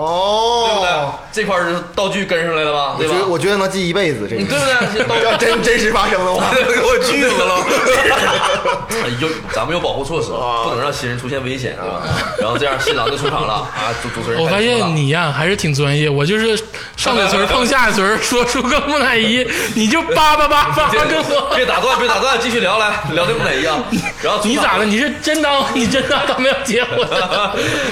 Speaker 3: 不对
Speaker 4: 哦，？
Speaker 3: 这块儿道具跟上来了吧？对
Speaker 4: 我
Speaker 3: 吧
Speaker 4: 觉？得我觉得能记一辈子这
Speaker 3: 你对不对？这
Speaker 4: 个，[LAUGHS]
Speaker 3: 道具
Speaker 4: 要真真
Speaker 3: [LAUGHS]
Speaker 4: 实发生的话，
Speaker 5: 给我锯死
Speaker 4: [LAUGHS]
Speaker 5: 了。
Speaker 3: 哎有咱们有保护措施，
Speaker 4: 啊
Speaker 3: 不能让新人出现危险，对吧？然后这样新郎就出场了啊，主主持人
Speaker 1: 我发
Speaker 3: 开始出
Speaker 1: 现
Speaker 3: 场
Speaker 1: 你呀、还是挺专业，我就是上嘴唇碰下嘴唇，说出个木乃
Speaker 3: [LAUGHS]
Speaker 1: 伊，你就叭叭叭叭
Speaker 3: 别
Speaker 1: 跟我，
Speaker 3: 别打断，别打断，继续聊来聊这木乃伊啊。然后出场
Speaker 1: 你咋了？？你是真当你真
Speaker 3: [LAUGHS]
Speaker 1: 当他们要结婚？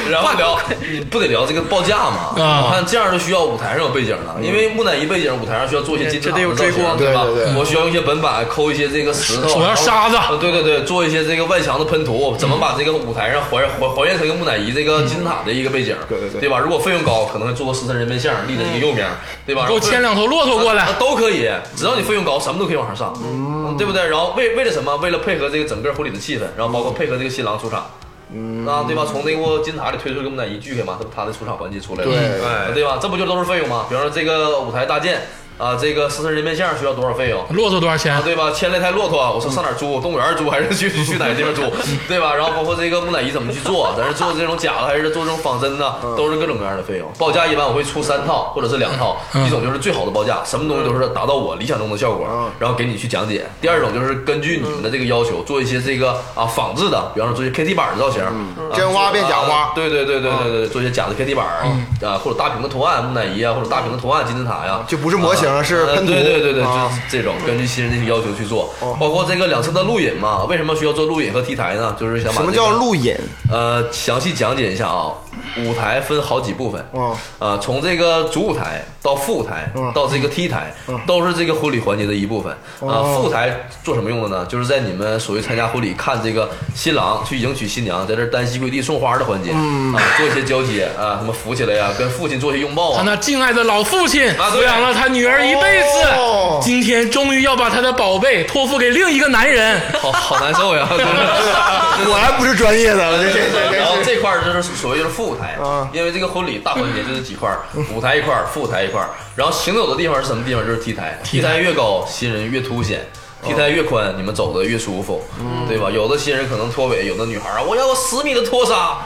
Speaker 3: 然后聊，你不得聊这个报价吗？
Speaker 1: 啊
Speaker 3: 我看这样就需要舞台上有背景的，因为木乃伊背景舞台上需要做一些金字塔的造
Speaker 2: 这得有追
Speaker 3: 型，
Speaker 2: 光
Speaker 3: 吧？
Speaker 4: 对对对
Speaker 3: 我需要用一些本板抠一些这个石头，
Speaker 1: 手要沙子
Speaker 3: 然后对对对，做一些这个外墙的喷涂，怎么把这个舞台上还还还原成一个木乃伊这个金字塔的一个背景？
Speaker 4: 嗯对对对
Speaker 3: 对，吧？如果费用高，可能会做个狮身人面像，立在一个右面，对吧？
Speaker 1: 给我牵两头骆驼过来
Speaker 3: 啊，都可以，只要你费用高，什么都可以往上上，嗯，对不对？然后为为了什么？为了配合这个整个婚礼的气氛，然后包括配合这个新郎出场，嗯啊，对吧？从那个金塔里推出一个木乃伊锯开嘛，这不他的出场环节出来了，
Speaker 4: 对
Speaker 5: 哎
Speaker 3: 啊对吧？这不就都是费用吗？比方说这个舞台搭建啊，这个狮身人面像需要多少费用？
Speaker 1: 骆驼多少钱
Speaker 3: 啊，？对吧？牵了一台骆驼，
Speaker 4: 嗯
Speaker 3: 我说上哪儿租？动物园儿租还是
Speaker 4: [LAUGHS]
Speaker 3: 去去哪个地方租？对吧？然后包括这个木乃伊怎么去做，咱是做这种假的还是做这种仿真的，
Speaker 4: 嗯
Speaker 3: 都是各种各样的费用。报价一般我会出三套或者是两套，
Speaker 4: 嗯
Speaker 3: 一种就是最好的报价，什么东西都是达到我理想中的效果，
Speaker 4: 嗯
Speaker 3: 然后给你去讲解；第二种就是根据你们的这个要求做一些这个啊仿制的，比方说做一些 KT 板的造型，啊
Speaker 4: 嗯真花变假花嗯
Speaker 3: 啊对对对对对对，做一些假的 KT 板儿啊，或者大屏的图案木乃伊啊，或者大屏的图案金字塔呀，
Speaker 4: 就不是模型
Speaker 3: 啊
Speaker 4: 是
Speaker 3: 呃
Speaker 4: 喷涂
Speaker 3: 对对对对，
Speaker 4: 啊
Speaker 3: 就是这种根据新人的要求去做，
Speaker 4: 哦
Speaker 3: 包括这个两侧的录引嘛，为什么需要做录引和 T 台呢？就是想把
Speaker 4: 什么
Speaker 3: 这个
Speaker 4: 叫
Speaker 3: [LAUGHS]
Speaker 4: 录引？
Speaker 3: 呃，详细讲解一下啊，舞台分好几部分。
Speaker 4: 哦
Speaker 3: 呃，从这个主舞台到副舞台，到这个 T 台，
Speaker 4: 哦
Speaker 3: 都是这个婚礼环节的一部分。啊，副台做什么用的呢？就是在你们属于参加婚礼看这个新郎去迎娶新娘，在这儿单膝跪地送花的环节，
Speaker 4: 嗯
Speaker 3: 啊，做一些交接啊，什么扶起来呀、跟父亲做一些拥抱
Speaker 1: 他
Speaker 3: 啊。
Speaker 1: 那敬爱的老父亲
Speaker 3: 啊
Speaker 1: 抚
Speaker 3: 对
Speaker 1: 养了他女儿一辈
Speaker 4: 哦
Speaker 1: 子，今天终于要把他的宝贝托付给另一个男
Speaker 3: [LAUGHS]
Speaker 1: 人。
Speaker 3: 好好难受呀！真
Speaker 4: [LAUGHS]
Speaker 3: 的
Speaker 4: 果然不是专业的，这这 [LAUGHS] 这
Speaker 3: 然后
Speaker 4: 这
Speaker 3: 这块儿就是所谓就是副舞台
Speaker 4: 啊，嗯
Speaker 3: 因为这个婚礼大环节就是几块儿，舞台一块儿，副舞台一块儿，然后行走的地方是什么地方？就是 T 台，T 台越高，新人越凸显。T
Speaker 4: 哦
Speaker 3: 台越宽，你们走的越舒服，
Speaker 4: 嗯
Speaker 3: 对吧？有的新人可能拖尾，有的女孩儿啊，我要个十米的拖沙，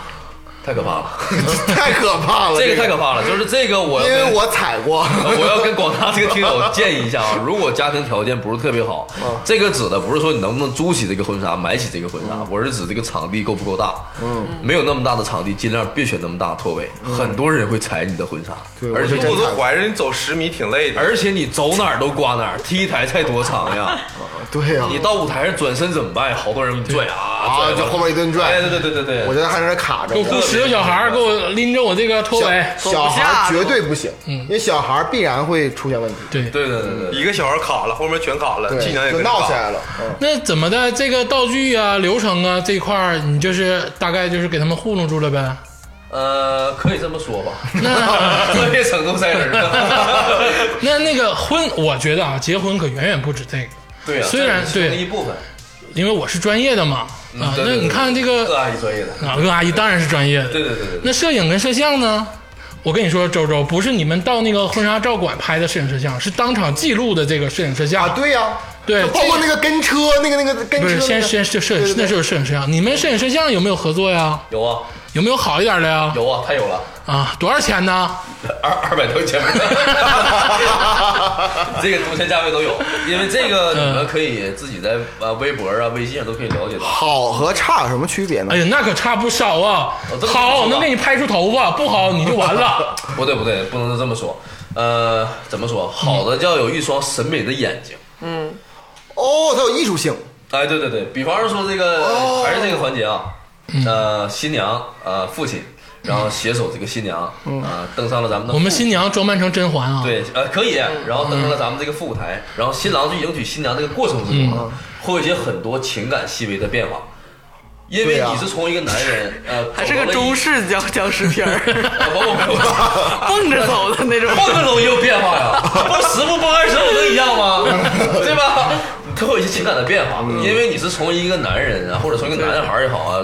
Speaker 3: 太可
Speaker 4: [LAUGHS]
Speaker 3: 怕了，
Speaker 4: 太可怕了，
Speaker 3: 这个太可怕了。就是这个我要
Speaker 4: 因
Speaker 3: 跟，
Speaker 4: 为我踩过。
Speaker 3: 我要跟广大这个听友建议一下啊，如果家庭条件不是特别好，这个指的不是说你能不能租起这个婚纱、买起这个婚纱，我是指这个场地够不够大。嗯，没有那么大的场地，尽量别选那么大的拖尾，很多人会踩你的婚纱，
Speaker 4: [LAUGHS] 对
Speaker 3: 而且
Speaker 4: 我是真
Speaker 5: 肚
Speaker 4: 踩
Speaker 5: 子怀着你走十米挺累的。
Speaker 3: 而且你走哪儿都刮哪儿，T 台才多长呀？
Speaker 4: 对呀，
Speaker 3: 你到舞台上转身怎么办？好多人给你拽啊，
Speaker 4: 啊，
Speaker 3: 拽
Speaker 4: 就后面一顿
Speaker 3: 哎，
Speaker 4: 拽，
Speaker 3: 对对对对对，
Speaker 4: 我觉得还在那卡着
Speaker 1: 给我
Speaker 4: 呢。
Speaker 1: 雇十个小孩儿，给我拎着我这个拖尾。
Speaker 4: 小小孩儿绝对不行，
Speaker 3: 嗯
Speaker 4: 因为小孩儿必然会出现问题，
Speaker 1: 对，
Speaker 3: 对对对对，
Speaker 5: 一个小孩卡了，后面全卡了，技能
Speaker 4: 对，
Speaker 5: 也
Speaker 4: 就
Speaker 5: 跟着
Speaker 4: 闹
Speaker 5: 卡
Speaker 4: 起来了。嗯
Speaker 1: 那怎么的？这个道具啊、流程啊这一块儿，你就是大概就是给他们糊弄住了呗。
Speaker 3: 呃，可以这么说吧，
Speaker 1: 那
Speaker 3: 专业程度在这儿。
Speaker 1: 那那个婚，我觉得啊，结婚可远远不止这个，
Speaker 3: 对啊，
Speaker 1: 虽然
Speaker 3: 这是其中
Speaker 1: 对
Speaker 3: 的一部分，
Speaker 1: 因为我是专业的嘛。啊，
Speaker 3: 嗯对
Speaker 1: 那
Speaker 3: 对对
Speaker 1: 你看这
Speaker 3: 各
Speaker 1: 个
Speaker 3: 阿姨专业的。
Speaker 1: 啊，鄂阿姨当然是专业的。
Speaker 3: 对对对对对，
Speaker 1: 那摄影跟摄像呢？我跟你说，周周，不是你们到那个婚纱照馆拍的摄影摄像，是当场记录的这个摄影摄像。
Speaker 4: 啊，对呀，
Speaker 1: 对
Speaker 4: 包括那个跟车，那个那个跟
Speaker 1: 不是，
Speaker 4: 车那个，
Speaker 1: 先先就摄影，那
Speaker 4: 对对
Speaker 1: 时候摄影摄像，你们摄影摄像有没有合作呀？
Speaker 3: 有啊
Speaker 1: 有没有好一点的呀？
Speaker 3: 有啊，太有了，
Speaker 1: 啊，多少钱呢？
Speaker 3: 二二百多钱， [LAUGHS] 这个多钱价位都有，因为这个
Speaker 1: 嗯
Speaker 3: 你们可以自己在啊微博啊、微信上都可以了解到。
Speaker 4: 好和差有什么区别呢
Speaker 1: 哎？呀，那可差不少啊
Speaker 3: 哦这！么
Speaker 1: 好，
Speaker 3: 说吧
Speaker 1: 能给你拍出头发，不好你就完
Speaker 3: [LAUGHS]
Speaker 1: 了。
Speaker 3: 不对不对，不能这么说，呃，怎么说？好的要有一双审美的眼睛。
Speaker 4: 哦，它有艺术性，
Speaker 3: 哎，对对对，比方说这个、还是这个环节啊，
Speaker 1: 嗯
Speaker 3: 呃，新娘呃父亲，然后携手这个新娘啊、呃登上了咱们的
Speaker 1: 嗯我们
Speaker 3: 父
Speaker 1: 新娘装扮成甄嬛啊，
Speaker 3: 对，呃，可以。
Speaker 4: 嗯
Speaker 3: 然后登上了咱们这个副舞台，然后新郎去迎娶新娘这个过程之中
Speaker 4: 嗯
Speaker 3: 啊，会有一些很多情感细微的变化，因
Speaker 4: 对
Speaker 3: 为
Speaker 4: 啊
Speaker 3: 你是从一个男人，呃，
Speaker 2: 还是个中
Speaker 3: 式，
Speaker 2: 式僵僵尸片儿，
Speaker 3: 啊不不不不，
Speaker 2: 蹦着走的那种。
Speaker 3: 蹦着走也有变化呀，蹦十步蹦二十步能一样吗？对吧？他会有一些情感的变化，
Speaker 4: 嗯
Speaker 3: 因为你是从一个男人啊，或者从一个男孩儿也好啊，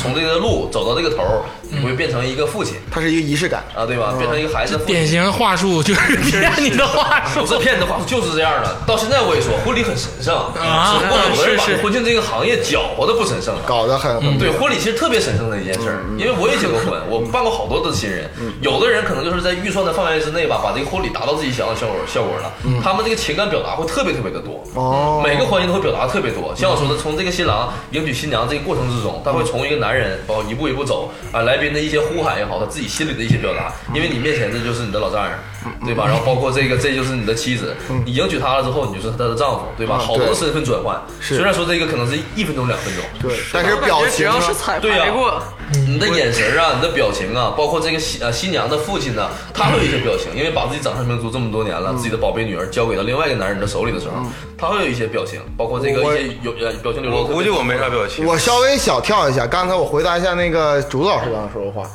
Speaker 3: 从这个路走到这个头儿，你会变成一个父亲
Speaker 4: 它是一个仪式感。
Speaker 3: 啊，对吧？变成一个孩子的父亲
Speaker 1: 典。型话术就是骗你的话
Speaker 3: [LAUGHS]
Speaker 1: 术
Speaker 3: 不。是骗子话术就是这样的。到现在我也说，婚礼很神圣，
Speaker 1: 啊
Speaker 3: 只不过有的人把
Speaker 2: 是是
Speaker 3: 婚庆这个行业搅和的不神圣了。
Speaker 4: 搞得很很
Speaker 3: 对，婚礼其实特别神圣的一件事
Speaker 4: 嗯
Speaker 3: 儿，因为我也结过婚，我办过好多的新人，有的人可能就是在预算的范围之内吧，把这个婚礼达到自己想要的效果效果了，他们这个情感表达会特别特别的多，
Speaker 4: 嗯哦
Speaker 3: 每个环节都会表达特别多。像我说的，从这个新郎迎娶新娘这个过程之中，
Speaker 4: 嗯
Speaker 3: 他会从一个男人，包括一步一步走啊，来宾的一些呼喊也好，他自己心里的一些表达，因为你面前的就是你的老丈人，
Speaker 4: 嗯
Speaker 3: 对吧？然后包括这个，这就是你的妻子，你迎娶她了之后，你就是她的丈夫，对吧？好多
Speaker 4: 嗯对
Speaker 3: 身份转换，虽然说这个可能是一分钟两分钟，
Speaker 4: 对，但是表
Speaker 2: 我感觉只
Speaker 4: 情啊
Speaker 2: 要
Speaker 4: 呢
Speaker 2: 是彩
Speaker 3: 对呀、
Speaker 2: 排过，
Speaker 4: 嗯
Speaker 3: 你的眼神啊，你的表情啊，包括这个新呃新娘的父亲呢、他会有一些表情，因为把自己掌上明珠这么多年了，自己的宝贝女儿交给到另外一个男人的手里的时候，他会有一些表情，包括这个
Speaker 4: 嗯我
Speaker 3: 一些有呃表情流露。
Speaker 5: 我估计我没啥表
Speaker 4: [LAUGHS]
Speaker 5: 情。
Speaker 4: 我稍微小跳一下，刚才我回答一下那个竹子老师刚才说的话。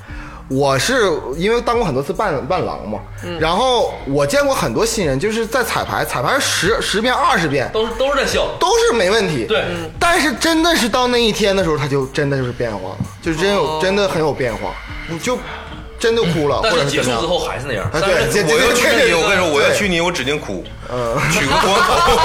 Speaker 4: 我是因为当过很多次伴伴郎嘛，然后我见过很多新人，就是在彩排，彩排十十遍二十遍
Speaker 3: 都是都是在笑，
Speaker 4: 都是没问题，
Speaker 3: 对，
Speaker 4: 但是真的是到那一天的时候，他就真的就是变化了，就真有、真的很有变化，你就真的哭了，
Speaker 3: 但
Speaker 4: 或者
Speaker 3: 是
Speaker 4: 是
Speaker 3: 结束
Speaker 4: 怎
Speaker 3: 之
Speaker 4: 么样
Speaker 3: 后还是那样。
Speaker 4: 啊
Speaker 3: 但是
Speaker 4: 对这 [LAUGHS]
Speaker 5: 我要去
Speaker 4: 这
Speaker 5: 你，
Speaker 4: 个
Speaker 5: 我跟你说，我要去你，我指定哭，
Speaker 4: 嗯
Speaker 5: 取个光头，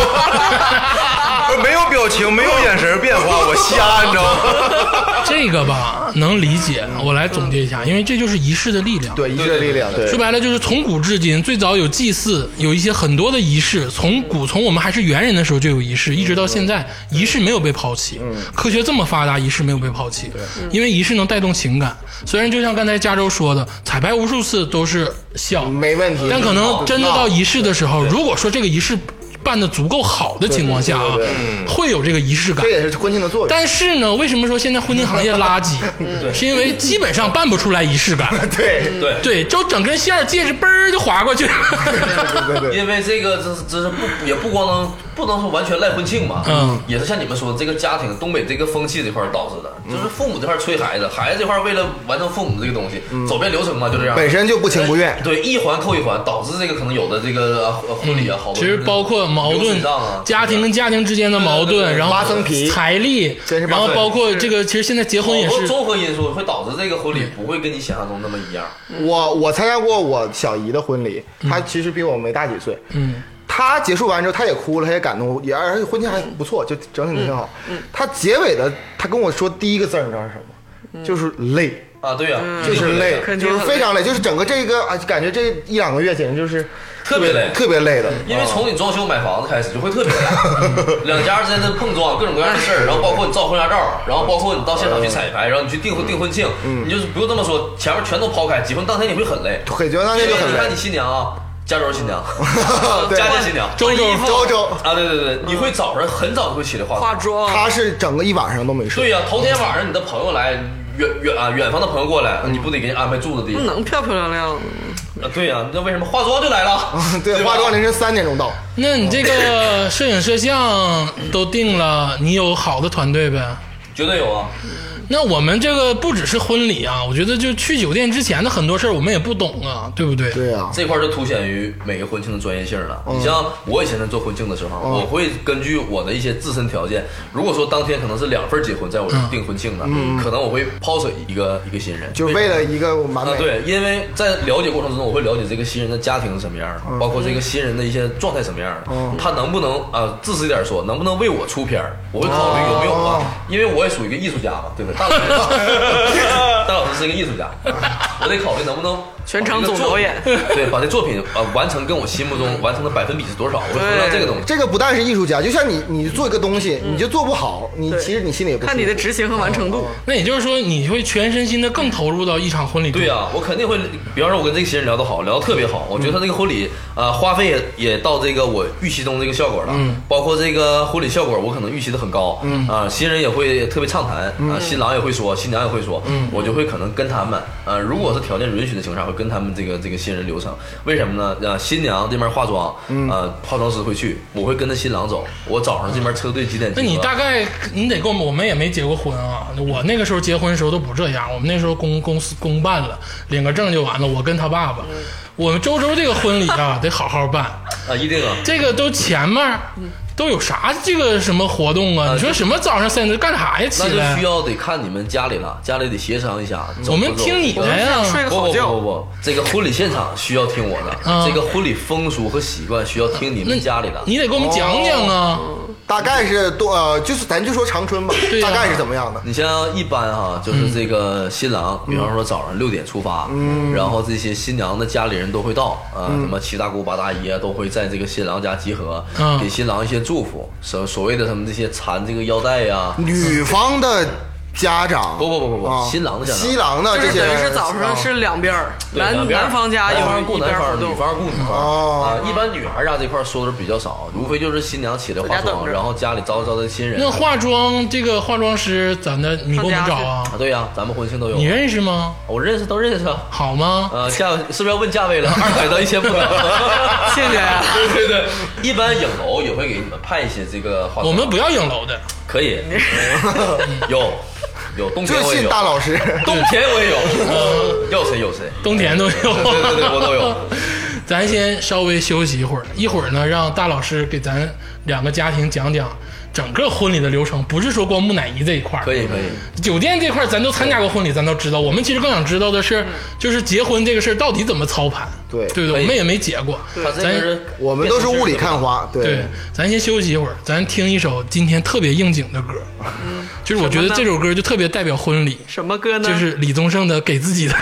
Speaker 5: [LAUGHS] 不是没有表情，没有眼神变化，我瞎，你知道吗？ [LAUGHS]
Speaker 1: 这个吧能理解。我来总结一下，因为这就是仪式的力量。
Speaker 4: 对仪式的力量，对
Speaker 1: 说白了就是从古至今，最早有祭祀，有一些很多的仪式，从古从我们还是猿人的时候就有仪式，一
Speaker 4: 嗯
Speaker 1: 直到现在，仪式没有被抛弃。科学这么发达，仪式没有被抛弃，因为仪式能带动情感。虽然就像刚才加州说的，彩排无数次都是笑，
Speaker 4: 嗯没问题。
Speaker 1: 但可能真的到仪式的时候，如果说这个仪式办的足够好的情况下啊
Speaker 4: 对对，
Speaker 1: 会有这个仪式感
Speaker 4: 这。也是婚庆的作用。
Speaker 1: 但是呢，为什么说现在婚庆行业垃圾？
Speaker 4: 嗯
Speaker 1: 是因为基本上办不出来仪式感。
Speaker 4: 对
Speaker 3: 对
Speaker 1: 对，就整根线儿戒指嘣儿就划过去了。
Speaker 3: [LAUGHS] 因为这个，这是这是不也不光能不能说完全赖婚庆嘛，
Speaker 1: 嗯，
Speaker 3: 也是像你们说的这个家庭东北这个风气这块儿导致的，
Speaker 4: 嗯
Speaker 3: 就是父母这块儿催孩子，孩子这块儿为了完成父母这个东西，走遍流程嘛，就这样，
Speaker 4: 嗯本身就不情不愿
Speaker 3: 呃对，一环扣一环，导致这个可能有的这个呃婚礼啊，好多
Speaker 1: 其实包括矛
Speaker 3: 流
Speaker 1: 盾
Speaker 3: 水账啊，
Speaker 1: 家庭跟家庭之间的矛
Speaker 3: 对对对
Speaker 1: 盾，
Speaker 3: 对
Speaker 1: 然后
Speaker 4: 扒层皮
Speaker 1: 财力，
Speaker 4: 真是扒
Speaker 1: 然后
Speaker 4: 层
Speaker 1: 包括这个，其实现在结婚也
Speaker 3: 好多
Speaker 1: 是，
Speaker 3: 综合因素会导致这个婚礼不会跟你想象中那么一样，
Speaker 4: 我我参加过我小姨的婚礼，
Speaker 2: 嗯
Speaker 4: 她其实比我没大几岁，
Speaker 1: 嗯，
Speaker 4: 她结束完之后，她也哭了，她也感动，也而且婚庆还不错，就整体挺好。
Speaker 2: 嗯
Speaker 4: 她结尾的，她跟我说第一个字儿，你知道是什么？就是累，
Speaker 3: 啊，对呀，
Speaker 4: 嗯就
Speaker 3: 一定
Speaker 4: 是
Speaker 3: 会这
Speaker 4: 累
Speaker 3: 样，
Speaker 2: 嗯肯定
Speaker 4: 就
Speaker 2: 很
Speaker 4: 是
Speaker 2: 累
Speaker 4: 非常累，就是整个这个啊，感觉这一两个月简直就是
Speaker 3: 特别累
Speaker 4: 特别累的。
Speaker 2: 嗯
Speaker 3: 因为从你装修买房子开始就会特别
Speaker 4: [LAUGHS] 嗯
Speaker 3: 累，两家之间的碰撞，各种各样的事儿，然后包括你照婚纱照，然后包括你到现场去彩
Speaker 4: 嗯
Speaker 3: 排，然后你去订婚订婚庆，你就是不用这么说，前面全都抛开，结婚当天你会很累，
Speaker 4: 腿觉当
Speaker 3: 因为
Speaker 4: 天就很
Speaker 3: 你看
Speaker 4: 累
Speaker 3: 你，新娘啊，加州新
Speaker 4: [LAUGHS]
Speaker 3: 娘，
Speaker 4: 对
Speaker 3: 家家新娘
Speaker 1: 周周
Speaker 4: 周周
Speaker 3: 啊，对对对，你会早上很早就会起来化
Speaker 2: 化
Speaker 3: 妆，
Speaker 2: 妆，
Speaker 4: 她是整个一晚上都没睡
Speaker 3: 对。呀、头天晚上你的朋友来。远远啊，远方的朋友过
Speaker 4: 嗯
Speaker 3: 来，你不得给人安排住的地
Speaker 2: 不
Speaker 3: 方？
Speaker 2: 能漂漂亮亮的。
Speaker 3: 啊对呀、那为什么化妆就来了？
Speaker 4: [LAUGHS] 对，
Speaker 3: 吧
Speaker 4: 化妆凌晨三点钟到，
Speaker 1: 那你这个
Speaker 3: 嗯
Speaker 1: 摄影摄像都定了，你有好的团队呗？
Speaker 3: 绝对有啊。
Speaker 1: 那我们这个不只是婚礼啊，我觉得就去酒店之前的很多事儿我们也不懂啊，对不对？
Speaker 4: 对呀、
Speaker 3: 这块儿就凸显于每个婚庆的专业性了。
Speaker 4: 嗯
Speaker 3: 你像我以前在做婚庆的时候，我会根据我的一些自身条件，如果说当天可能是两份儿结婚，在我这订婚庆的，可能我会抛舍一个一个新人，
Speaker 4: 嗯就为了一个完
Speaker 3: 啊
Speaker 4: 美。，
Speaker 3: 对，因为在了解过程中，我会了解这个新人的家庭是什么样儿的，
Speaker 4: 嗯
Speaker 3: 包括这个新人的一些状态什么样儿的，他能不能啊，自私一点说，能不能为我出片儿？我会考虑有没有
Speaker 4: 哦
Speaker 3: 啊，因为我也属于一个艺术家嘛，对不对？大老师，
Speaker 4: [LAUGHS]
Speaker 3: 大老师是一个艺术家，我得考虑能不能
Speaker 2: 全场
Speaker 3: 把这个
Speaker 2: 总导演
Speaker 3: 作品，对，把这作品啊完成跟我心目中完成的百分比是多少？我会衡量这个东西。
Speaker 4: 这个不但是艺术家，就像你，你做一个东西，你就做不好，你其实你心里也
Speaker 2: 嗯
Speaker 4: 不
Speaker 2: 看你的
Speaker 4: 舒服
Speaker 2: 执行和完成度。
Speaker 1: 那也就是说，你会全身心的更投入到一场婚礼中。
Speaker 3: 对呀、啊我肯定会，比方说，我跟这个新人聊得好，聊得特别好，我觉得他这个婚礼，呃，花费也也到这个我预期中这个效果了，
Speaker 1: 嗯
Speaker 3: 包括这个婚礼效果，我可能预期的很高，嗯啊、新人也会特别畅谈，啊、
Speaker 1: 嗯
Speaker 3: 新郎也会说，新娘也会说，我就会可能跟他们，呃，如果是条件允许的情况下，会跟他们这个这个新人流程，为什么呢？呃，新娘这边化妆，
Speaker 1: 嗯
Speaker 3: 呃，化妆师会去，我会跟着新郎走，我早上这边车队几点集
Speaker 1: 那
Speaker 3: 合？
Speaker 1: 你大概你得给我们，我们也没结过婚啊。我那个时候结婚的时候都不这样，我们那时候公公司公办了，领个证就完了。我跟他爸爸，我们周周这个婚礼啊，得好好办。
Speaker 3: 啊，一定啊，
Speaker 1: 这个都前面儿都有啥这个什么活动啊？你说什么早上三点干啥呀？起
Speaker 3: 呃那就
Speaker 1: 来
Speaker 3: 需，要得看你们家里了，家里得协商一下，走
Speaker 1: 我
Speaker 3: 不
Speaker 1: 们
Speaker 3: 走
Speaker 1: 听你的呀。
Speaker 2: 睡个
Speaker 3: 不
Speaker 2: 好
Speaker 3: 不
Speaker 2: 觉
Speaker 3: 不不，不，这个婚礼现场需要听我
Speaker 1: 啊
Speaker 3: 的，这个婚礼风俗和习惯需要听你们家里的。
Speaker 1: 你得给我们讲讲啊。
Speaker 3: 哦
Speaker 4: 大概是多呃，就是咱就说长春吧，
Speaker 1: 对呀
Speaker 4: 大概是怎么样的？
Speaker 3: 你像一般哈，就是这个新郎，比方说早上六点出发，然后这些新娘的家里人都会到，啊，什么七大姑八大姨啊，都会在这个新郎家集合
Speaker 1: 嗯，
Speaker 3: 给新郎一些祝福，所所谓的他们这些缠这个腰带呀，
Speaker 4: 女方的家长，
Speaker 3: 不不不不不
Speaker 4: 啊
Speaker 3: 新郎的家长啊
Speaker 4: 新郎的
Speaker 2: 就
Speaker 4: 这
Speaker 2: 是
Speaker 4: 些
Speaker 2: 等于
Speaker 4: 人
Speaker 2: 是早上是两边儿，
Speaker 3: 对
Speaker 2: 男
Speaker 3: 两边儿
Speaker 2: 男方家有
Speaker 3: 男方
Speaker 2: 一
Speaker 3: 雇
Speaker 2: 边
Speaker 3: 男
Speaker 2: 儿活
Speaker 3: 方， [LAUGHS]
Speaker 2: 动
Speaker 3: 女，方雇女方。
Speaker 4: 哦
Speaker 3: 啊，一般女孩儿家这块儿说的比较少，无非就是新娘起来化
Speaker 2: 在家等
Speaker 3: 妆，
Speaker 2: 着
Speaker 3: 然后家里招招待新人。
Speaker 1: 那化妆这个化妆师，咱的你给我们找啊
Speaker 3: 啊，？对呀，咱们婚庆都有
Speaker 1: 你。认识吗？
Speaker 3: 我认识，都认识啊。
Speaker 1: 好吗？
Speaker 3: 呃，价是不是要问价位了？二百到一千不等。
Speaker 2: [LAUGHS] 谢谢啊
Speaker 3: 对对对，一般影楼也会给你们派一些这个化妆。
Speaker 1: 我们不要影楼的，
Speaker 3: 可以，有有冬
Speaker 4: 就
Speaker 3: 天我也
Speaker 4: 信
Speaker 3: 有，
Speaker 4: 大老师，
Speaker 3: 冬天我也
Speaker 1: 嗯
Speaker 3: 有，要谁有谁。
Speaker 1: 冬天都有。
Speaker 3: 对对对，我都有。
Speaker 1: [LAUGHS] 咱先稍微休息一会儿，一会儿呢，让大老师给咱两个家庭讲讲整个婚礼的流程，不是说光木乃伊这一块儿。
Speaker 3: 可以可以，
Speaker 1: 酒店这块儿咱都参加过婚礼，咱都知道。我们其实更想知道的是，就是结婚这个事儿到底怎么操盘。
Speaker 4: 对
Speaker 1: 对不
Speaker 3: 嗯可
Speaker 1: 对，
Speaker 3: 以
Speaker 1: 我们也没结过。
Speaker 3: 他这个
Speaker 1: 咱
Speaker 3: 是
Speaker 4: 我们都是雾里看花，
Speaker 1: 对
Speaker 4: 对，，
Speaker 1: 咱先休息一会儿，咱听一首今天特别应景的歌。就是我觉得这首歌就特别代表婚礼，
Speaker 2: [LAUGHS] 什么歌呢？
Speaker 1: 就是李宗盛的《给自己的歌》。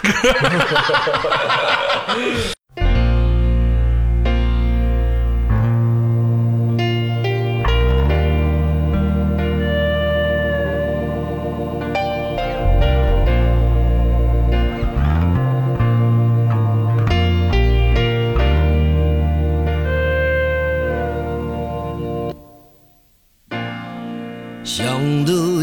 Speaker 6: 想得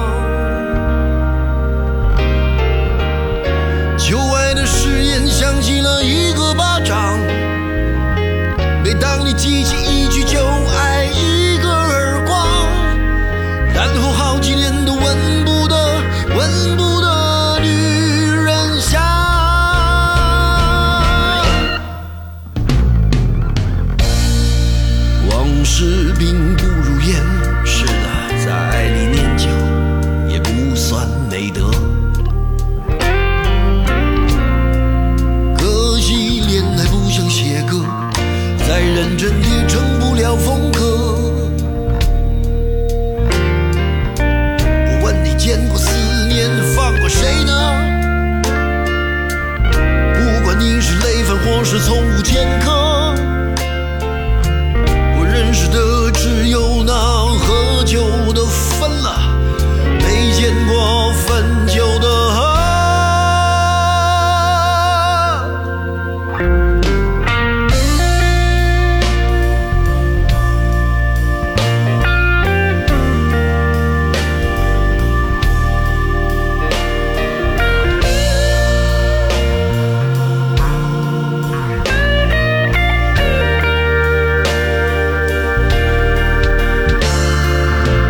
Speaker 6: 旧爱的誓言响起了一个巴掌。每当你记起一句旧爱，一个耳光，然后好几年都闻不得、闻不得女人香。往事并不如烟，是的，在爱里念旧也不算美德。可惜恋爱不像写歌，再认真也成不了风格。我问你见过思念放过谁呢？不管你是累犯或是从无前科，我认识的只有那喝酒的分了，没见过分酒的。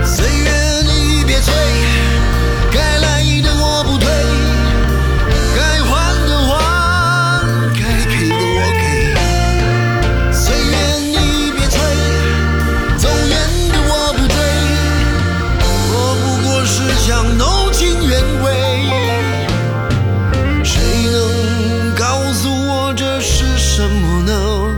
Speaker 6: 岁月你别催，该来的我不推，该还的还，该给的我给。岁月你别催，走远的我不追，我不过是想弄清原委。谁能告诉我这是什么呢？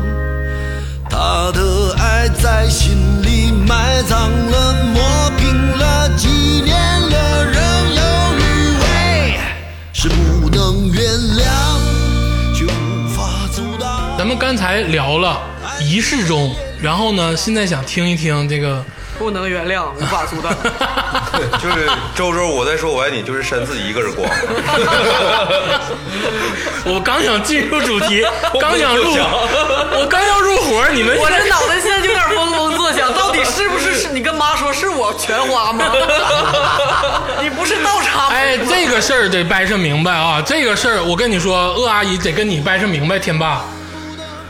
Speaker 6: 他的爱在心里埋藏了，磨平了几年了，仍有余味，是不能原谅，却无法阻挡。
Speaker 1: 咱们刚才聊了仪式中，然后呢，现在想听一听这个，
Speaker 2: 不能原谅，无法阻挡。
Speaker 5: 就是周周我在说我爱你，就是扇自己一个耳光。
Speaker 1: 我刚想进入主题，刚想入，
Speaker 3: 我不想
Speaker 1: 我刚要入伙，你们
Speaker 2: [LAUGHS] 我这脑袋现在就有点嗡嗡作响，到底是不是你跟妈说是我全花吗？ [LAUGHS] 你不是倒插吗？
Speaker 1: 哎，这个事儿得掰扯明白啊！这个事儿，我跟你说，鄂阿姨得跟你掰扯明白，天霸，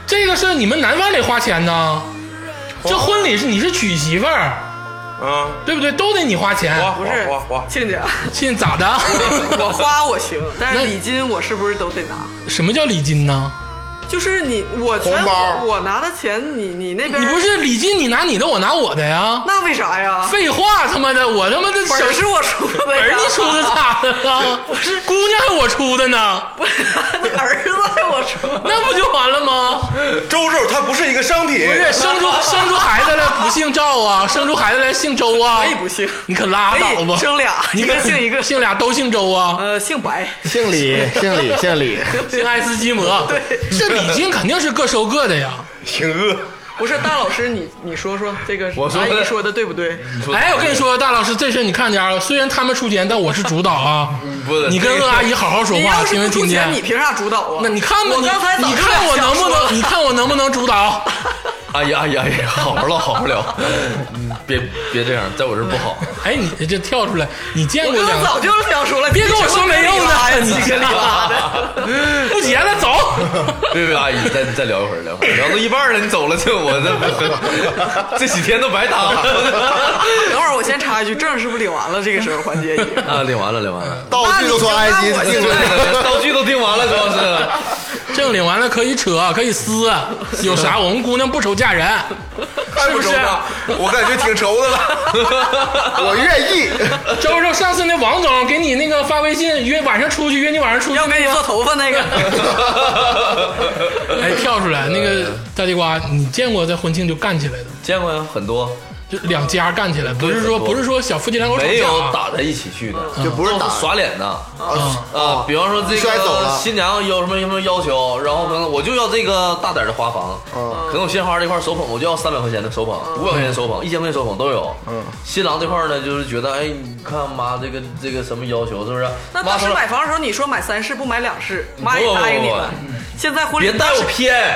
Speaker 1: 这个事儿你们男方得花钱呐。这婚礼是你是娶媳妇儿，
Speaker 5: 嗯，
Speaker 1: 对不对？都得你花钱。
Speaker 5: 花
Speaker 2: 不是
Speaker 5: 花花花，
Speaker 2: 亲家，
Speaker 1: 亲咋的？ [LAUGHS]
Speaker 2: [LAUGHS] 我花我行，但
Speaker 1: 那
Speaker 2: 是礼金我是不是都得拿？
Speaker 1: 什么叫礼金呢？
Speaker 2: 就是你我全
Speaker 4: 红包
Speaker 2: 我拿的钱，你你那边
Speaker 1: 你不是礼金，你拿你的，我拿我的呀。
Speaker 2: 那为
Speaker 1: [LAUGHS]
Speaker 2: 啥呀？
Speaker 1: 废话，他妈的，我他妈的
Speaker 2: 本
Speaker 1: 省
Speaker 2: 儿是我出的
Speaker 1: 本儿
Speaker 2: 呀，
Speaker 1: 你出的咋的了？不是，姑娘还我出的呢，
Speaker 2: 不是 [LAUGHS] 儿子还我出的。
Speaker 1: 那不就完了吗？
Speaker 5: 周周他不是一个商品，
Speaker 1: 不是生
Speaker 2: [LAUGHS]
Speaker 1: 出生出孩子来不姓赵啊，生出孩子来姓周啊，
Speaker 2: 可以哎不姓
Speaker 1: 你可拉倒
Speaker 2: 可
Speaker 1: 吧，
Speaker 2: 以生俩
Speaker 1: 你可
Speaker 2: 一个姓一个
Speaker 1: 姓俩都姓周啊，
Speaker 2: 呃，姓白，
Speaker 4: 姓李，姓 [LAUGHS] 李，姓李，
Speaker 2: 啊
Speaker 1: 姓爱斯基摩，对，这礼金肯定是各收各的呀。
Speaker 5: 挺饿。
Speaker 2: 不是大老师，你你说说这个
Speaker 3: 我说
Speaker 2: 阿姨
Speaker 3: 的
Speaker 2: 说的对不对？
Speaker 1: 哎，我跟你说，大老师，这事你看家了，虽然他们出钱，但我是主导
Speaker 2: [LAUGHS]
Speaker 1: 啊，
Speaker 3: 不是
Speaker 1: 你跟鄂阿姨好好说
Speaker 2: 你
Speaker 1: 话，
Speaker 2: 要是
Speaker 1: 听没
Speaker 2: 不出
Speaker 1: 听
Speaker 2: 钱，
Speaker 1: 见
Speaker 2: 你？凭啥主导啊？
Speaker 1: 那你看吧，
Speaker 2: 我
Speaker 1: 你
Speaker 2: 刚才早
Speaker 1: 你
Speaker 2: 就
Speaker 1: 看我
Speaker 2: 想
Speaker 1: 能不
Speaker 2: 说
Speaker 1: 能，你看我能不能主导？
Speaker 3: 哎呀哎呀哎呀，好好唠好好聊，嗯别别这样，在我这儿
Speaker 1: [LAUGHS]
Speaker 3: 不好。
Speaker 1: 哎，你这跳出来，你见过
Speaker 2: 我
Speaker 1: 两
Speaker 2: 刚
Speaker 1: 个
Speaker 2: 早就想说了，
Speaker 1: 别跟我说没用的，你
Speaker 2: 你
Speaker 1: 这
Speaker 2: 这
Speaker 1: 里
Speaker 2: 里
Speaker 1: 拉
Speaker 2: 拉
Speaker 1: [LAUGHS] 的，不结了，走。 [LAUGHS]
Speaker 3: 别别，阿姨，再再聊一会儿，聊一会儿，聊到一半了，你走了，这我这这几天都白搭了。 [LAUGHS]
Speaker 2: 等会儿我先插一句，证是不是领完了？这个时候环节已经。
Speaker 1: [LAUGHS]
Speaker 3: 啊，领完了，领完了，
Speaker 4: 道具都从埃及
Speaker 2: 那你
Speaker 4: 进
Speaker 2: 就
Speaker 4: 口
Speaker 2: 让我
Speaker 4: 的。
Speaker 3: 道具都定完了，主要是。 [LAUGHS]
Speaker 1: 证领完了可以扯，可以撕，有 [LAUGHS] 啥？我们姑娘不愁嫁人，是不是？
Speaker 5: 我感觉挺愁
Speaker 3: [LAUGHS]
Speaker 5: 的了。
Speaker 4: 我愿意。
Speaker 1: 周周，上次那王总给你那个发微信约晚上出去，约你晚上出去
Speaker 2: 要，给你做头发那个，
Speaker 1: 哎，跳出来那个大地瓜，你见过在婚庆就干起来的，
Speaker 3: 见过呀，很多
Speaker 1: 就两家干起来，不是说
Speaker 3: 很多
Speaker 1: 不是说小夫妻两口吵
Speaker 3: 没
Speaker 1: 架嗯
Speaker 3: 有
Speaker 1: 啊，嗯
Speaker 3: 打在一起去的，
Speaker 4: 就不是
Speaker 3: 都
Speaker 4: 打
Speaker 3: 耍脸的。
Speaker 4: 啊
Speaker 3: 啊，比方说这
Speaker 4: 摔走
Speaker 3: 个
Speaker 4: 了
Speaker 3: 新娘有什么什么要求，然后可能我就要这个大点儿的花房，可能我鲜花这块手捧我就要三百块钱的手捧，五百块钱手捧，一千块钱手捧都有。新郎这块呢，就是觉得哎，你看妈这个这个什么要求是不是？
Speaker 2: 那
Speaker 3: 妈
Speaker 2: 当时
Speaker 3: 说
Speaker 2: 买房的时候你说买三室不买两室，妈也答应你了。现在婚礼
Speaker 3: 别带我偏，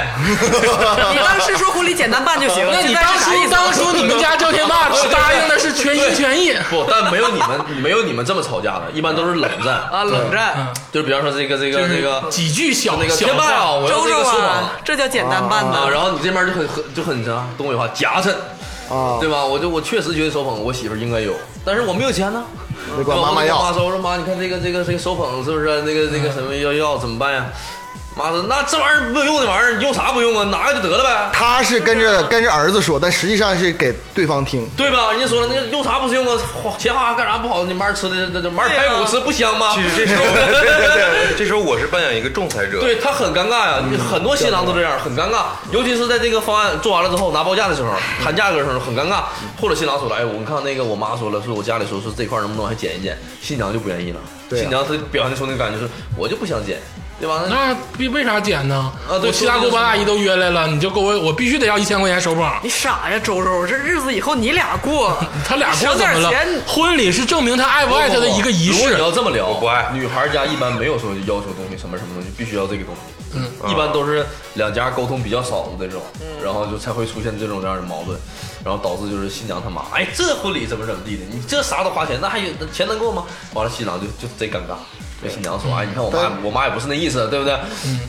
Speaker 2: 你当时说婚礼简单办就行，
Speaker 1: [LAUGHS] 那你
Speaker 2: 现在
Speaker 1: 当
Speaker 2: 是啥意
Speaker 1: 初
Speaker 2: 思
Speaker 1: 当初你们家赵天霸答应的是全心全
Speaker 3: [LAUGHS]
Speaker 1: 意，
Speaker 3: [LAUGHS] 不，但没有你们，没有你们这么吵架的，一般都是冷战，
Speaker 2: 啊，冷战。
Speaker 3: 就是比方说这个这个
Speaker 1: 就
Speaker 3: 这
Speaker 1: 是
Speaker 3: 个
Speaker 1: 几句小
Speaker 3: 那个
Speaker 1: 小
Speaker 3: 天霸啊，
Speaker 1: 话，
Speaker 3: 我要
Speaker 2: 周
Speaker 3: 这
Speaker 2: 周
Speaker 3: 个手捧
Speaker 2: 啊。，这叫简单办
Speaker 3: 啊，
Speaker 2: 的。
Speaker 3: 然后你这边就很很就很啥东北话夹碜，
Speaker 4: 啊
Speaker 3: 对吧？我就我确实觉得手捧我媳妇儿应该有，但是我没有钱呢。
Speaker 4: 得管妈妈
Speaker 3: 我
Speaker 4: 要嗯
Speaker 3: 妈说，我说妈，你看这个这个这个手捧是不是啊那个那个什么要要怎么办呀？妈说那这玩意儿没有用的玩意儿，用啥不用啊？拿个就得了呗。
Speaker 4: 他是跟着跟着儿子说，但实际上是给对方听。
Speaker 3: 对吧？人家说了，那个用啥不是用啊？花钱花干啥不好？你妈吃的这这妈排骨吃不香吗？
Speaker 5: 其实这
Speaker 3: [LAUGHS]
Speaker 5: 时候，对对对，这时候我是扮演一个仲裁者。
Speaker 3: 对他很尴尬呀，很多新郎都这样，很尴尬。尤其是在这个方案做完了之后，拿报价的时候，
Speaker 4: 嗯
Speaker 3: 谈价格的时候很尴尬。或者新郎说了，哎，我看那个我妈说了，说我家里说说这块能不能还减一减，新娘就不愿意了。
Speaker 4: 对啊
Speaker 3: 新娘她表现出那个感觉是，我就不想减，对吧？那
Speaker 1: 那为为啥减呢？
Speaker 3: 啊对
Speaker 1: 我七大姑八大姨都约来了，你就给我，我必须得要一千块钱首捧。
Speaker 2: 你傻呀，周周，这日子以后你俩过，
Speaker 1: 他俩过
Speaker 2: 省
Speaker 1: 怎么
Speaker 2: 点
Speaker 1: 了
Speaker 2: 钱。？
Speaker 1: 婚礼是证明他爱不爱他的一个仪
Speaker 3: 如果
Speaker 1: 式
Speaker 3: 你。要这么聊，
Speaker 5: 我不爱
Speaker 3: 女孩家一般没有说要求东西什么什么东西必须要这个东西，嗯，一般都是两家沟通比较少的那种，然后就才会出现这种这样的矛盾，然后导致就是新娘他妈，哎，这婚礼怎么怎么地的，你这啥都花钱，那还有那钱能够吗？完了新郎就就贼尴尬。跟新娘说：“哎，你看我妈，我妈也不是那意思，对不对？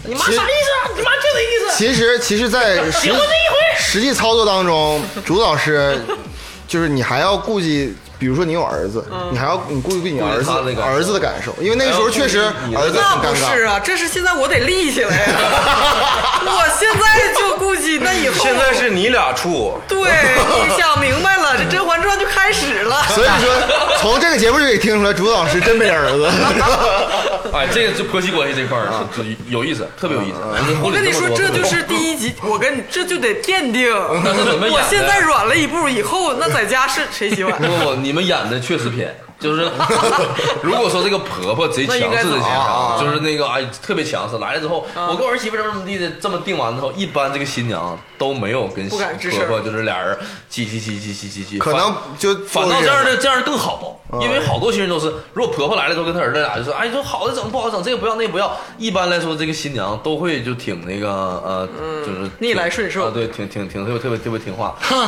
Speaker 3: 你妈啥意思？啊？你妈就那意思。
Speaker 4: 其实， [LAUGHS] 其实，在实实际操作当中，主导师就是你还要顾及，比如说你有儿子，你还要你顾及你儿子
Speaker 3: 顾及他的感受
Speaker 4: 儿子的感受，因为那个时候确实
Speaker 3: 还要顾及你的
Speaker 4: 儿子
Speaker 2: 那
Speaker 4: 很
Speaker 2: 不
Speaker 4: 尴
Speaker 2: 是
Speaker 4: 尬。
Speaker 2: 啊，这是现在我得立起来呀、我现在就估计那以后
Speaker 5: 现在是你俩处，
Speaker 2: 对，你想明白了，这《甄嬛传》就开始了。
Speaker 4: 所以说，从这个节目就可以听出来，主导师真没儿子。
Speaker 3: 哎，这个就婆媳关系这块儿啊，就有意思，特别有意思。
Speaker 5: 嗯
Speaker 2: 我
Speaker 3: 我
Speaker 2: 跟你说，这
Speaker 3: [LAUGHS]
Speaker 2: 就是第一集，我跟你这就得奠定。
Speaker 3: 是怎么演
Speaker 2: 我
Speaker 3: 的
Speaker 2: 现在软了一步，以后那在家是谁
Speaker 3: [LAUGHS]
Speaker 2: 洗碗
Speaker 3: 不？不不，你们演的确实偏， [LAUGHS] 就是如果说这个婆婆贼强势
Speaker 2: 那应该
Speaker 3: 的
Speaker 2: 怎
Speaker 3: 情
Speaker 2: 么啊
Speaker 3: 况下，就是那个哎特别强势，来了之后，
Speaker 2: 嗯
Speaker 3: 我跟我儿媳妇怎么怎么地的，这么定完之后，一般这个新娘都没有跟
Speaker 2: 不敢吱
Speaker 3: 婆婆
Speaker 2: 声
Speaker 3: 就是俩人叽叽叽叽叽叽叽，
Speaker 4: 可能就
Speaker 3: 反反倒这样的这样更好，因为好多新人都是，如果婆婆来了之后跟她儿子俩就说，哎，你说好的整不好整，这个不要那个不要，一般来说这个新娘都会就挺那个呃，就是
Speaker 2: 嗯逆来顺受
Speaker 3: [LAUGHS] 啊对，挺挺挺特别特别特别听话，
Speaker 1: 哼，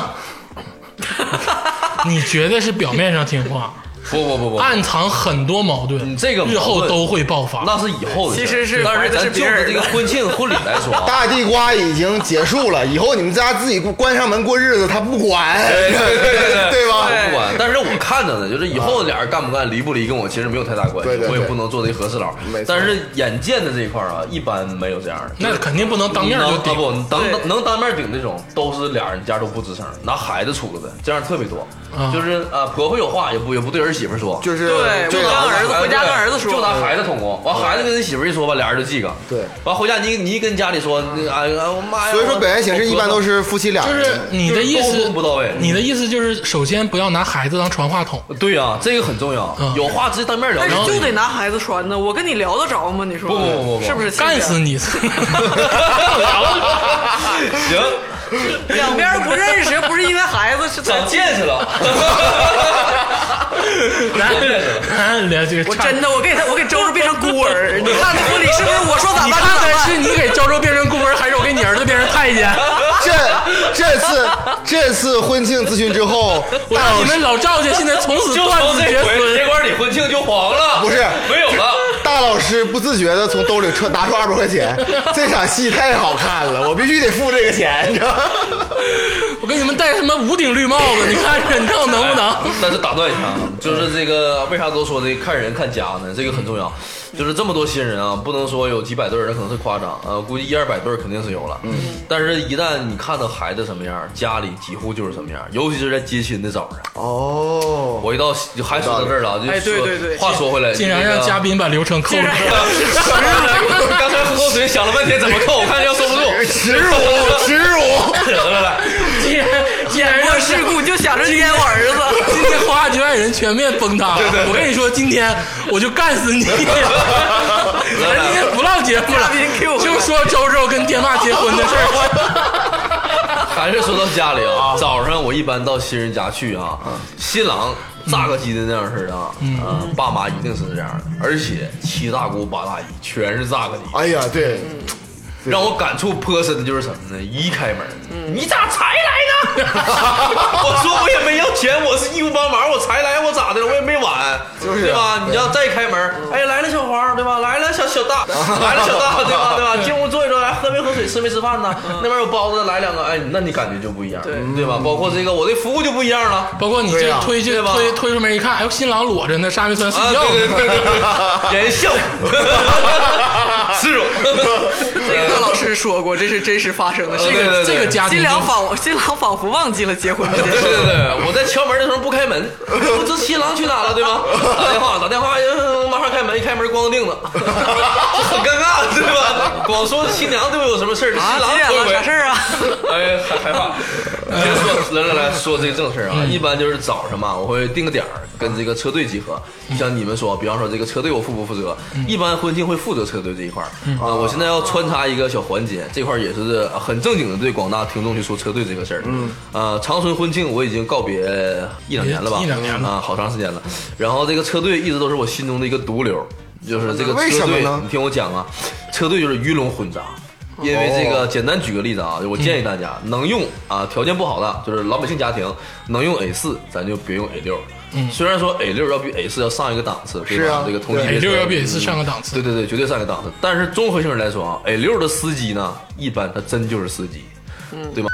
Speaker 1: 你觉得是表面上听话，
Speaker 3: 不不不不，
Speaker 1: 暗藏很多矛盾，
Speaker 3: 你这个矛
Speaker 1: 日
Speaker 3: 盾
Speaker 1: 后都会爆发。
Speaker 3: 那是以后的事
Speaker 2: 其
Speaker 3: 儿，
Speaker 2: 实是
Speaker 3: 但
Speaker 2: 怀
Speaker 3: 是
Speaker 2: 的是
Speaker 3: 咱就
Speaker 2: 别人
Speaker 3: 是
Speaker 2: 的
Speaker 3: 这个婚庆婚礼来说啊，
Speaker 4: 大地瓜已经结束了，以后你们家自己关上门过日子，他不管， [LAUGHS] 对吧？
Speaker 3: 我不管，但是我看着呢，就是以后俩人干不干、离不离，跟我其实没有太大关系
Speaker 4: 对，对
Speaker 3: 我也
Speaker 4: 对
Speaker 3: 不能做那和事佬
Speaker 4: 没错。
Speaker 3: 但是眼见的这一块儿啊，一般没有这样的。
Speaker 1: 那肯定不能当面
Speaker 3: 能
Speaker 1: 就
Speaker 3: 啊
Speaker 1: 顶。
Speaker 3: 不当
Speaker 2: 对
Speaker 3: 能当面顶这种，都是俩人家都不吱声，拿孩子出的，这样特别多。
Speaker 1: 啊
Speaker 3: 就是啊，婆婆有话也不也不对儿媳妇说，
Speaker 4: 就是啊
Speaker 2: 对
Speaker 4: 就
Speaker 2: 我
Speaker 4: 拿
Speaker 2: 当儿子回家跟儿子说嗯
Speaker 3: 就拿孩子捅咕，完孩子跟人媳妇一说吧，俩人就记个。
Speaker 4: 嗯对
Speaker 3: 完回家你你一跟家里说，那哎呀我妈呀，
Speaker 4: 所以说表现形式一般都
Speaker 3: 是
Speaker 4: 是夫妻俩
Speaker 1: 就
Speaker 4: 人，
Speaker 1: 是你的意
Speaker 3: 就是沟
Speaker 1: 思
Speaker 3: 通不到位
Speaker 1: 你的意思就是，首先不要拿孩子当传话筒，
Speaker 3: 对呀，这个很重要
Speaker 1: 嗯，
Speaker 3: 有话直接当面聊
Speaker 2: 但是。
Speaker 3: 然后
Speaker 2: 就得拿孩子穿呢，我跟你聊得着吗？你说
Speaker 3: 不不不不不
Speaker 2: 是不是？
Speaker 1: 干死！你！
Speaker 3: 行，
Speaker 2: 两边不认识，不是因为孩子，是
Speaker 3: 长见识了。
Speaker 1: [LAUGHS] 咱咱聊这个
Speaker 2: 我
Speaker 1: 差
Speaker 2: 真的，我给他，我给周周变成孤儿。
Speaker 3: [LAUGHS]
Speaker 2: 你看这婚礼是不是我说咋
Speaker 1: 你
Speaker 2: 办就
Speaker 1: 看
Speaker 2: 咋
Speaker 1: 看
Speaker 2: 办？
Speaker 1: 是你给周周变成孤儿，还是我给你儿子变成太监？
Speaker 4: 这这次这次婚庆咨询之后，
Speaker 1: 我
Speaker 4: 大
Speaker 1: 让你们老赵家现在从此
Speaker 3: [LAUGHS] 就
Speaker 1: 断
Speaker 3: 从
Speaker 1: 子
Speaker 3: 这
Speaker 1: 绝
Speaker 3: 回，
Speaker 1: 孙
Speaker 3: 别。管你婚庆就黄了，
Speaker 4: 不是
Speaker 3: 没有了。
Speaker 4: 大老师不自觉的从兜里揣拿出二百块钱，这场戏太好看了，我必须得付这个钱，你知道吗？
Speaker 1: 我给你们戴什么五顶绿帽子？你看看，你看我能
Speaker 3: [LAUGHS]
Speaker 1: 不能？
Speaker 3: 但是打断一下，啊，就是这个为啥都说这看人看家呢？这个很重要。就是这么多新人啊，不能说有几百对儿，那可能是夸张啊，呃估计一二百对儿肯定是有了。嗯，但是一旦你看到孩子什么样，家里几乎就是什么样，尤其是在接亲的早上。
Speaker 4: 哦，
Speaker 3: 我一到还说到这儿了，就说、
Speaker 2: 哎对对对
Speaker 3: 话说回来，
Speaker 1: 竟然让嘉
Speaker 3: 宾。
Speaker 1: 宾把流程扣了。
Speaker 3: 刚才喝口水想了半天怎么扣，我看要收不
Speaker 4: [LAUGHS]
Speaker 3: 住。
Speaker 4: 耻辱，耻辱！
Speaker 3: 来来来，
Speaker 1: 竟然竟然
Speaker 2: 我
Speaker 1: 让
Speaker 2: 事故就想着淹我儿
Speaker 3: [LAUGHS]
Speaker 2: 子。
Speaker 1: 今天花花局外人全面崩塌。我跟你说，今天我就干死
Speaker 3: [LAUGHS]
Speaker 1: 你！咱今天不唠节目
Speaker 2: 嘉宾 Q
Speaker 1: 了，
Speaker 2: 我
Speaker 1: 就说周周跟爹妈结婚的
Speaker 3: [LAUGHS]
Speaker 1: 事儿。
Speaker 3: 还是说到家里啊，早上我一般到新人家去啊，新郎炸个鸡的那样式的啊，
Speaker 5: 嗯
Speaker 3: 啊爸妈一定是这样的，而且七大姑八大姨全是炸个鸡。
Speaker 4: 哎呀，对，
Speaker 3: 让我感触颇深的就是什么呢？一开门，你咋才来呢？ [LAUGHS] 我说我也没要钱，我是义务帮忙，我才来，我咋的了？我也没晚，
Speaker 4: 就是啊嗯
Speaker 3: 对吧？你要再开门，哎，来了小花，对吧？来了小小
Speaker 4: [LAUGHS]
Speaker 3: 大，来了小大，对吧？对吧？进屋坐一坐，来喝没喝水，吃没吃饭呢？
Speaker 4: 嗯
Speaker 3: 那边有包子，来两个，哎，那你感觉就不一样，对吧？包括这个我的服务就不一样了。
Speaker 1: 包括你
Speaker 4: 对
Speaker 1: 这
Speaker 4: 呀
Speaker 1: 推这
Speaker 3: 对吧
Speaker 1: 推推出门一看，哎呦，新郎裸着呢，沙弥酸睡
Speaker 3: 啊，
Speaker 1: 觉
Speaker 3: 对对
Speaker 1: 呢。
Speaker 3: 对对对， [LAUGHS] 人笑，耻辱，
Speaker 2: 这个段老师说过，这是真实发生的。这
Speaker 3: 对对
Speaker 2: 个
Speaker 3: 对
Speaker 1: 这个家庭
Speaker 2: 新娘仿新郎仿佛忘记了结
Speaker 3: [LAUGHS]
Speaker 2: 婚这件
Speaker 3: [LAUGHS] 对
Speaker 2: 事。
Speaker 3: 对对，我在敲门的时候不开门，我这新郎去哪了，对吗？打电话打电话，呃马上开门，一开门光腚子， [LAUGHS] 很尴尬，对吧？光说新娘对我有什么事儿，
Speaker 2: 啊，
Speaker 3: 新
Speaker 2: 几
Speaker 3: 郎
Speaker 2: 点
Speaker 3: 会
Speaker 2: 了？
Speaker 3: 不会
Speaker 2: 啥事？儿啊？
Speaker 3: 哎，害害怕。
Speaker 1: 呃
Speaker 3: 接着说，来来来说这个正事儿
Speaker 1: 嗯
Speaker 3: 啊，一般就是早上嘛，我会定个点儿跟这个车队集合。
Speaker 1: 嗯
Speaker 3: 像你们说，比方说这个车队我负不负责？一般婚庆会负责车队这一块儿
Speaker 1: 嗯
Speaker 3: 啊。我现在要穿插一个小环节，这块儿也是很正经的对广大听众去说车队这个事儿。嗯，啊，长春婚庆我已经告别一两年了吧？
Speaker 1: 一两年了
Speaker 3: 啊，好长时间了。然后这个车队一直都是我心中的一个毒瘤，就是这个
Speaker 4: 为什
Speaker 3: 车
Speaker 4: 么
Speaker 3: 队
Speaker 4: 呢，
Speaker 3: 你听我讲啊，车队就是鱼龙混杂。因为这
Speaker 4: 哦
Speaker 3: 个，简单举个例子啊，我建议大家
Speaker 4: 嗯
Speaker 3: 能用啊，条件不好的，就是老百姓家庭能用 A 四，咱就别用 A 六。虽然说 A 六要比 A 四要上一个档次，对
Speaker 4: 嗯是
Speaker 3: 吧
Speaker 4: 啊？
Speaker 3: 这个同级
Speaker 4: 对
Speaker 1: 哎，
Speaker 3: 别
Speaker 1: 六
Speaker 3: 车嗯
Speaker 1: 幺比 A 四上个档次
Speaker 3: 对。对对，绝对上一个档次。但是综合性来说啊，A 六的司机呢，一般他真就是司机，对吧？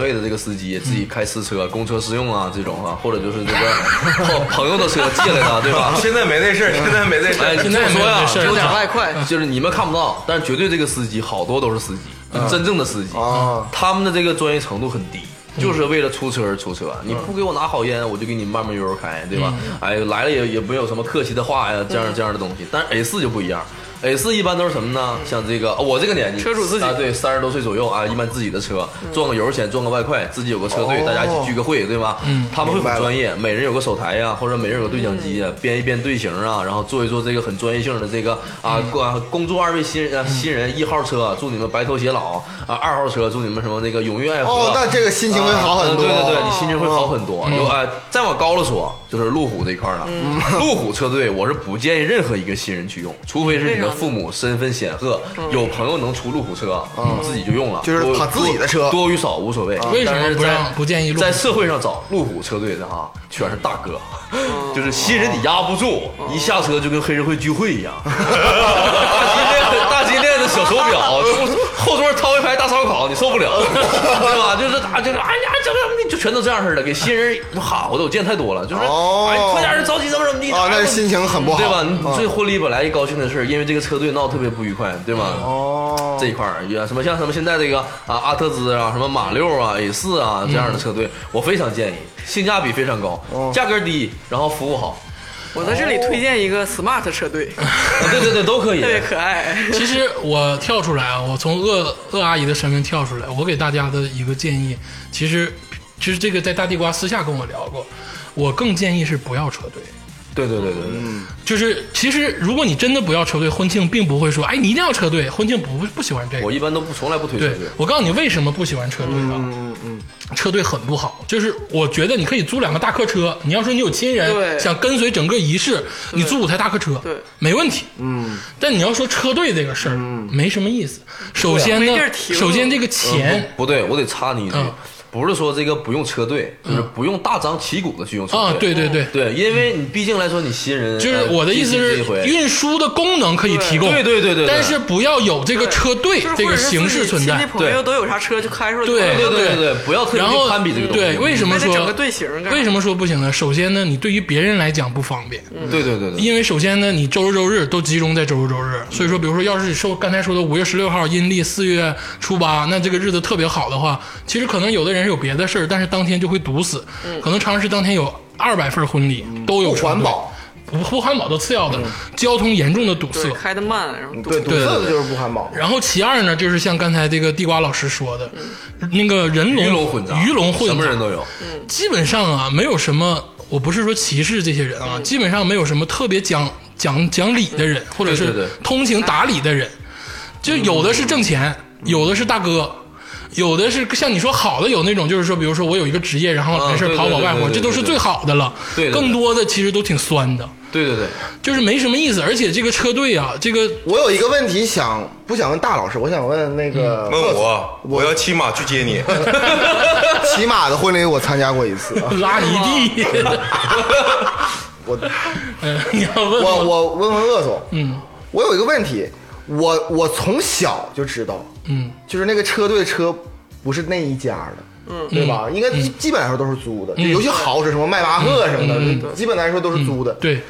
Speaker 3: 位的这个司机自
Speaker 4: 嗯
Speaker 3: 己开私车、公车私用啊，这种啊，或者就是这个 [LAUGHS] 朋朋友的车借来的，对吧？
Speaker 5: [LAUGHS] 现在没那事儿，现在没那事
Speaker 3: 啊哎，
Speaker 5: 儿。
Speaker 3: 听
Speaker 1: 现在
Speaker 3: 我
Speaker 1: 也没
Speaker 3: 说
Speaker 1: 有
Speaker 3: 呀
Speaker 1: 这，事
Speaker 2: 有点
Speaker 1: 儿，
Speaker 2: 外快。
Speaker 3: 就是你们看不到，但是绝对这个司机好多都是司机，
Speaker 1: 嗯
Speaker 3: 真正的司机
Speaker 4: 啊
Speaker 3: 他们的这个专业程度很低。
Speaker 1: 嗯
Speaker 3: 就是为了出车而出车，你不给我拿好烟，我就给你慢慢悠悠开，对吧？
Speaker 1: 嗯
Speaker 3: 哎，来了也也没有什么客气的话呀，这样这样的东西。但是 A 四就不一样，A 四一般都是什么呢？像这个、哦我这个年纪，
Speaker 2: 车主自己
Speaker 3: 啊，对，三十多岁左右啊，一般自己的车，赚个油钱，赚个外快，自己有个车队，
Speaker 4: 哦
Speaker 3: 大家一起聚个会，对吧？嗯，他们会
Speaker 4: 明白
Speaker 3: 很
Speaker 4: 了
Speaker 3: 专业，每人有个手台呀、或者每人有个对讲机呀、编一编队形啊，然后做一做这个很专业性的这个啊，恭恭祝二位新人啊新人一号车祝你们白头偕老啊，二号车祝你们什么那个永浴爱河。
Speaker 4: 哦，那这个心情会好很多。哦
Speaker 3: 嗯
Speaker 4: 嗯
Speaker 3: 对对对，你心情会好很多。有哎，再往高了
Speaker 4: 嗯
Speaker 3: 说，就是路虎这一块儿了。路虎车队，我是不建议任何一个新人去用，除非是你能是父母身份显赫，有朋友能出路虎车，自己就用了，
Speaker 4: 嗯就是
Speaker 3: 多
Speaker 4: 他自己的车
Speaker 3: 多
Speaker 4: 嗯
Speaker 3: 多与少无所谓。
Speaker 1: 为什么
Speaker 3: 但是
Speaker 1: 不让
Speaker 3: 在
Speaker 1: 不建议路虎
Speaker 3: 在社会上找路虎车队的哈，全是大哥，
Speaker 4: 哦
Speaker 3: 就是新人你压不住，一下车就跟黑社会聚会一样。大金链子，大金链子，小手
Speaker 4: [LAUGHS]
Speaker 3: 表，后桌掏一排大烧烤，你受不了，对吧？就是啊，就是哎呀，怎么怎么地，就全都这样似的，给新人哈吼的，我见太多了，就是
Speaker 4: 哦
Speaker 3: 哎，快点儿着急怎么怎么地哎
Speaker 4: 啊，那心情很不好，嗯
Speaker 3: 对吧？你这婚礼本来一高兴的事儿，因为这个车队闹得特别不愉快，对吗？
Speaker 4: 哦，
Speaker 3: 这一块儿也什么像什么现在这个啊阿特兹啊什么马六啊 A 四啊这
Speaker 4: 嗯
Speaker 3: 样的车队，我非常建议，性价比非常高，
Speaker 4: 哦
Speaker 3: 价格低，然后服务好，
Speaker 2: 我在这里推荐一
Speaker 4: 哦
Speaker 2: 个 smart 车
Speaker 4: [LAUGHS]
Speaker 2: 队，
Speaker 3: 啊对对对都可以
Speaker 2: 特。别可爱。 [LAUGHS]
Speaker 1: 其实我跳出来啊，我从鄂鄂阿姨的身份跳出来，我给大家的一个建议，其实其实这个在大地瓜私下跟我聊过，我更建议是不要车队。
Speaker 3: [LAUGHS] 对对对对对，
Speaker 4: 嗯
Speaker 1: 就是其实如果你真的不要车队，婚庆并不会说，哎，你一定要车队，婚庆不不喜欢这个。
Speaker 3: 我一般都不从来不推车
Speaker 1: 对
Speaker 3: 队，，
Speaker 1: 我告诉你为什么不喜欢车队啊？嗯嗯，车队很不好，就是我觉得你可以租两个大客车，你要说你有亲人
Speaker 2: 对
Speaker 1: 想跟随整个仪式，你租五台大客车，
Speaker 2: 对
Speaker 1: 没问题。嗯，但你要说车队这个事儿，没什么意思。首先呢
Speaker 2: 嗯啊没地儿，停
Speaker 1: 首先这个钱。
Speaker 3: 不对，我得插你一句
Speaker 1: 嗯，
Speaker 3: 不是说这个不用车队，就是不用大张旗鼓的去用
Speaker 2: 嗯
Speaker 3: 车队。
Speaker 1: 啊，对对对，
Speaker 3: 对，因为你毕竟来说你新人，
Speaker 1: 就是
Speaker 3: 呃
Speaker 1: 我的意思
Speaker 3: 第
Speaker 1: 是
Speaker 3: 一回，
Speaker 1: 运输的功能可以提供，
Speaker 3: 对对对对对
Speaker 1: 但是不要有这个车队
Speaker 2: 就是
Speaker 1: 这
Speaker 2: 或
Speaker 1: 个
Speaker 2: 者是
Speaker 1: 形
Speaker 2: 自
Speaker 1: 式
Speaker 2: 己
Speaker 1: 存
Speaker 2: 亲戚
Speaker 1: 在。
Speaker 2: 朋友都有啥车就开出来，
Speaker 1: 对
Speaker 3: 对对对对，不要特别
Speaker 1: 然
Speaker 3: 去
Speaker 1: 后
Speaker 3: 攀比这个东西。
Speaker 1: 对，为什么
Speaker 2: 还得
Speaker 1: 说
Speaker 2: 整个队形干啥
Speaker 1: 为什么说不行呢？首先呢，你对于别人来讲不方便，
Speaker 3: 嗯对对对对，
Speaker 1: 因为首先呢，你周六周日都集中在周六周日，
Speaker 4: 嗯
Speaker 1: 所以说，比如说，要是你受刚才说的五月十六号阴历四月初八，那这个日子特别好的话，其实可能有的人是有别的事儿，但是当天就会堵死，可能长安市当天有二百份婚礼都有
Speaker 4: 嗯不环
Speaker 1: 车队
Speaker 4: 保，嗯
Speaker 1: 不不环保都次要的，交通严重的堵塞
Speaker 2: 对，，开的慢，然后堵
Speaker 4: 对，堵
Speaker 1: 对
Speaker 4: 塞
Speaker 1: 对
Speaker 4: 的就是不环保。
Speaker 1: 然后其二呢，就是像刚才这个地瓜老师说的，
Speaker 4: 嗯
Speaker 1: 那个人龙
Speaker 3: 鱼龙混杂，
Speaker 1: 鱼龙混杂，
Speaker 3: 什么人都有。
Speaker 1: 基本上啊，没有什么，我不是说歧视这些人
Speaker 3: 嗯
Speaker 1: 啊，基本上没有什么特别讲讲讲理的人，或者
Speaker 3: 对对
Speaker 1: 是
Speaker 3: 对
Speaker 1: 通情达理的人，就有的是挣钱，
Speaker 3: 嗯
Speaker 1: 有的是大哥。有的是像你说好的，有那种就是说，比如说我有一个职业，然后没事
Speaker 3: 啊对
Speaker 1: 跑跑
Speaker 3: 对对
Speaker 1: 外活，
Speaker 3: 对对
Speaker 1: 这都是
Speaker 3: 对对
Speaker 1: 最好的了。
Speaker 3: 对对对
Speaker 1: 更多的其实都挺酸的，
Speaker 3: 对对对，
Speaker 1: 就是没什么意思。而且这个车队啊，这个
Speaker 4: 我有一个问题想不想问大老师，我想问那个
Speaker 5: 嗯问
Speaker 4: 贺
Speaker 5: 我，
Speaker 3: [LAUGHS]
Speaker 5: 我要骑马去接你。
Speaker 4: 骑马的婚礼，我参加过一次。啊
Speaker 1: 拉一
Speaker 3: [LAUGHS]
Speaker 1: 地， [LAUGHS]
Speaker 4: 我
Speaker 1: 嗯，你要问我，
Speaker 4: 我我问问鄂总，嗯，我有一个问题，我我从小就知道，
Speaker 1: 嗯，
Speaker 4: 就是那个车队车不是那一家的。嗯，对吧？应该基本来说都是租的，就尤其豪车，什么迈巴赫什么的，就基本来说都是租的。，
Speaker 1: 对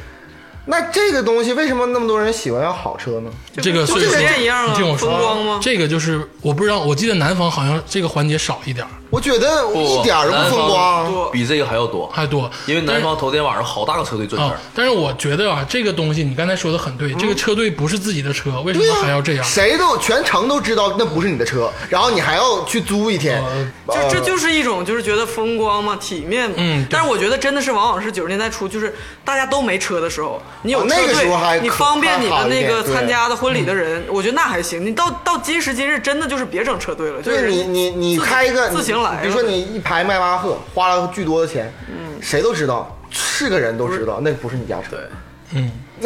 Speaker 4: 那这个东西为什么那么多人喜欢要好车呢？
Speaker 1: 这个，
Speaker 2: 就
Speaker 1: 所以
Speaker 2: 跟
Speaker 1: 说
Speaker 2: 酒店一样啊
Speaker 1: 你听我说，
Speaker 2: 风光吗
Speaker 1: 这个就是我不知道，我记得南方好像这个环节少一点儿，
Speaker 4: 我觉得一点儿都不风
Speaker 3: 南
Speaker 4: 光。啊
Speaker 3: 方比这个还要多，
Speaker 1: 还多，
Speaker 3: 因为南方头天晚上好大个车队转圈
Speaker 1: 啊
Speaker 3: 儿。。
Speaker 1: 但是我觉得啊，这个东西你刚才说的很对，这个车队不是自己的车，为什
Speaker 4: 对呀
Speaker 2: 啊
Speaker 1: 么，还要这样？
Speaker 4: 谁都全城都知道那不是你的车，然后你还要去租一天，
Speaker 2: 就
Speaker 4: 啊
Speaker 2: 这就是一种就是觉得风光嘛，体面嘛。
Speaker 1: 嗯对
Speaker 2: 但是我觉得真的是往往是九十年代初，就是大家都没车的时候，你有
Speaker 4: 哦
Speaker 2: 车
Speaker 4: 那
Speaker 2: 队，
Speaker 4: 个时候还
Speaker 2: 你
Speaker 4: 可
Speaker 2: 方便你的
Speaker 4: 还好一
Speaker 2: 那
Speaker 4: 点
Speaker 2: 个
Speaker 4: 对嗯
Speaker 2: 参加的婚礼的人，我觉得那还行。你到到今时今日，真的就是别整车队了，就
Speaker 4: 对
Speaker 2: 是
Speaker 4: 你你你
Speaker 2: 自己
Speaker 4: 开一个，
Speaker 2: 自行来了。嗯
Speaker 4: 比如说你一排迈巴赫，花了巨多的钱，谁都知道，是个人都知道，那不是你家车，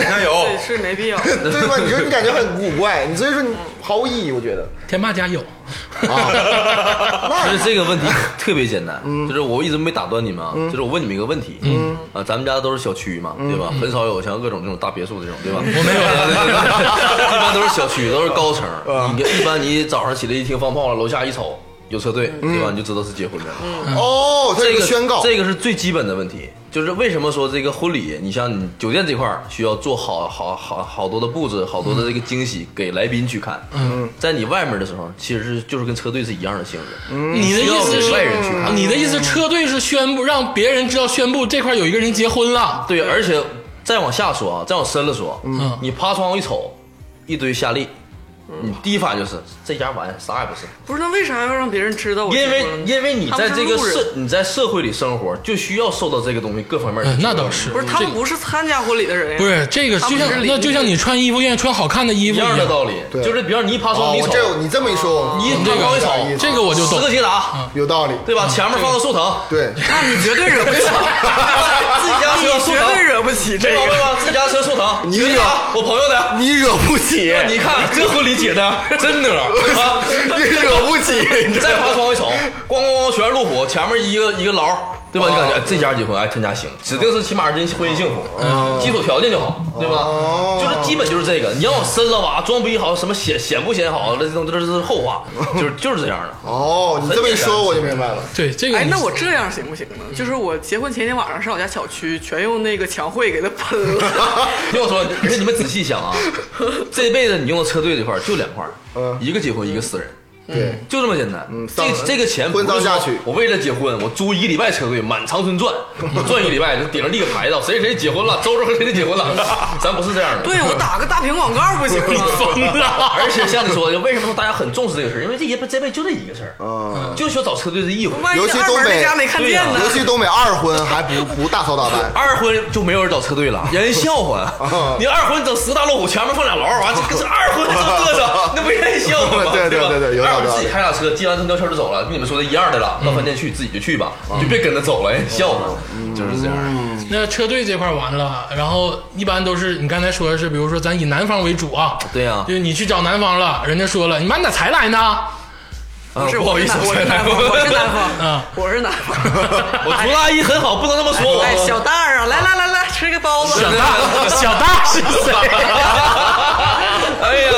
Speaker 5: 加油！
Speaker 2: 对是没必
Speaker 4: [LAUGHS]
Speaker 2: 要。
Speaker 4: 对吧？你说你感觉很古怪，你所以说你毫无意义，我觉得。
Speaker 1: 天霸家有，
Speaker 3: 就是这个问题特别简单，就是我一直没打断你们啊，就是我问你们一个问题，嗯啊，咱们家都是小区嘛，对吧？很少有像各种这种大别墅这种， [LAUGHS] 对吧？我
Speaker 1: 没有
Speaker 3: 有，一般都是小区，都是高层。你一般你早上起来一听放炮了，楼下一瞅有车队，对吧？你就知道是结婚的。
Speaker 4: 哦，它
Speaker 3: 嗯这
Speaker 4: 有一
Speaker 3: 个
Speaker 4: 个宣告，
Speaker 3: 这个是最基本的问题，就是为什么说这个婚礼，你像你酒店这块儿需要做好好好好多的布置，好多的这个惊喜给来宾去看。嗯，在你外面的时候，其实是就是跟车队是一样的性质。嗯，
Speaker 1: 你的意思是
Speaker 3: 外人去看。
Speaker 1: 你的意思车队是宣布让别人知道宣布这块有一个人结婚了，
Speaker 3: 对，而且再往下说啊，再往深了说，
Speaker 1: 嗯
Speaker 3: 你趴窗户一瞅，一堆夏利，你第一反应就是这家玩意儿啥也不是。
Speaker 2: 不是那为啥要让别人知道我结
Speaker 3: 因
Speaker 2: 婚
Speaker 3: 为
Speaker 2: 了呢？
Speaker 3: 因为你
Speaker 2: 他们
Speaker 3: 在
Speaker 2: 是
Speaker 3: 这个
Speaker 2: 路人
Speaker 3: 社你在社会里生活，就需要受到这个东西各方面的
Speaker 1: 嗯，
Speaker 3: 影响。
Speaker 1: 那倒是，
Speaker 2: 不是他
Speaker 1: 这
Speaker 2: 们不是参加婚礼的人呀，
Speaker 1: 不是这个，
Speaker 2: 他
Speaker 1: 就
Speaker 2: 们是
Speaker 1: 像
Speaker 2: 邻
Speaker 1: 那就像你穿衣服愿意穿好看的衣
Speaker 3: 一
Speaker 1: 服
Speaker 3: 样的道理，
Speaker 4: 对
Speaker 3: 就是比方你一趴窗
Speaker 4: 哦
Speaker 3: 户，
Speaker 4: 我
Speaker 3: 瞅，
Speaker 4: 这有你这么一说，
Speaker 3: 你
Speaker 4: 我
Speaker 3: 这个
Speaker 4: 有
Speaker 3: 这个
Speaker 4: 点意思啊
Speaker 1: 这个我就
Speaker 3: 十
Speaker 1: 懂
Speaker 3: 个。捷达，
Speaker 4: 有道理，
Speaker 3: 嗯对吧？前面放个树藤，
Speaker 4: 对，
Speaker 2: 那你绝对惹不起，
Speaker 3: 自己家
Speaker 2: 你
Speaker 3: 车树
Speaker 2: 绝对
Speaker 3: 藤，
Speaker 2: 惹不起。起
Speaker 3: 知
Speaker 2: 这
Speaker 3: 道
Speaker 2: 个。
Speaker 3: 了吗？自家车寿堂，
Speaker 4: 你
Speaker 3: 有
Speaker 4: 惹
Speaker 3: 啊我朋友的，
Speaker 4: 你惹不起，
Speaker 3: 你看这婚礼解的真的啊！ [LAUGHS]
Speaker 4: 你惹不起，
Speaker 3: 你再爬窗户一瞅，咣咣咣全是路虎，前面一个一个牢，对吧？你感觉哎这家结婚，哎，他家行，指定是起码人婚姻幸福，基础条件就好，对吧？就是基本就是这个。你让我深了挖，装逼好，什么显显不显好，那这种这是后话，就是就是这样的。
Speaker 4: 哦，你这么一说我就明白了。
Speaker 1: 对这个
Speaker 2: 哎，
Speaker 1: 你，
Speaker 2: 那我这样行不行呢？
Speaker 1: 嗯
Speaker 2: 就是我结婚前天晚上上我家小区，全用那个墙绘给它喷了。
Speaker 3: 听我说，你你们仔细想啊，这辈子你用的车队这块儿就两块儿，一个结婚，一个私人。
Speaker 4: 嗯对，嗯
Speaker 3: 就这么简单。这
Speaker 4: 丧
Speaker 3: 这个钱不是
Speaker 4: 婚丧嫁
Speaker 3: 说
Speaker 4: 娶
Speaker 3: 我为了结婚，我租一个礼拜车队，满长
Speaker 4: [LAUGHS]
Speaker 3: 春转，我转一个礼拜，就顶上立个牌子，谁谁结婚了，周周和谁谁结婚
Speaker 4: [LAUGHS]
Speaker 3: 了，咱不是这样的。
Speaker 2: 对，我打个大屏广告不行
Speaker 3: [LAUGHS]
Speaker 2: 吗？
Speaker 3: 而且像你说的，为什么说大家很重视这个事儿？因为这一辈这辈就这一个事儿，
Speaker 4: 嗯
Speaker 3: 就需要找车队的义务。
Speaker 2: 万一
Speaker 4: 尤其
Speaker 2: 二
Speaker 4: 东
Speaker 2: 门在
Speaker 4: 北
Speaker 2: 家没看见呢
Speaker 4: 尤？其东北二婚还不不大操大办，
Speaker 3: 二婚就没有人找车队了，人笑话。你二婚整十大路虎，前面放俩牢，完这这二婚就嘚瑟，那不人笑话吗？
Speaker 4: 对对
Speaker 3: 吧
Speaker 4: 对对对有点
Speaker 3: 二
Speaker 4: 道
Speaker 3: 婚
Speaker 4: 理
Speaker 3: 自己开俩车，接完公交车就走了，跟你们说的一样的了。到饭店去自己就去吧，你就别跟着走了，人笑话，就是这样。
Speaker 1: 那车队这块儿完了，然后一般都是你刚才说的是，比如说咱以南方为主啊，
Speaker 3: 对呀
Speaker 1: 就是你去找南方了，人家说了，你妈你咋才来呢？
Speaker 3: 啊
Speaker 2: 不是，
Speaker 3: 不好意思，
Speaker 2: 我是南方，我是南方
Speaker 1: 啊，
Speaker 2: 我是南方。
Speaker 3: 我涂大衣很好，不能这么说我。
Speaker 2: 哎，小蛋儿啊，来来来来，吃个包子
Speaker 1: 小。大小大是谁？
Speaker 3: 哎呀，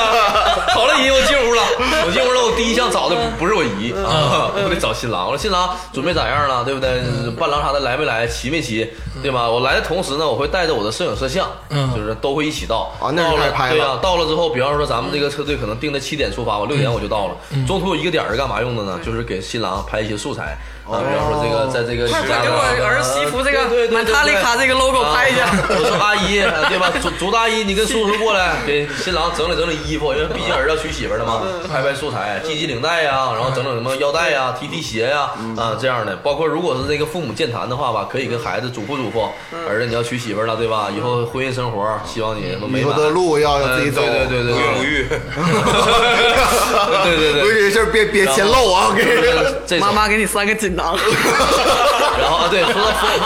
Speaker 3: 好了姨，我进屋了，我进屋了。我第一项找的不是我姨
Speaker 2: 嗯
Speaker 3: 啊，我得找新郎。我说新郎准备咋样了，对不对？伴郎啥的来没来，齐没齐，
Speaker 2: 嗯
Speaker 3: 对吧？我来的同时呢，我会带着我的摄影摄像，
Speaker 1: 嗯
Speaker 3: 就是都会一起到。
Speaker 4: 啊那是
Speaker 3: 到
Speaker 4: 开
Speaker 3: 了
Speaker 4: 拍了嗯
Speaker 3: 对呀，到了之后，比方说咱们这个车队可能定的七点出发，我六点我就到了。中途有一个点儿是干嘛用的呢？就是给新郎拍一些素材。啊，比方说这个，
Speaker 4: 哦
Speaker 3: 在这个
Speaker 2: 快快给我儿西服这个
Speaker 3: 对对对对对
Speaker 2: 满塔里卡这个 logo 拍一下
Speaker 3: 啊我说阿姨，对吧？竹竹大姨，你跟叔叔过来，给新郎整理整理衣服，因为毕竟儿子要娶媳妇儿了
Speaker 2: 嗯
Speaker 3: 嘛，拍拍素材，系系领带呀、然后整整什么腰带
Speaker 2: 嗯
Speaker 3: 呀、提提鞋呀、啊，这样的。包括如果是这个父母健谈的话吧，可以跟孩子嘱咐嘱咐，
Speaker 2: 嗯
Speaker 3: 儿子你要娶媳妇儿了，对吧？以后婚姻生活，希望你什么美
Speaker 4: 以后
Speaker 3: 满。
Speaker 4: 的路要要自己走。
Speaker 3: 嗯对对对
Speaker 5: 无
Speaker 3: 对
Speaker 5: 孕
Speaker 3: 对，
Speaker 5: 无
Speaker 3: [LAUGHS]
Speaker 5: 育，
Speaker 3: 对对对
Speaker 4: 为这事儿别别嫌漏啊！我跟你说，
Speaker 3: 这种
Speaker 2: 妈。妈给你三个锦囊，
Speaker 3: 然后啊，对，说到说。
Speaker 1: [LAUGHS]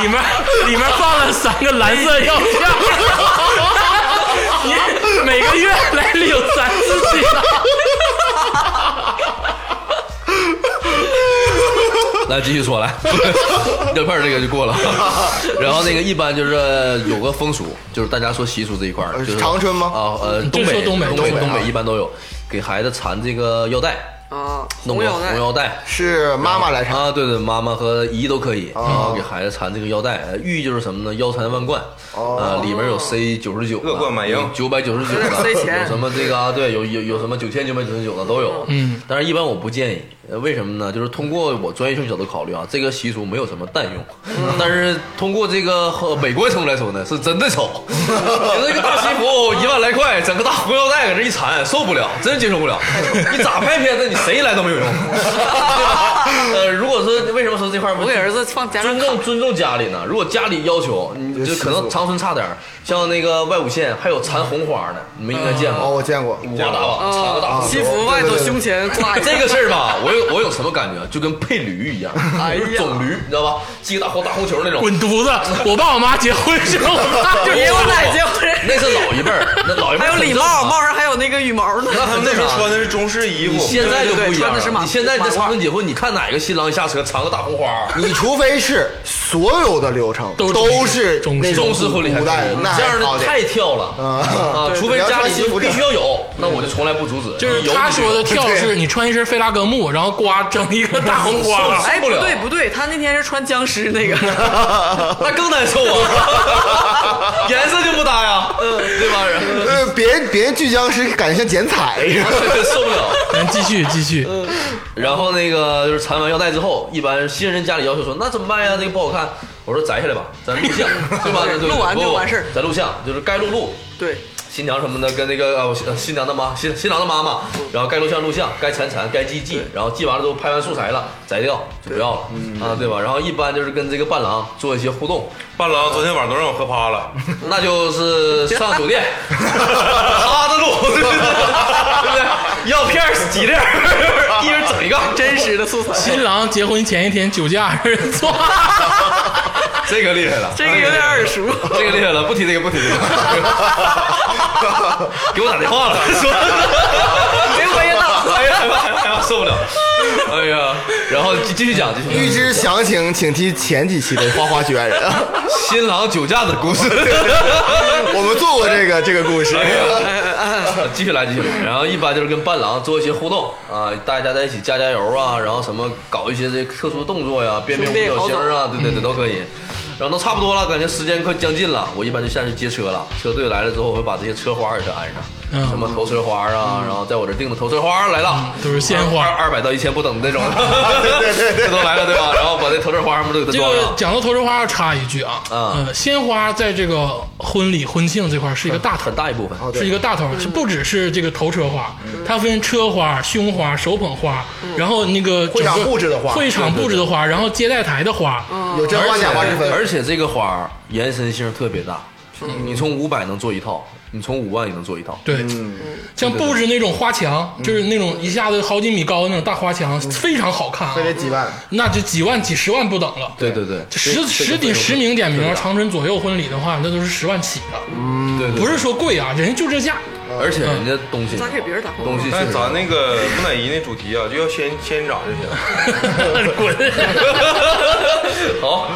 Speaker 1: 里面里面放了三个蓝色药 [LAUGHS] 片儿，你每个月来领三次锦囊。
Speaker 3: 来继续说
Speaker 4: [LAUGHS]
Speaker 3: 来，尿片儿这个就过了。然后那个一般就是有个风俗，就是大家说习俗这一块儿，
Speaker 4: 呃
Speaker 3: 就是
Speaker 4: 长春吗
Speaker 3: 啊，呃，
Speaker 1: 就
Speaker 3: 东
Speaker 1: 说
Speaker 3: 北，
Speaker 1: 东北
Speaker 3: 东
Speaker 1: 东北
Speaker 3: 东
Speaker 1: 啊
Speaker 3: 北一般都有，给孩子缠这个腰带，
Speaker 2: 啊，红
Speaker 3: 弄个
Speaker 2: 腰
Speaker 3: 红
Speaker 2: 带，
Speaker 3: 腰带。
Speaker 4: 是妈妈来唱，
Speaker 3: 啊，对对，妈妈和姨都可以，然后给孩子缠这个腰带，呃寓意就是什么呢？腰缠万贯，啊，里面有 C 九十九，
Speaker 5: 恶贯满盈
Speaker 3: 九百九十九的，
Speaker 2: 塞钱
Speaker 3: 有什么这个啊？对，有有有什么九千九百九十九的都有，嗯，但是一般我不建议，呃为什么呢？就是通过我专业性角度考虑啊，这个习俗没有什么淡用， [LAUGHS] 但是通过这个和美国角度来说呢，是真的丑，你这个大西服一万来块，整个大红腰带搁这一缠，受不了，真接受不了，你咋拍片子，你谁来都没有用， [LAUGHS] 对吧？ [LAUGHS] 呃，如果说为什么说这块儿不
Speaker 2: 我给儿子放家长
Speaker 3: 尊
Speaker 2: 卡，
Speaker 3: 重尊重家里呢？如果家里要求，你就可能长春差点儿，像那个外五县还有缠红花呢，你们应该见
Speaker 4: 哦，
Speaker 3: 过，
Speaker 4: 我见过，
Speaker 3: 五花大绑，缠个大红
Speaker 2: 西服外头胸前挂一
Speaker 3: [LAUGHS]
Speaker 2: 个
Speaker 3: 这个事儿吧，我有我有什么感觉？就跟配
Speaker 2: [LAUGHS]
Speaker 3: 驴一样，哎
Speaker 2: 呀
Speaker 3: 种驴，你知道吧？系个大红大红球那种，
Speaker 1: 滚犊子！我爸我妈结婚时候，我爸就
Speaker 2: 爷我奶结婚，
Speaker 3: 那是老一辈儿，那老一辈
Speaker 2: 还
Speaker 3: 儿
Speaker 2: 有礼帽，帽上还有那个羽毛
Speaker 3: [LAUGHS]
Speaker 2: 呢。
Speaker 3: 那很正
Speaker 5: 那时候
Speaker 3: 常。
Speaker 5: 穿的是中式衣
Speaker 3: 你
Speaker 5: 服，
Speaker 3: 现在就不
Speaker 2: 对对
Speaker 3: 一样
Speaker 2: 对穿的是马
Speaker 3: 了，你现在在
Speaker 2: 马褂
Speaker 3: 长春结婚，你看哪个新郎一下车缠个大红花儿？
Speaker 4: 你除非是所有的流程
Speaker 1: 都是
Speaker 4: 都是
Speaker 1: 中式
Speaker 4: 那种
Speaker 3: 中式婚礼还
Speaker 4: 古
Speaker 3: 可
Speaker 4: 代
Speaker 3: 以，
Speaker 4: 那
Speaker 3: 这样的
Speaker 4: 好点嗯
Speaker 3: 太跳了啊！除非家里就必须要有，那我就从来不阻止。
Speaker 1: 就是他说的跳是，你穿一身菲拉格慕，然后呱整一个大红花，
Speaker 2: 哎，
Speaker 3: 受
Speaker 2: 不
Speaker 3: 不了
Speaker 2: 对不对，他那天是穿僵尸那
Speaker 3: [LAUGHS]
Speaker 2: 个，
Speaker 3: 那更难受 [LAUGHS] 啊，颜色就不搭呀，对 [LAUGHS] 吧？
Speaker 4: 呃，别人别人巨僵尸感觉像剪彩 [LAUGHS] 似的。
Speaker 3: 受不 [LAUGHS] 了。
Speaker 1: 咱继续继续，
Speaker 3: 然后那个就是缠完腰带之后，一般新人家里要求说，那怎么办呀？这个不好看。我说摘下来吧，咱录 [LAUGHS] 像，对吧？
Speaker 2: 对
Speaker 3: 对
Speaker 2: 录完就完事儿
Speaker 3: 咱录像就是该录录，
Speaker 2: 对，
Speaker 3: 新娘什么的，跟那个呃新新娘的妈、新新郎的妈妈，然后该录像录像，该缠缠，该记记，然后记完了之后拍完素材了，摘掉就不要了啊，对吧？然后一般就是跟这个伴郎做一些互动， [LAUGHS]
Speaker 5: 伴郎昨天晚上都让我喝趴了，
Speaker 3: 那就是上酒店， [LAUGHS] 哈着录， [LAUGHS] 对不对？药片儿几粒儿， [LAUGHS] 一人整一个，
Speaker 2: 真实的素材。
Speaker 1: 新郎结婚前一天酒驾让人抓，
Speaker 3: 这个厉害了，
Speaker 2: 这个有点耳熟。
Speaker 3: 这个厉害了，不提这个，不提这个。 [LAUGHS] 给我打电话了， [LAUGHS] 说，
Speaker 2: 哎，我也脑子
Speaker 3: 哎呀，哎呀，哎呀，受不了，哎呀，然后继继续讲，继续
Speaker 4: 预
Speaker 3: 讲
Speaker 4: 知详情，请听前几期的《花花学院人》 [LAUGHS] 啊，
Speaker 3: 新郎酒驾的
Speaker 2: [LAUGHS]
Speaker 3: 故事，
Speaker 4: 我们做过这个这个故事。
Speaker 3: [LAUGHS] 哎继续来，继续来。然后一般就是跟伴郎做一些互动啊，大家在一起加加油啊，然后什么搞一些这特殊动作呀，变变
Speaker 2: 顺便嗯
Speaker 3: 五角星
Speaker 2: 跑走
Speaker 3: 啊，对对对，都可以。然后都差不多了，感觉时间快将近了，我一般就下去接车了。车队来了之后，我会把这些车花也是安上，
Speaker 1: 嗯
Speaker 3: 什么头车花啊，然后在我这订的头车花来了，
Speaker 1: 都是鲜花
Speaker 3: 二二百到一千不等的那
Speaker 2: [LAUGHS]
Speaker 3: 种，对对对，这都来了对吧？然后把这头车花什么都给它
Speaker 1: 这
Speaker 3: 装
Speaker 1: 个
Speaker 3: 上。
Speaker 1: 讲到头枝花要插一句啊，
Speaker 3: 啊
Speaker 1: 呃，鲜花在这个婚礼婚庆这块儿是一个大头
Speaker 3: 很。大一部分，
Speaker 1: 是一个大头，是不只是这个头车花，它分车花、胸花、手捧花，然后那个
Speaker 4: 会场
Speaker 1: 整个
Speaker 4: 布置的花
Speaker 1: 会场布置的花，然后接待台的花，
Speaker 4: 有真花假花之分。
Speaker 3: 而且这个花儿延伸性特别大，你从五百能做一套，你从五万也能做一套。
Speaker 1: 对，像布置那种花墙，就是那种一下子好几米高的那种大花墙，非常好看啊
Speaker 4: 非，得几万，
Speaker 1: 那就几万、几十万不等了。
Speaker 3: 对对对，
Speaker 1: 这十十顶十名点名，长春左右婚礼的话，那都是十万起的，
Speaker 3: 对对，
Speaker 1: 不是，说贵啊，人家就这价。
Speaker 3: 而且人家东西
Speaker 2: 咱给别人打工
Speaker 3: 东西确
Speaker 5: 但
Speaker 3: 实
Speaker 5: 是哎咱那个木乃伊那主题啊，就要仙仙人掌就行。
Speaker 1: 滚！ [LAUGHS]
Speaker 3: 好，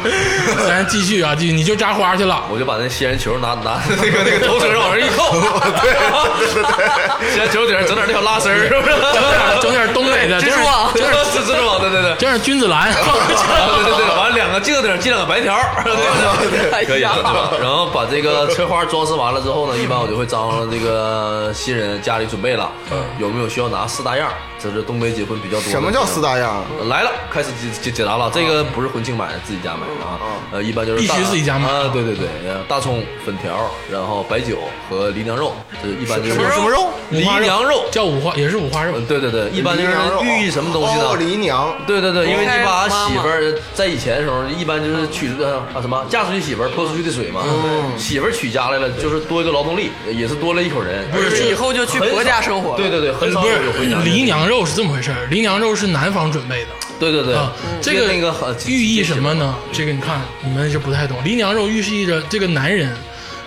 Speaker 1: 咱继续啊，继续，你就扎花去了。
Speaker 3: 我就把那仙人球拿拿那个那个头绳往上一
Speaker 5: [LAUGHS]
Speaker 3: 扣，对，仙人球顶上整点那小拉丝儿，是不
Speaker 1: 整
Speaker 3: 是？
Speaker 1: 点 [LAUGHS] 整点东北的，整
Speaker 2: 蜘蛛
Speaker 1: 点
Speaker 2: 网
Speaker 3: 这 [LAUGHS] 是蜘蛛网，对对对。
Speaker 1: 整点君子兰。 [LAUGHS]
Speaker 3: 对对对，完了两个镜子顶上系两个白条儿， [LAUGHS] 对可以了，对吧？然后把这个车花装饰完了之后呢，一般我就会张罗这个新人家里准备了，有没有需要拿四大样儿？这是东北结婚比较多的。
Speaker 4: 什么叫四大样？
Speaker 3: 来了，开始解解解答了。这个不是婚庆买的，自己家买的啊。呃，一般就是大
Speaker 1: 必须自己家买
Speaker 3: 啊。对对对，呃大葱、粉条，然后白酒和梨娘肉，这一般就是
Speaker 4: 什么什么肉？
Speaker 3: 梨娘肉。
Speaker 1: 叫五花，也是五花肉
Speaker 3: 嗯，。对对对，一般就是
Speaker 4: 梨娘肉
Speaker 3: 寓意什么东西呢？
Speaker 4: 哦，离娘。
Speaker 3: 对对对，因为你
Speaker 2: 开
Speaker 3: 把
Speaker 2: 妈妈
Speaker 3: 媳妇儿在以前的时候，一般就是娶呃啊什么嫁出去媳妇儿泼出去的水嘛，嗯媳妇儿娶家来了，就是多一个劳动力，也是多了一口人，不
Speaker 2: 不是以后就去婆家生活了。
Speaker 3: 对对对，很少
Speaker 1: 不是
Speaker 3: 有回娘家
Speaker 1: 黎，娘肉是这么回事儿，黎娘肉是南方准备的。
Speaker 3: 对对对
Speaker 1: 啊，，
Speaker 2: 嗯
Speaker 1: 这
Speaker 3: 跟
Speaker 1: 个
Speaker 3: 那个呃很
Speaker 1: 寓意什么？呢？这个你看，你们就不太懂。离娘肉预示着这个男人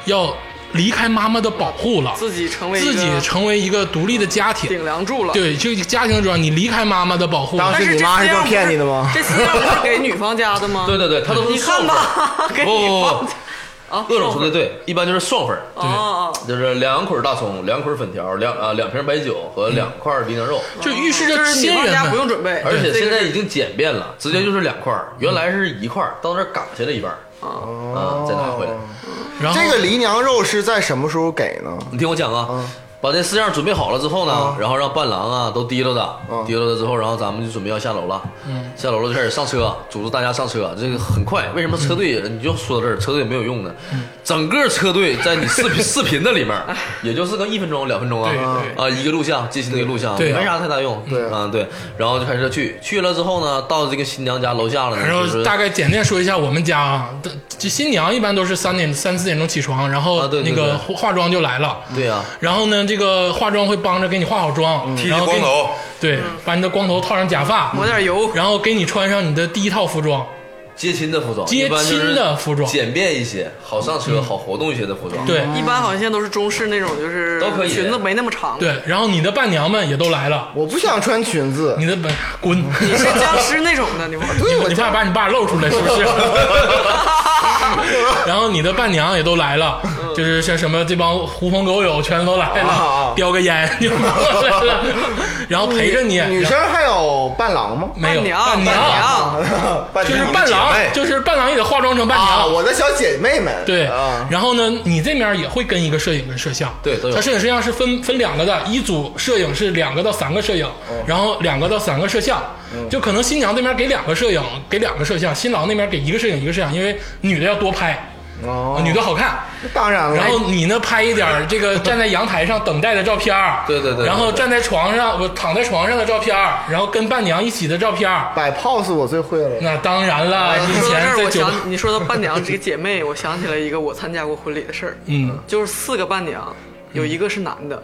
Speaker 1: 要离开妈妈的保护了，
Speaker 2: 自己成为一个
Speaker 1: 自己成为一个独立的家
Speaker 2: 顶
Speaker 1: 庭。
Speaker 2: 梁柱了。
Speaker 1: 对，这个家庭主要你离开妈妈的保护，
Speaker 4: 当
Speaker 2: 但
Speaker 4: 时
Speaker 2: 是
Speaker 4: 你
Speaker 2: 这
Speaker 4: 妈
Speaker 2: 四
Speaker 4: 是这
Speaker 2: 样
Speaker 4: 么
Speaker 2: 不
Speaker 4: 骗你的吗
Speaker 2: 这四样不是给女方家的吗？
Speaker 3: 对对对，他都是
Speaker 2: 你看
Speaker 3: 双份儿，
Speaker 2: 吧，给
Speaker 1: 哦
Speaker 3: 不
Speaker 2: 女方
Speaker 3: 不
Speaker 2: 家啊，
Speaker 3: 不，鄂总说的
Speaker 2: 对，
Speaker 3: 对，一般就是双份儿。
Speaker 2: 哦哦，
Speaker 3: 就是两捆大葱，两捆粉条，两啊两瓶白酒和
Speaker 2: 嗯
Speaker 3: 两块梨娘肉，
Speaker 1: 就预示
Speaker 2: 就
Speaker 1: 着
Speaker 2: 是女
Speaker 1: 亲
Speaker 2: 方
Speaker 1: 人
Speaker 2: 家不用
Speaker 1: 们。
Speaker 2: 准备，
Speaker 3: 而且
Speaker 2: 嗯这
Speaker 3: 现
Speaker 2: 个
Speaker 3: 在
Speaker 2: 是嗯
Speaker 3: 已经简便了，直接就是两块儿，原来是一块儿，到那儿嘎下来一半儿啊，再拿回来。
Speaker 1: 然后
Speaker 4: 这个离娘肉是在什么时候给呢？
Speaker 3: 你听我讲
Speaker 1: 嗯
Speaker 3: 啊，把这四样准备好了之后呢，然后让伴郎啊都提溜着，
Speaker 1: 嗯
Speaker 3: 提溜着之后，然后咱们就准备要下楼了。下楼了就开始上车，组织大家上车，这个很快。为什么车
Speaker 1: 嗯
Speaker 3: 队你就说到这儿，车队没有用呢？整个车队在你 [LAUGHS] 视频视频的里面，也就是个一分钟两分钟啊
Speaker 1: 哎对
Speaker 3: 啊一个录像，进行的一个录像，
Speaker 1: 对
Speaker 3: 没啥太大用。对啊对，然后就开始去，去了之后呢，到这个新娘家楼下了呢，
Speaker 1: 然
Speaker 3: 嗯就
Speaker 1: 后
Speaker 3: 是
Speaker 1: 大概简单说一下我们家啊，这这新娘一般都是三点三四点钟起床，然后
Speaker 3: 啊对对
Speaker 1: 那个
Speaker 3: 对
Speaker 1: 化化妆就来了。
Speaker 3: 对啊嗯呀。
Speaker 1: 然后呢，这个化妆会帮着给你化好妆，
Speaker 5: 剃剃
Speaker 1: 然后给
Speaker 5: 光
Speaker 1: 你
Speaker 5: 头，
Speaker 1: 对，把你的光头套上假发，
Speaker 2: 抹点油，
Speaker 1: 然后给你穿上你的第一套服装，
Speaker 3: 接亲的服装，
Speaker 1: 接
Speaker 3: 一般就是
Speaker 1: 亲的服装嗯
Speaker 3: 简便一些，好上车，好活动一些的服装。
Speaker 1: 对
Speaker 2: 一般好像现在都是中式那种，就是
Speaker 3: 都可以
Speaker 2: 裙子没那么长。，
Speaker 1: 对，然后你的伴娘们也都来了，
Speaker 4: 我不想穿裙子。
Speaker 1: 你的本滚，
Speaker 2: 你是僵尸那种的，你们
Speaker 4: 对，我
Speaker 1: 你怕把你爸露出来是不
Speaker 4: [LAUGHS]
Speaker 1: 是？然后你的伴娘也都来了，就是像什么这帮狐朋狗友全都来了
Speaker 4: 嗯啊，
Speaker 1: 叼个烟就过来
Speaker 4: [LAUGHS]
Speaker 1: 了，然后陪着你，
Speaker 4: 女
Speaker 1: 然
Speaker 4: 生还有伴郎吗
Speaker 1: 后？没有
Speaker 2: 伴娘
Speaker 1: 伴啊
Speaker 2: 伴娘
Speaker 1: 就是
Speaker 5: 你
Speaker 1: 伴
Speaker 5: 的姐
Speaker 1: 郎
Speaker 5: 妹，
Speaker 1: 就是伴郎也得化妆成伴
Speaker 4: 啊，
Speaker 1: 娘，
Speaker 4: 我的小姐妹们。
Speaker 1: 对
Speaker 4: 啊，，
Speaker 1: 然后呢，你这面也会跟一个摄影跟摄像，
Speaker 3: 对都有
Speaker 1: 他摄影摄像是分分两个的，一组摄影是两个到三个摄影，然后两个到三个摄像，就可能新娘这边给两个摄影，给两个摄像，新郎那边给一个摄影一个摄像，因为女的要多拍，
Speaker 4: 哦
Speaker 1: 女的好看。
Speaker 4: 当然了。
Speaker 1: 然后你呢，拍一点儿这个站在阳台上等待的照片儿
Speaker 3: 对对对对
Speaker 1: 然后站在床上，我躺在床上的照片儿然后跟伴娘一起的照片
Speaker 4: [LAUGHS]
Speaker 1: 儿
Speaker 4: 摆 pose 我最会了。
Speaker 1: 那当然了，
Speaker 2: 你
Speaker 1: 哎以
Speaker 2: 哎说到这
Speaker 1: 前
Speaker 2: 儿，
Speaker 1: 在
Speaker 2: 我
Speaker 1: 酒吧，
Speaker 2: 想你说到伴娘这个姐妹，我想起来一个我参加过婚礼的事儿，
Speaker 1: 嗯，
Speaker 2: 就是四个伴娘，有一个是男的，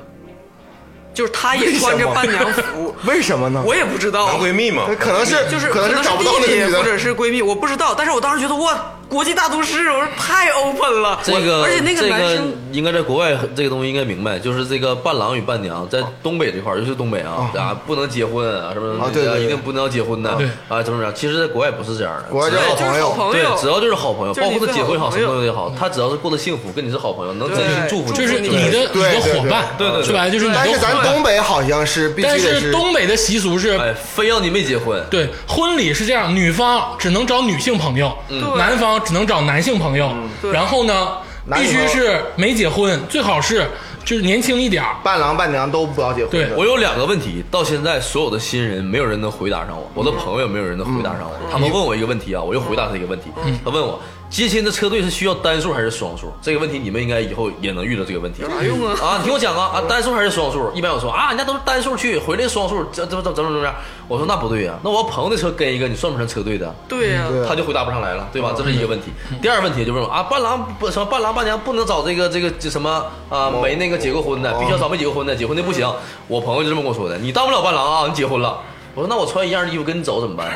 Speaker 2: 就是他也穿着伴娘
Speaker 4: [LAUGHS]
Speaker 2: 服，
Speaker 4: 为什么呢？
Speaker 2: 我也不知道
Speaker 5: 男，闺蜜嘛，
Speaker 4: 可能是
Speaker 2: 就是
Speaker 4: 可能是找不到那
Speaker 2: 弟
Speaker 4: 个
Speaker 2: 弟
Speaker 4: 女
Speaker 2: 或者
Speaker 4: 的。
Speaker 2: 是闺蜜，我不知道，但是我当时觉得我国际大都市，我说太 open 了。
Speaker 3: 这个
Speaker 2: 而且那
Speaker 3: 这
Speaker 2: 男
Speaker 3: 个
Speaker 2: 生
Speaker 3: 应该在国外这个东西应该明白，就是这个伴郎与伴娘在东北这块儿，尤其是东北啊，啊不能结婚啊，什么
Speaker 4: 啊哦对对对
Speaker 3: 一定不能要结婚的
Speaker 1: 对
Speaker 3: 啊，怎么着？其实，在国外不是这样的，
Speaker 4: 国外
Speaker 3: 只
Speaker 4: 叫
Speaker 3: 要
Speaker 4: 好
Speaker 2: 对，就是
Speaker 4: 朋
Speaker 2: 好
Speaker 4: 友
Speaker 2: 朋
Speaker 3: 对，
Speaker 2: 友，
Speaker 3: 只要就是好朋友，
Speaker 2: 就是
Speaker 3: 包
Speaker 2: 你
Speaker 3: 括他
Speaker 2: 最
Speaker 3: 结
Speaker 2: 好
Speaker 3: 婚
Speaker 2: 的朋
Speaker 3: 也好，什么
Speaker 2: 友
Speaker 3: 东西也好，他只要是过得幸福，跟你是好朋友，能真心
Speaker 2: 对
Speaker 3: 祝福你，
Speaker 1: 就是你的你
Speaker 4: 对
Speaker 1: 的
Speaker 4: 对
Speaker 1: 伙伴，
Speaker 3: 对对对
Speaker 1: 是吧？就是你的
Speaker 4: 但是咱
Speaker 1: 伙伴。
Speaker 4: 东北好像是必须
Speaker 1: 但
Speaker 4: 得
Speaker 1: 是东北的习俗是，
Speaker 3: 哎，非要你没结婚，
Speaker 1: 对婚礼是这样，女方只能找女性朋友，
Speaker 4: 嗯
Speaker 1: 男方只能找男性朋友。
Speaker 2: 对
Speaker 1: 然后呢，
Speaker 4: 男
Speaker 1: 必
Speaker 4: 女
Speaker 1: 须
Speaker 4: 朋友
Speaker 1: 是没结婚，最好是就是年轻一点儿。
Speaker 4: 伴郎伴娘都不要结婚
Speaker 1: 对
Speaker 4: 的。
Speaker 3: 我有两个问题，到现在所有的新人没有人能回答上
Speaker 2: 嗯
Speaker 3: 我，我的朋友也没有人能回答上我。他们问我一个问题啊，我又回答他一个问题。
Speaker 2: 嗯
Speaker 3: 他问我接亲的车队是需要单数还是双数？这个问题你们应该以后也能遇到这个问题。
Speaker 2: 啥用啊？
Speaker 3: 啊，你听我讲啊啊，单数还是双数？一般我说啊，人家都是单数去，回来双数，这这怎么怎么怎么样？我说那不对呀、啊那我朋友的车跟一个，你算不算车队的？
Speaker 2: 对呀、
Speaker 4: 对嗯
Speaker 3: 他就回答不上来了，对吧？这是一个问题。第二问题就问我啊，伴郎不什么伴郎伴娘不能找这个这个这什么啊没那个结过婚的，
Speaker 4: 哦
Speaker 3: 必须要找没结过婚的，结婚的不行。我朋友就这么跟我说的，你当不了伴郎啊，你结婚了。我说那我穿一样的衣服跟你走怎么
Speaker 4: [LAUGHS]
Speaker 3: 办？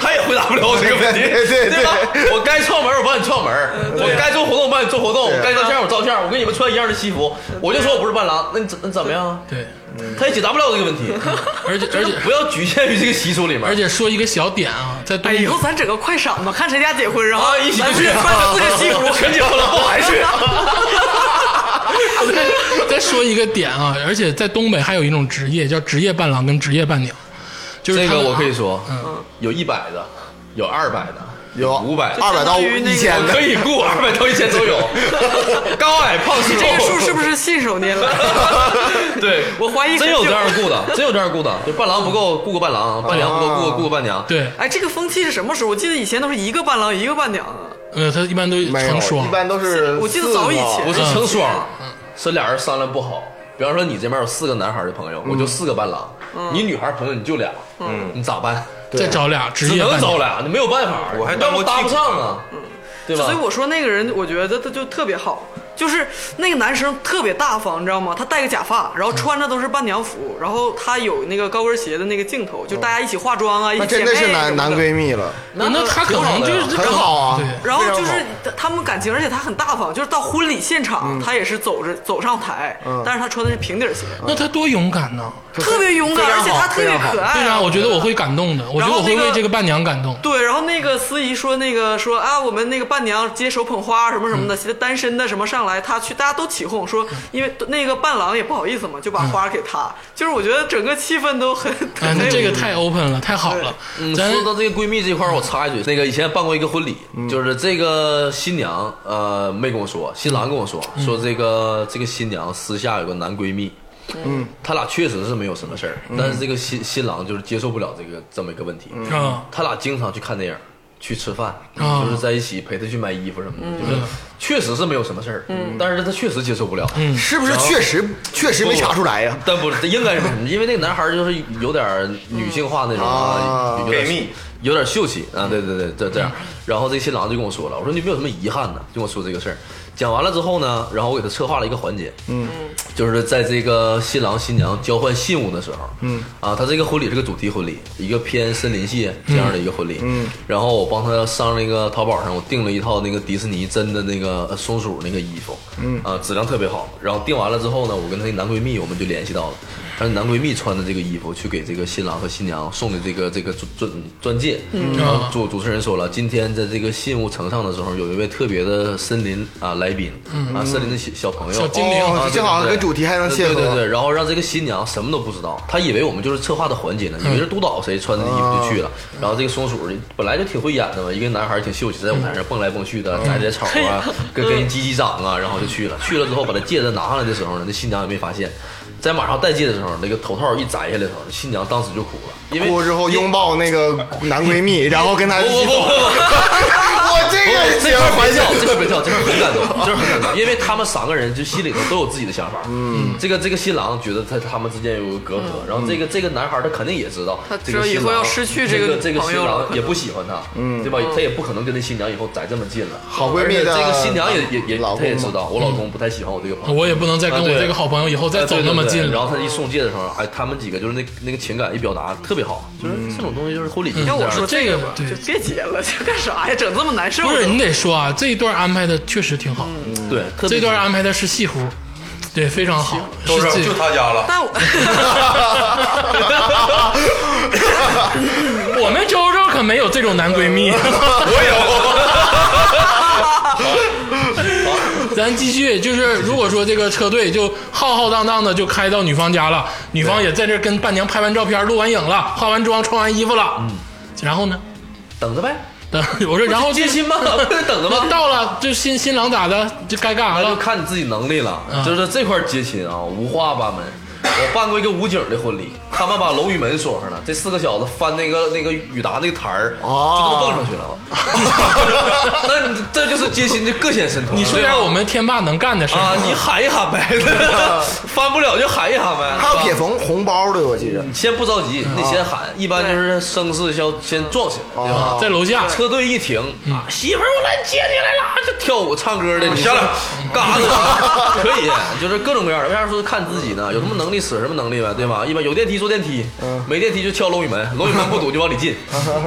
Speaker 3: 他也回答不了我这个问题，
Speaker 4: 对对对啊
Speaker 3: 吧？我该串门我帮你串门，我该做活动我帮你做活动，我该照相我照相，我跟你们穿一样的西服，
Speaker 4: 啊
Speaker 3: 我就说我不是伴郎，那你怎那怎么样啊？
Speaker 1: 对，
Speaker 3: 他也解答不了这个
Speaker 4: [LAUGHS]
Speaker 3: 问题，
Speaker 1: 而且而
Speaker 3: 而
Speaker 1: 且
Speaker 3: 且不要局限于这个习俗里面
Speaker 1: 而。且说一个小点啊，在东
Speaker 2: 哎，以
Speaker 1: 北
Speaker 2: 后咱整个快闪吧，看谁家结婚，然后
Speaker 3: 啊一
Speaker 2: [LAUGHS]
Speaker 3: 起
Speaker 2: 咱
Speaker 3: 去
Speaker 2: 穿着自己西
Speaker 3: [LAUGHS]
Speaker 2: 服，
Speaker 3: 全结婚了，不还去？
Speaker 4: [LAUGHS]
Speaker 1: 再说一个点啊，而且在东北还有一种职业叫职业伴郎跟职业伴娘，就是
Speaker 3: 这
Speaker 1: 他
Speaker 3: 个
Speaker 1: 们啊
Speaker 3: 我可以说，
Speaker 1: 嗯
Speaker 3: 有一百的，有二百的，
Speaker 4: 有
Speaker 3: 五百，
Speaker 4: 二百到
Speaker 2: 就相当于那个
Speaker 4: 一千
Speaker 3: 可
Speaker 4: 的，
Speaker 3: 以雇二百到一千都有， [LAUGHS] 高矮胖瘦，
Speaker 2: 这个数是不是信手拈来？ [LAUGHS]
Speaker 3: 对，
Speaker 2: 我怀疑
Speaker 3: 真有这样雇的，真有这样雇的，就伴郎不够雇个伴郎，伴娘不够
Speaker 2: 嗯
Speaker 3: 雇个雇个伴娘，
Speaker 1: 对，
Speaker 2: 哎，这个风气是什么时候？我记得以前都是一个伴郎一个伴娘啊。
Speaker 1: 呃，他一般都
Speaker 4: 没有
Speaker 1: 成，双
Speaker 4: 一，般都是
Speaker 2: 我记得
Speaker 4: 四
Speaker 2: 早以
Speaker 4: 个
Speaker 2: 前
Speaker 3: 啊不是成双，
Speaker 2: 嗯
Speaker 3: 是俩人商量不好。比方说你这边有四个男孩的朋友，
Speaker 2: 嗯
Speaker 3: 我就四个伴郎，你女孩朋友你就俩，嗯，你咋办？
Speaker 1: 再找俩职
Speaker 3: 只
Speaker 1: 业
Speaker 3: 能
Speaker 1: 伴
Speaker 3: 找
Speaker 1: 娘。
Speaker 3: 俩，你没有办法，
Speaker 5: 我还
Speaker 3: 要
Speaker 5: 当
Speaker 3: 不
Speaker 5: 过
Speaker 3: 搭
Speaker 5: 替
Speaker 3: 不
Speaker 5: 补
Speaker 3: 上啊，对吧？
Speaker 2: 所以我说那个人，我觉得他就特别好，就是那个男生特别大方，你知道吗？他戴个假发，然后穿着都是伴娘服，然后他有那个高跟鞋的那个镜头，就大家一起化妆啊，一
Speaker 4: 哦那
Speaker 2: 起姐
Speaker 4: 真
Speaker 2: 妹
Speaker 4: 的是男
Speaker 2: 什么的
Speaker 4: 男。闺蜜了，
Speaker 1: 那那他可能就是
Speaker 4: 很好啊
Speaker 1: 对。
Speaker 2: 然后就
Speaker 4: 非常
Speaker 2: 是
Speaker 4: 好嗯
Speaker 2: 他他们感情，而且他很大方，就是到婚礼现场，他也是走着走上台，但是他穿的是平底鞋，
Speaker 1: 那他多勇敢呢！
Speaker 2: 特别勇敢，
Speaker 4: 非常
Speaker 2: 而
Speaker 4: 好
Speaker 2: 且他特别
Speaker 4: 非常好
Speaker 2: 可爱啊。
Speaker 1: 对啊，我觉得我会感动的，我觉
Speaker 2: 然
Speaker 1: 得
Speaker 2: 后
Speaker 1: 我会
Speaker 2: 那个
Speaker 1: 为这个伴娘感动。
Speaker 2: 对，然后那个司仪说那个说啊，我们那个伴娘接手捧花什么什么
Speaker 1: 嗯
Speaker 2: 的，现在单身的什么上来，他去大家都起哄说，因为那个伴郎也不好意思嘛，就把花给他。就是我觉得整个气氛都很
Speaker 1: 啊，
Speaker 2: 很
Speaker 1: 嗯那
Speaker 2: 那
Speaker 1: 这个太 open 了，太好了。
Speaker 3: 嗯，
Speaker 1: 咱嗯
Speaker 3: 说到这个闺蜜这块儿，我插一嘴，那个以前办过一个婚礼，就是这个新娘呃没跟我说，新郎跟我说，
Speaker 1: 嗯
Speaker 3: 说这个这个新娘私下有个男闺蜜，嗯，他俩确实是没有什么事儿，
Speaker 1: 嗯
Speaker 3: 但是这个新新郎就是接受不了这个这么一个问题，
Speaker 1: 啊，
Speaker 3: 他俩经常去看电影，去吃饭，
Speaker 1: 啊嗯
Speaker 3: 就是在一起陪他去买衣服什么的，就是确实是没有什么事儿，但是他确实接受不了，嗯，
Speaker 4: 是不是确实确实没查出来呀？
Speaker 3: [LAUGHS] 但不是，应该是因为那个男孩儿就是有点儿女性化那种
Speaker 4: 啊
Speaker 3: 有点
Speaker 5: 给蜜
Speaker 3: 有点秀气啊，对对对，这这样。然后这新郎就跟我说了，我说你有没有什么遗憾呢？就跟我说这个事儿。讲完了之后呢，然后我给他策划了一个环节，嗯，就是在这个新郎新娘交换信物的时候，嗯，啊，他这个婚礼是个主题婚礼，一个偏森林系这样的一个婚礼，嗯，然后我帮他上那个淘宝上，我订了一套那个迪士尼真的那个呃松鼠那个衣服，嗯，啊，质量特别好。然后订完了之后呢，我跟他那男闺蜜我们就联系到了，她男闺蜜穿的这个衣服去给这个新郎和新娘送的这个这个钻钻钻戒，嗯，然后主主持人说了，今天在这个信物呈上的时候，有一位特别的森林啊来宾，啊，森林的小小朋友，
Speaker 1: 小精灵
Speaker 3: 啊
Speaker 4: 哦，
Speaker 3: 对
Speaker 4: 正好
Speaker 3: 对
Speaker 4: 跟主题还能切
Speaker 3: 对对对
Speaker 4: 合。
Speaker 3: 对，然后让这个新娘什么都不知道，她以为我们就是策划的环节
Speaker 4: 嗯
Speaker 3: 呢，以为是督导谁穿的衣
Speaker 4: 哦
Speaker 3: 服就去了。然后这个松鼠本来就挺会演的嘛，一个男孩儿挺秀气，在舞台上蹦来蹦去
Speaker 4: 嗯
Speaker 3: 的，摘摘草
Speaker 4: 哎
Speaker 3: 啊，跟跟人击击掌啊，然后就去了。去了之后把那戒指拿上来的时候呢，那新娘也没发现。在马上戴戒的时候，那个头套一摘下来的时候，新娘当时就哭了，因为
Speaker 4: 哭之后拥抱那个男闺蜜，然后跟他一
Speaker 3: 不不
Speaker 4: 起
Speaker 3: 不
Speaker 4: 走。
Speaker 3: 不不，
Speaker 4: 我这个
Speaker 3: 这块
Speaker 4: 行
Speaker 2: [LAUGHS]
Speaker 3: 别笑，这块别笑，这块很感动，这块很感动。因为他们三个人就心里头都有自己的想法。嗯，这个这个新郎觉得他他们之间有个隔阂，然后这个这个男孩他肯定也知道
Speaker 2: 嗯他，
Speaker 3: 这
Speaker 2: 知道
Speaker 3: 个
Speaker 2: 以后
Speaker 3: 新郎
Speaker 2: 要失去
Speaker 3: 这
Speaker 2: 这个
Speaker 3: 这个
Speaker 2: 朋
Speaker 3: 新
Speaker 2: 友
Speaker 3: 郎
Speaker 2: 了
Speaker 3: 也不喜欢他，嗯，对吧？他也不可能跟那新娘以后再这么近了。
Speaker 4: 好闺蜜的
Speaker 3: 而且这个新娘也也也
Speaker 4: 老公
Speaker 3: 他也知道，我老
Speaker 2: 嗯
Speaker 3: 公不太喜欢我这个朋友。哎
Speaker 1: 我也不能再跟我这个好朋友以后
Speaker 3: 啊
Speaker 1: 再走那么近了。
Speaker 3: 然后他一送戒的时候，哎，他们几个就是那那个情感一表达特别好，就是这种东西就是婚礼。
Speaker 2: 嗯
Speaker 1: 嗯
Speaker 2: 要我说
Speaker 1: 这
Speaker 2: 个
Speaker 1: 个
Speaker 2: 吧，
Speaker 1: 对
Speaker 2: 就别结了，这干啥呀？整这么难受。
Speaker 1: 不是你得说啊，这一段安排的确实挺好，
Speaker 3: 对，嗯特
Speaker 1: 这
Speaker 3: 别
Speaker 1: 段安排的是戏服，对，非常好，
Speaker 5: 都
Speaker 1: 是
Speaker 5: 是就
Speaker 1: 这
Speaker 5: 他家了，
Speaker 2: 但我
Speaker 1: 我们周周可没有这种男闺蜜，我有。 [LAUGHS] 咱继续，就是如果说这个车队就浩浩荡荡的就开到女方家了，女方也在这跟伴娘拍完照片、录完影了，化完妆、穿完衣服了，嗯，然后呢？ [LAUGHS]
Speaker 3: 等着呗，
Speaker 1: 等我说，然后
Speaker 3: 接
Speaker 1: [LAUGHS]
Speaker 3: 亲吧，不是等着吧。
Speaker 1: 到了，就新新郎咋的？就该干啥
Speaker 3: 那就
Speaker 1: 了？
Speaker 3: 看你自己能力了。
Speaker 1: 啊
Speaker 3: 就是这块接亲啊，五花八门。我办过一个武警的婚礼，他们把龙与门锁上了，这四个小子翻那个那个雨达那个台儿，
Speaker 4: 哦
Speaker 3: 就这么蹦上去
Speaker 4: [LAUGHS]
Speaker 3: 了。那你这就是接亲，就各显神通。啊
Speaker 1: 你说
Speaker 3: 对吧
Speaker 1: 点我们天霸能干的事儿
Speaker 3: 啊，你喊一
Speaker 1: [LAUGHS]
Speaker 3: 喊呗，翻不了就喊一喊呗。
Speaker 4: 还有
Speaker 3: 是吧
Speaker 4: 撇缝红包的，我记着。
Speaker 3: 你先不着
Speaker 1: 啊
Speaker 3: 急，你得先喊，一般就是声势要先壮起来，对吧？
Speaker 1: 在楼下
Speaker 3: 车队一停，啊，媳妇儿，我来接你来了，就跳舞唱歌的，你
Speaker 5: 下来
Speaker 3: 干啥去？ [LAUGHS] 可以，就是各种各样的。为啥说看自己呢？有什么能力使什么能力呗，对吧？一般有电梯坐电梯，没电梯就敲龙与门，龙与门不堵就往里进，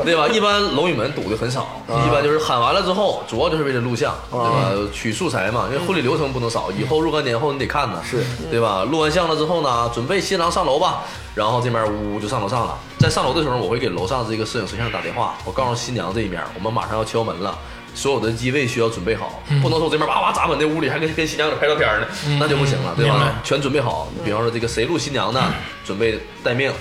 Speaker 3: 对吧？一般龙与门堵的很少，一般就是喊完了之后，主要就是为了录像，对吧？取素材
Speaker 1: 嗯
Speaker 3: 嘛，因为婚礼流程不能少，以后若干年后你得看呢，是对吧？录完像了之后呢，准备新郎上楼吧，然后这边呜呜就上楼上了。在上楼的时候，我会给楼上这个摄影摄像打电话，我告诉新娘这一面，我们马上要敲门了。所有的机位需要准备好，
Speaker 1: 嗯
Speaker 3: 不能说我这边哇哇砸门，那屋里还跟跟新娘搁拍照片呢，那就不行了，对
Speaker 1: 明白
Speaker 3: 吧？全准备好，比方说这个谁录新娘呢，准备待命。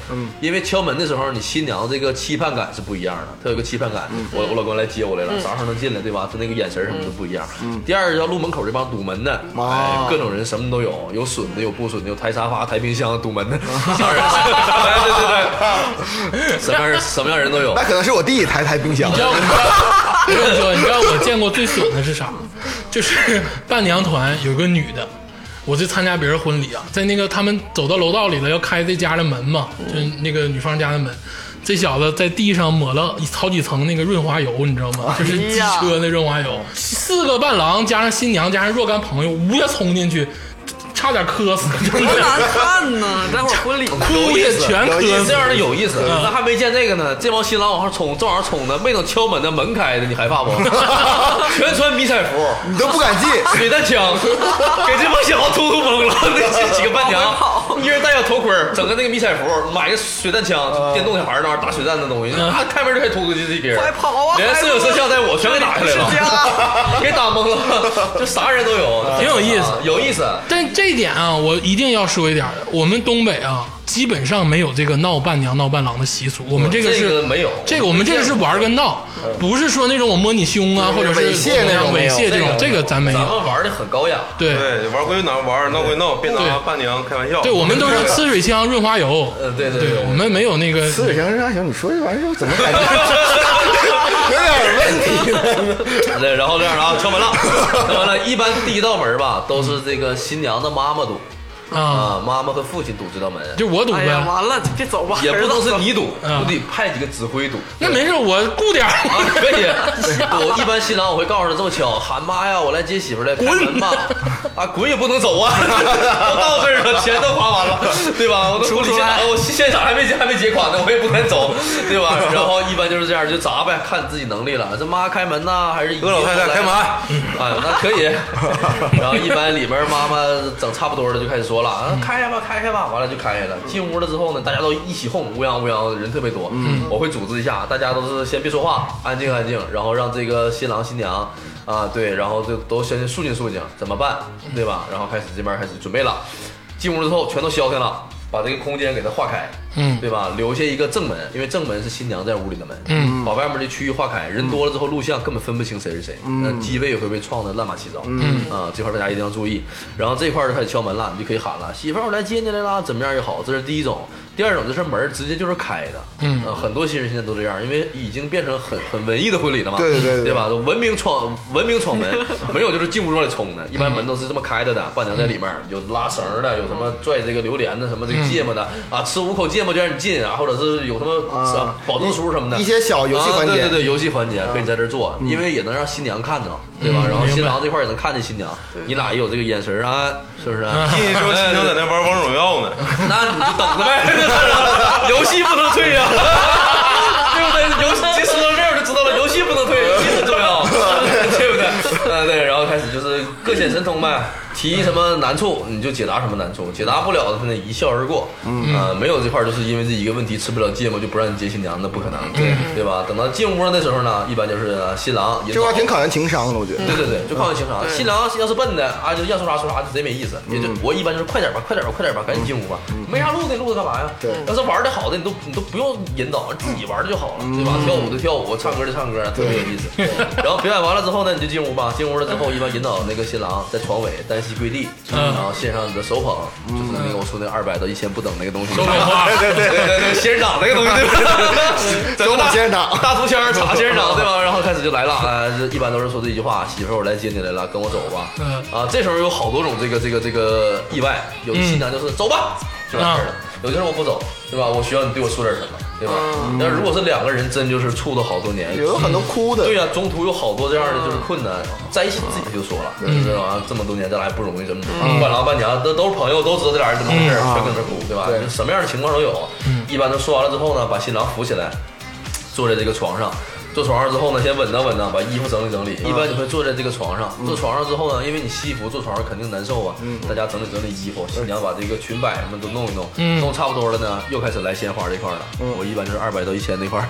Speaker 3: 因为敲门的时候，你新娘这个期盼感是不一样的，她有个期盼感，我我老公来接我来了，啥时候能进来，对吧？她那个眼神什么都不一样。第二要录门口这帮堵门的，哎
Speaker 4: 啊，
Speaker 3: 各种人什么都有，有损的，有不损的，有抬沙发、抬冰箱、堵门的，什么人？哎对对对，什么样人什么样人都有
Speaker 4: 那。可能是我弟抬抬冰箱
Speaker 1: 你知道，你知道，我跟你说，你知道我见过最损的是啥？就是伴娘团有个女的，我去参加别人婚礼啊，在那个他们走到楼道里了，要开这家的门嘛，就是那个女方家的门。这小子在地上抹了好几层那个润滑油，你知道吗？就是机车那润滑油。四个伴郎加上新娘加上若干朋友，呜下冲进去，差点磕死，
Speaker 2: 多难看呢，待会儿婚礼。
Speaker 1: 哭也全
Speaker 4: 有意
Speaker 1: 磕
Speaker 4: 思
Speaker 1: 死
Speaker 3: 这。样的有意思，那还没见这个呢，这帮新郎往上冲，正往上冲呢，没等敲门呢，门开的，你害怕不？ [LAUGHS] 全穿迷彩服、
Speaker 4: 你都不敢进。
Speaker 2: [LAUGHS]
Speaker 3: 水弹枪，给这帮小子突突懵了。那几个伴娘，一人戴个头盔儿，整个那个迷彩服，买个水弹枪，电动小孩儿那玩意儿打水弹的东西，啊，开门就开始突突进去给
Speaker 2: 嗯
Speaker 3: 人，
Speaker 2: 快跑啊
Speaker 3: 连摄影摄像带我全给打下来了，给打懵了， [LAUGHS] 就啥人都有，
Speaker 1: 挺有意思
Speaker 3: 啊有意思。
Speaker 1: 但这一点啊，我一定要说一点儿，我们东北啊，基本上没有这个闹伴娘、闹伴郎的习俗。我们这个是、
Speaker 3: 这个没有
Speaker 1: 这个我们这个是玩儿跟闹，不是说那种我摸你胸啊，或者是
Speaker 4: 猥亵那种
Speaker 1: 猥亵这种，这个咱没
Speaker 3: 咱
Speaker 1: 有。
Speaker 3: 们玩的很高雅，
Speaker 1: 对
Speaker 5: 对，玩归玩，玩闹归闹，别拿伴娘开玩笑。
Speaker 1: 对，我们都是呲水枪、润滑油。
Speaker 3: 呃，对对
Speaker 1: 对，我们没有那个。
Speaker 4: 四行是啥行？你说这玩意儿怎么感觉
Speaker 3: [LAUGHS]
Speaker 4: 有点问题呢？
Speaker 3: 对，然后这样啊，
Speaker 1: [LAUGHS]
Speaker 3: 敲门了，敲门了。一般第一道门吧，都是这个新娘的妈妈堵
Speaker 1: 啊，
Speaker 3: 啊，妈妈和父亲堵这道门，
Speaker 1: 就我赌
Speaker 2: 哎呀，
Speaker 1: 呗。
Speaker 2: 完了，别走吧，
Speaker 3: 也不能是你堵，
Speaker 1: 嗯
Speaker 3: 我得派几个指挥堵。
Speaker 1: 那没事，我雇点儿。 [LAUGHS]
Speaker 3: 啊，可以。我一般新郎我会告诉他这么敲，喊妈呀，我来接媳妇儿来，开门吧。啊，滚也不能
Speaker 5: [LAUGHS]
Speaker 3: 走啊，都到这儿了，钱都花完了，对吧？
Speaker 5: [LAUGHS]
Speaker 3: 我都婚礼现场，我现场还没结还没结款呢，我也不敢走，对
Speaker 5: [LAUGHS]
Speaker 3: 吧？然后一般就是这样，就砸呗，看自己能力了。这妈开门呐，还是姨
Speaker 5: 哥老太太
Speaker 3: 来
Speaker 5: 开门
Speaker 3: 啊，那
Speaker 5: [LAUGHS]
Speaker 3: 可以。然后一般里边妈妈整差不多了，就开始说了，啊开开吧，开开吧，完了就开开了。进屋了之后呢，大家都一起哄，乌泱乌泱的人特别多。我会组织一下，大家都是先别说话，安静安静，然后让这个新郎新娘啊，对，然后就都先肃静肃静，怎么办，对吧？然后开始这边开始准备了，进屋之后全都消停了，把这个空间给它化开。嗯，对吧？留下一个正门，因为正门是新娘在屋里的门，嗯，把外面的区域划开，人多了之后，录像根本分不清谁是谁，
Speaker 4: 嗯
Speaker 3: 那机位会被撞得乱码七糟，嗯啊，这块大家一定要注意。然后这块儿就开始敲门了，你就可以喊了，媳妇儿，我来接你来啦，怎么样也好，这是第一种。第二种就是门儿直接就是开的，嗯、很多新人现在都这样，因为已经变成很很文艺的婚礼了嘛，
Speaker 4: 对对对对
Speaker 3: 对吧？文明闯文明闯门，没有就是进屋往里冲的，一般门都是这么开着的，伴娘在里面有拉绳儿的，有什么拽这个榴莲的，什么这个
Speaker 4: 嗯
Speaker 3: 芥末的、啊，吃五口芥末就让你进啊，或者是有什么、
Speaker 4: 啊
Speaker 3: 保证书什么的，
Speaker 4: 一些小游戏环
Speaker 3: 啊
Speaker 4: 节嗯
Speaker 3: 对对对，游戏环节可以在这儿做，因为也能让新娘看着，对吧？
Speaker 1: 嗯
Speaker 3: 然后新
Speaker 1: 明白
Speaker 3: 郎这块儿也能看见新娘，你俩也有这个眼神儿啊，是不是？
Speaker 4: [LAUGHS]
Speaker 5: 进去之后，新娘在那玩王者荣耀
Speaker 3: [LAUGHS]
Speaker 5: 呢，
Speaker 3: 那你就等着 [LAUGHS] 呗，游戏不能退 [LAUGHS] 呀、对不对？游戏其实说到这儿就知道了，游戏不能 [LAUGHS] 退，游戏很重要，对不对？啊，对，然后开始就是各显神通呗，提什么难处你就解答什么难处，解答不了的那一笑而过。嗯啊、没有这块儿就是因为这一个问题吃不了芥末就不让你接新娘，那不可能，对对吧？等到进屋了那时候呢，一般就是新郎引
Speaker 4: 这块
Speaker 3: 导
Speaker 4: 儿挺考验情商的，我觉得。
Speaker 3: 对对对，就靠你情商。新郎要是笨的啊，就要说啥说啥，就贼没意思。也就我一般就是快点吧，快点吧，快点吧，赶紧进屋吧。没啥路的，路子干嘛呀？
Speaker 4: 对
Speaker 3: 要是玩的好的，你都你都不用引导，自己玩的就好了，对吧？跳舞的跳舞，唱歌的唱歌，特别有意思。然后表演完了之后呢，你就进屋吧。进屋了之后，一般引导那个新郎在床尾单膝跪地，
Speaker 1: 嗯
Speaker 3: 然后献上你的手捧，就是那个我说那二百到一千不等那个东西。
Speaker 1: 手捧花
Speaker 3: 对对对对对，仙人掌那个东西对吧？整个大
Speaker 4: 手捧仙人掌
Speaker 3: [LAUGHS] 大竹签儿茶仙人掌对吧？然后开始就来了，呃，就一般都是说这一句话：“媳妇儿，我来接你来了，跟我走吧。”
Speaker 1: 嗯
Speaker 3: 啊，这时候有好多种这个这个这个意外，有的新娘就是走吧就完事儿了，有的人我不走，对吧？我需要你对我说点什么，对吧？但是如果是两个人，真就是处了好多年，
Speaker 4: 有很多哭的，
Speaker 3: 对啊呀、中途有好多这样的就是困难，在一起自己就说了，就是啊，这么多年咱俩也不容易，怎么怎么伴郎伴娘都都是朋友，都知道这俩人怎么回事，全跟这哭，对吧？就什么样的情况都有。一般都说完了之后呢，把新郎扶起来，坐在这个床上。坐床上之后呢，先稳当稳当，把衣服整理整理。一般你会坐在这个床上，坐床上之后呢，因为你西服坐床上肯定难受啊，大家整理整理衣服，新娘把这个裙摆什么都弄一弄，弄差不多了呢，又开始来鲜花这块儿了。我一般就是二百到一千那块儿，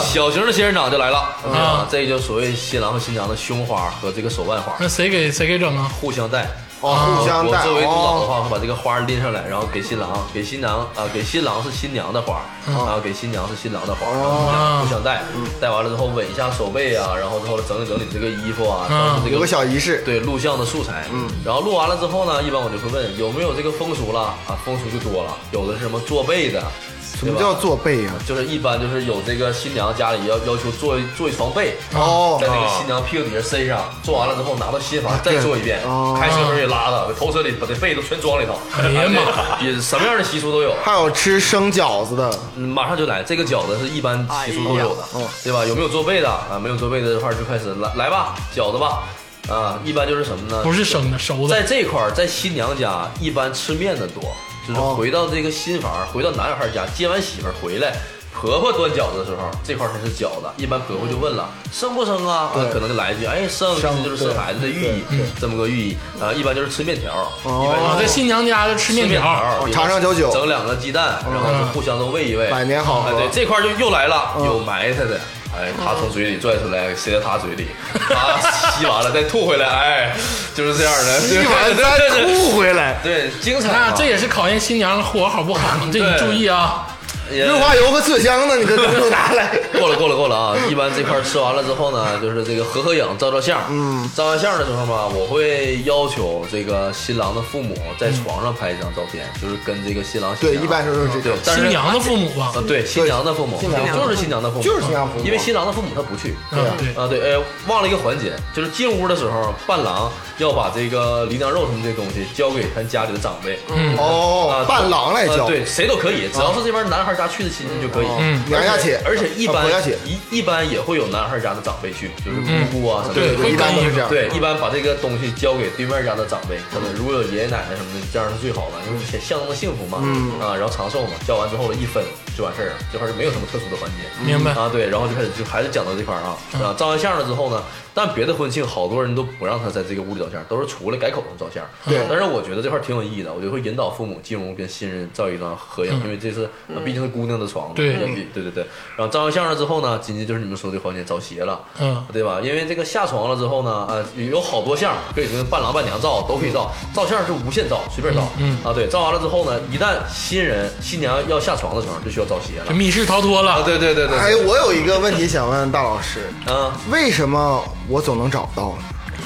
Speaker 3: 小型的仙人掌就来了啊，这就所谓新郎和新娘的胸花和这个手腕花
Speaker 1: 那谁给谁给整啊？
Speaker 3: 互相戴。啊
Speaker 4: 哦，互相带
Speaker 3: 我作为督导的
Speaker 4: 哦，
Speaker 3: 话，会把这个花拎上来，然后给新郎，给新郎啊、给新郎是新娘的花，
Speaker 4: 嗯
Speaker 3: 啊，给新娘是新郎的花，然
Speaker 4: 哦
Speaker 3: 后互相戴，戴完了之后吻一下手背啊，然后之后整理整理这个衣服啊，
Speaker 1: 嗯
Speaker 3: 整理这
Speaker 4: 有
Speaker 3: 个
Speaker 4: 个小仪式，
Speaker 3: 对录像的素材，嗯，然后录完了之后呢，一般我就会问有没有这个风俗了啊，风俗就多了，有的是什么做被的，
Speaker 4: 什
Speaker 3: 什
Speaker 4: 么叫做背啊呀？
Speaker 3: 就是一般就是有这个新娘家里要要求做一做一床被，
Speaker 4: 哦啊
Speaker 3: 在这个新娘屁股底下塞上，做完了之后拿到新房再做一遍
Speaker 4: 哦，
Speaker 3: 开车时候也拉着，头车里把这被都全装里头，
Speaker 1: 哎呀妈
Speaker 3: 也什么样的习俗都有。
Speaker 4: 还有吃生饺子的，
Speaker 3: 嗯马上就来，这个饺子是一般习俗都有的，
Speaker 4: 哎呀哦
Speaker 3: 对吧？有没有做被的啊？没有做被的话就开始来来吧，饺子吧，啊，一般就是什么呢？
Speaker 1: 不是生的，熟
Speaker 3: 在
Speaker 1: 的。
Speaker 3: 这块儿，在新娘家一般吃面的多，就是
Speaker 4: 哦
Speaker 3: 回到这个新房，回到男孩家接完媳妇儿回来。婆婆端饺子的时候，这块儿才是饺子。一般婆婆就问了，生不生啊？
Speaker 4: 对
Speaker 3: 啊可能就来一句，哎，生，
Speaker 4: 生
Speaker 3: 这就是生孩子的寓意
Speaker 4: 对对对，
Speaker 3: 这么个寓意啊。一般就是吃面条，
Speaker 4: 哦
Speaker 3: 一般就是
Speaker 1: 啊，在新娘家就吃面条，
Speaker 3: 条
Speaker 4: 长长久久
Speaker 3: 整两个鸡蛋，然后就互相都喂一喂，
Speaker 4: 哦百年好合嗯
Speaker 3: 哎对，这块儿就又来了，有埋汰的。哎，他从嘴里拽出来，塞到他嘴
Speaker 4: [LAUGHS]
Speaker 3: 里，他吸完了再吐回来，哎，就是这样的。
Speaker 4: 一
Speaker 3: [LAUGHS]
Speaker 4: 碗再吐回来，
Speaker 3: 对，精彩啊。
Speaker 1: 那这也是考验新娘火好不好，这你
Speaker 3: 对
Speaker 1: 注意啊。
Speaker 3: 也
Speaker 4: 润滑油和麝香呢，你这都拿
Speaker 3: [LAUGHS]
Speaker 4: 来。
Speaker 3: 过了，过了，过了啊！一般这块儿吃完了之后呢，就是这个合合影、照照相。嗯，照完相的时候嘛，我会要求这个新郎的父母在床上拍一张照片，就是跟这个新郎新
Speaker 4: 嗯对，
Speaker 3: 娘
Speaker 4: 一般是这
Speaker 3: 对
Speaker 4: 种，，
Speaker 3: 但是
Speaker 1: 新娘的父母吧，
Speaker 3: 啊，对，新娘的父母，
Speaker 4: 新娘的父母
Speaker 3: 就是新娘的父母，啊
Speaker 4: 就是新娘父母
Speaker 3: 因为新郎的父母他不去。
Speaker 1: 嗯，对，
Speaker 3: 啊，对，呃，忘了一个环节，就是进屋的时候，伴郎要把这个梨娘肉什么这东西交给他家里的长辈。嗯，
Speaker 4: 哦，伴郎来嗯教，哦
Speaker 3: 呃对，谁都可以，只要是这边男孩家去的亲戚就可以。
Speaker 1: 嗯
Speaker 4: 娘家且，
Speaker 3: 而且一
Speaker 4: 啊
Speaker 3: 般
Speaker 4: 婆家且，
Speaker 3: 一一般也会有男孩家的长辈去，就是姑
Speaker 4: 嗯
Speaker 3: 姑啊什么
Speaker 1: 对
Speaker 3: 的。
Speaker 1: 会
Speaker 4: 一般
Speaker 1: 干
Speaker 4: 都是
Speaker 1: 一
Speaker 4: 这样。嗯
Speaker 3: 对，一般把这个东西交给对面家的长辈，可能如果有
Speaker 4: 嗯
Speaker 3: 爷爷奶奶什么的，这样是最好的，因为显象征着幸福嘛，啊，然后长寿嘛。交完之后一分，就完事儿了，这块儿就没有什么特殊的环节。
Speaker 1: 明白嗯
Speaker 3: 啊？对，然后就开始就还是讲到这块儿啊啊，照完相了之后呢，但别的婚庆好多人都不让他在这个屋里照相，都是出来改口上照相。
Speaker 4: 对
Speaker 3: 但是我觉得这块儿挺有意义的，我就会引导父母进屋跟新人照一张合影，因为这是啊毕竟是姑娘的床嘛，
Speaker 1: 嗯对
Speaker 3: 对对对对。然后照完相了之后呢，紧接就是你们说的环节找鞋了，
Speaker 1: 嗯
Speaker 3: 对吧？因为这个下床了之后呢，呃，有好多相可以跟伴郎伴娘照，都可以照，照相是无限照，随便照。
Speaker 1: 嗯
Speaker 3: 啊，对，照完了之后呢，一旦新人新娘要下床的时候，就需要找鞋了。
Speaker 1: 密室逃脱
Speaker 3: 啊，
Speaker 1: 了，
Speaker 3: 对对对对，
Speaker 4: 哎，我有一个问题想问大老师，
Speaker 3: 啊，
Speaker 4: 为什么我总能找到呢？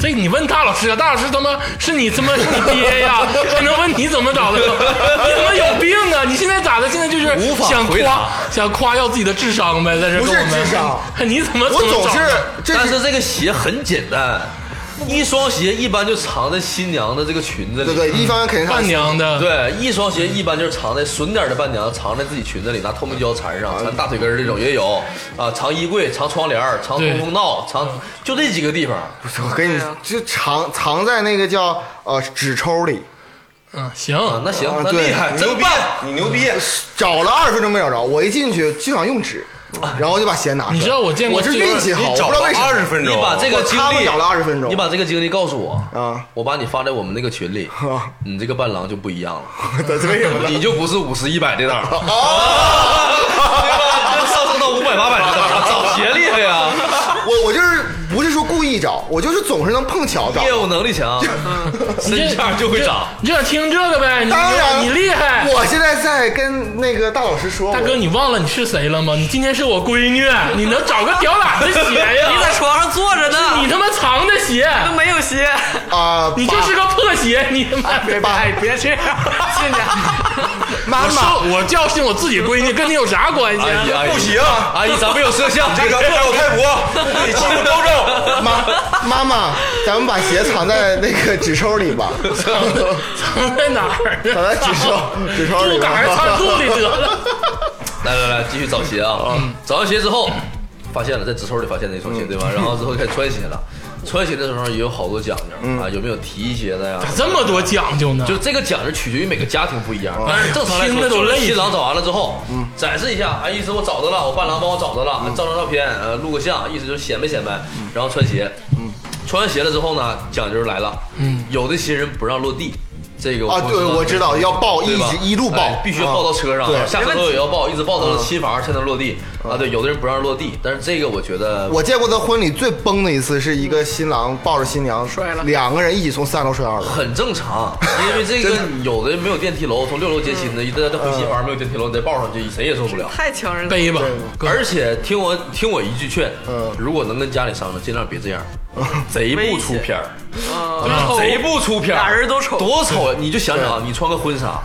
Speaker 1: 这你问大老师啊，大老师他妈是你他妈是你爹呀，还能问你怎么
Speaker 4: [LAUGHS]
Speaker 1: 找的？你他妈有病啊！你现在咋的？现在就是
Speaker 3: 无法
Speaker 1: 想
Speaker 3: 回
Speaker 1: 夸想夸耀自己的智商呗，在这
Speaker 4: 不是
Speaker 1: 跟我们
Speaker 4: 智商，
Speaker 1: [LAUGHS] 你怎么
Speaker 4: 我
Speaker 1: 怎么
Speaker 4: 总
Speaker 1: 找
Speaker 4: 是
Speaker 1: 的
Speaker 4: 这
Speaker 3: 但是这个鞋很简单，一双鞋一般就藏在新娘的这个裙子里。
Speaker 4: 对对，一方面肯定是
Speaker 1: 伴娘的，
Speaker 3: 对一双鞋一般就是藏在损点儿的伴娘藏在自己裙子里，拿透明胶缠上，缠大腿根儿这种也有啊，藏衣柜、藏窗帘儿、藏
Speaker 1: 对
Speaker 3: 通风道、藏就这几个地方。
Speaker 4: 我跟你
Speaker 2: 对啊
Speaker 4: 就藏藏在那个叫呃纸抽里，
Speaker 1: 嗯，行，
Speaker 3: 啊，那行
Speaker 4: 啊，
Speaker 3: 那
Speaker 4: 对啊
Speaker 3: 厉害，
Speaker 5: 牛
Speaker 3: 真
Speaker 5: 逼
Speaker 3: 棒！，
Speaker 5: 你牛逼！
Speaker 4: 找了二十分钟没找着，我一进去就想
Speaker 2: [LAUGHS]
Speaker 4: 用纸，然后就把鞋拿出来。
Speaker 1: 你知道我见过
Speaker 4: 我是
Speaker 1: 最
Speaker 4: 运气好，我
Speaker 5: 你
Speaker 4: 不
Speaker 5: 找
Speaker 4: 知道
Speaker 5: 了
Speaker 4: 为什么
Speaker 5: 二十分
Speaker 3: 你
Speaker 5: 钟，
Speaker 3: 把这个经
Speaker 4: 我他们
Speaker 3: 历
Speaker 4: 找了20分钟
Speaker 3: 你把这个经历告诉我
Speaker 4: 啊，
Speaker 3: 我把你发在我们那个群里，你这个伴郎就不一样了，
Speaker 4: [LAUGHS] 为什么呢？
Speaker 3: 你就不是五十一百这档儿了，
Speaker 4: 哦
Speaker 3: [LAUGHS] 对吧上升到五百八百这档儿了，找鞋厉害呀，
Speaker 4: 我我就是不是说故意找，我就是总是能碰巧找
Speaker 3: 业。务能力强，
Speaker 1: 你这
Speaker 3: 身价就会涨。
Speaker 1: 你这想听这个呗？你
Speaker 4: 当然了
Speaker 1: 你厉害，
Speaker 4: 我现在在跟那个大老师说，
Speaker 1: 大哥，你忘了你是谁了吗？你今天是我闺女，你能找个屌哪的鞋
Speaker 4: [LAUGHS]
Speaker 1: 呀？
Speaker 2: 你在床上坐着
Speaker 1: 你
Speaker 2: 呢，
Speaker 1: 他妈藏的鞋，
Speaker 2: 都没有鞋， [LAUGHS]
Speaker 4: 啊，
Speaker 1: 你就是个破鞋，你他妈！
Speaker 4: 别爸
Speaker 2: 别这样，亲家，
Speaker 4: 妈
Speaker 1: 哎我
Speaker 4: 妈，
Speaker 1: 说我教训我自己闺女，跟你有啥关系啊？
Speaker 3: 阿姨，阿姨
Speaker 5: 不行，
Speaker 3: 哎阿姨，咱们有摄像，
Speaker 5: 这个还有
Speaker 3: [LAUGHS]
Speaker 5: 开国，你记住高照。
Speaker 4: 妈妈妈，咱们把鞋藏在那个纸抽里吧，
Speaker 1: 藏 [LAUGHS] 在哪儿 [LAUGHS] 啊？
Speaker 4: 藏在纸抽纸抽里
Speaker 1: 裤
Speaker 4: 吧
Speaker 1: 衩。藏肚里得了。
Speaker 3: 来来来，继续找鞋啊！找完鞋之后，发现了在纸抽里发现那
Speaker 4: 嗯
Speaker 3: 双鞋，对吧？然后之后开始穿鞋了，穿鞋的时候也有好多讲
Speaker 4: 嗯
Speaker 3: 究啊，有没有提鞋
Speaker 4: [LAUGHS]
Speaker 3: 的呀？
Speaker 1: [LAUGHS] 这么多讲究
Speaker 4: 啊
Speaker 1: 呢？
Speaker 3: 就这个讲究取决于每个家庭不一样，但是正常来
Speaker 1: 听着
Speaker 3: 说，
Speaker 1: 都累
Speaker 3: 新郎找完了之后，
Speaker 4: 嗯
Speaker 3: 展示一下，哎，意思我找着了，我伴郎帮我找着了，照张照片，呃，录个像，意思就是显摆显摆，
Speaker 4: 嗯
Speaker 3: 然后穿鞋，穿完鞋了之后呢，讲究来了，有的新人不让落地，这个
Speaker 4: [LAUGHS] 嗯啊，对，我知道要抱，
Speaker 3: 对
Speaker 4: 一
Speaker 3: 吧
Speaker 4: 直一路抱啊
Speaker 3: 哎，必须抱到车上，
Speaker 4: 对
Speaker 3: 下车之后也要抱，一直抱
Speaker 4: 嗯
Speaker 3: 到新房才能落地啊。对，有的人不让落地，但是这个我觉得
Speaker 4: 我见过的婚礼最崩的一次是一个新郎抱着新娘
Speaker 2: 摔了
Speaker 4: 两个人一起从三楼摔到二楼。
Speaker 3: 很正
Speaker 4: [LAUGHS]
Speaker 3: 常，因为这个有的没有电梯楼，从六楼接
Speaker 4: 嗯
Speaker 3: 亲的，一旦回新房没有电梯楼，你再抱上去，谁也受不了。
Speaker 2: 太强人了。
Speaker 1: 背吧，哥
Speaker 3: 而且听我听我一句劝
Speaker 4: 嗯，
Speaker 3: 如果能跟家里商量，尽量别这样，
Speaker 2: 嗯
Speaker 3: 贼不出片儿，
Speaker 2: 啊
Speaker 3: 贼不出片儿，
Speaker 2: 俩人都丑
Speaker 3: 多丑呀！你就想想啊，你穿个婚纱，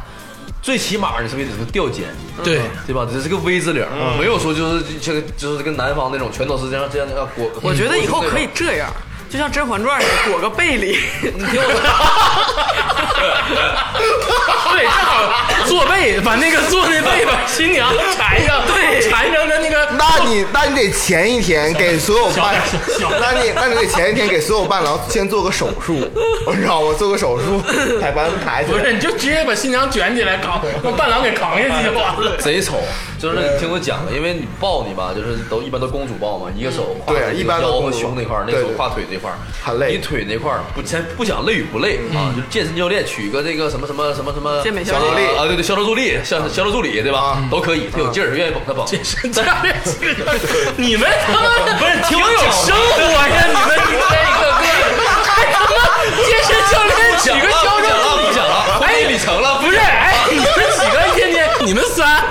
Speaker 3: 最起码你是不是得是吊肩？
Speaker 1: 对，嗯
Speaker 3: 对吧？这是个 V 字领，
Speaker 2: 嗯
Speaker 3: 没有说就是这个就是跟南方那种全都是这样这样的啊裹。
Speaker 2: 我觉得以后可以
Speaker 3: 裹
Speaker 2: 这样，就像《甄嬛传》似的，裹个被里。你听我
Speaker 1: 对，正好坐背，把那个坐那背把新娘缠上， [LAUGHS] 对，缠上的那个
Speaker 4: 那你那你得前一天给所有
Speaker 3: [LAUGHS]
Speaker 4: 伴
Speaker 1: 小点小，点
Speaker 4: 那你那你得前一天给所有伴郎先做个手术，我知道我做个手
Speaker 3: [LAUGHS]
Speaker 4: 术，才把他们抬起
Speaker 1: 不
Speaker 4: 来
Speaker 1: 是，。你就直接把新娘卷起来扛，让伴郎给扛下去就完
Speaker 4: [LAUGHS]
Speaker 1: 了。
Speaker 3: 贼丑，就是你听我讲的，因为你抱你吧，就是都一般都公主抱嘛，一个手挎
Speaker 4: 对
Speaker 3: 着
Speaker 4: 一般都
Speaker 3: 腰和
Speaker 4: 公主
Speaker 3: 胸那块儿，那
Speaker 4: 对
Speaker 3: 手
Speaker 4: 对
Speaker 3: 挎腿那块儿，
Speaker 4: 很累嗯
Speaker 3: 你腿那块儿不先不讲累与不累啊，就是健身教练取一个这个什么什么什么什么
Speaker 2: 健美
Speaker 4: 小助理
Speaker 3: 啊，对对，销售助理，销销售助理对吧？
Speaker 4: 啊
Speaker 3: 都可以，他有劲儿，愿意捧他
Speaker 4: 嗯
Speaker 3: 捧。
Speaker 1: 这你们他妈
Speaker 3: 不是听
Speaker 1: 挺
Speaker 3: 我
Speaker 1: 有
Speaker 3: 讲
Speaker 1: 生活呀！你们你们一个个还他妈 [LAUGHS] 健身教练几个销售助
Speaker 4: [LAUGHS]
Speaker 1: 理
Speaker 3: 不讲了，
Speaker 1: 哎
Speaker 3: 婚礼成了，
Speaker 1: 不是，哎，你们几个天天你们仨，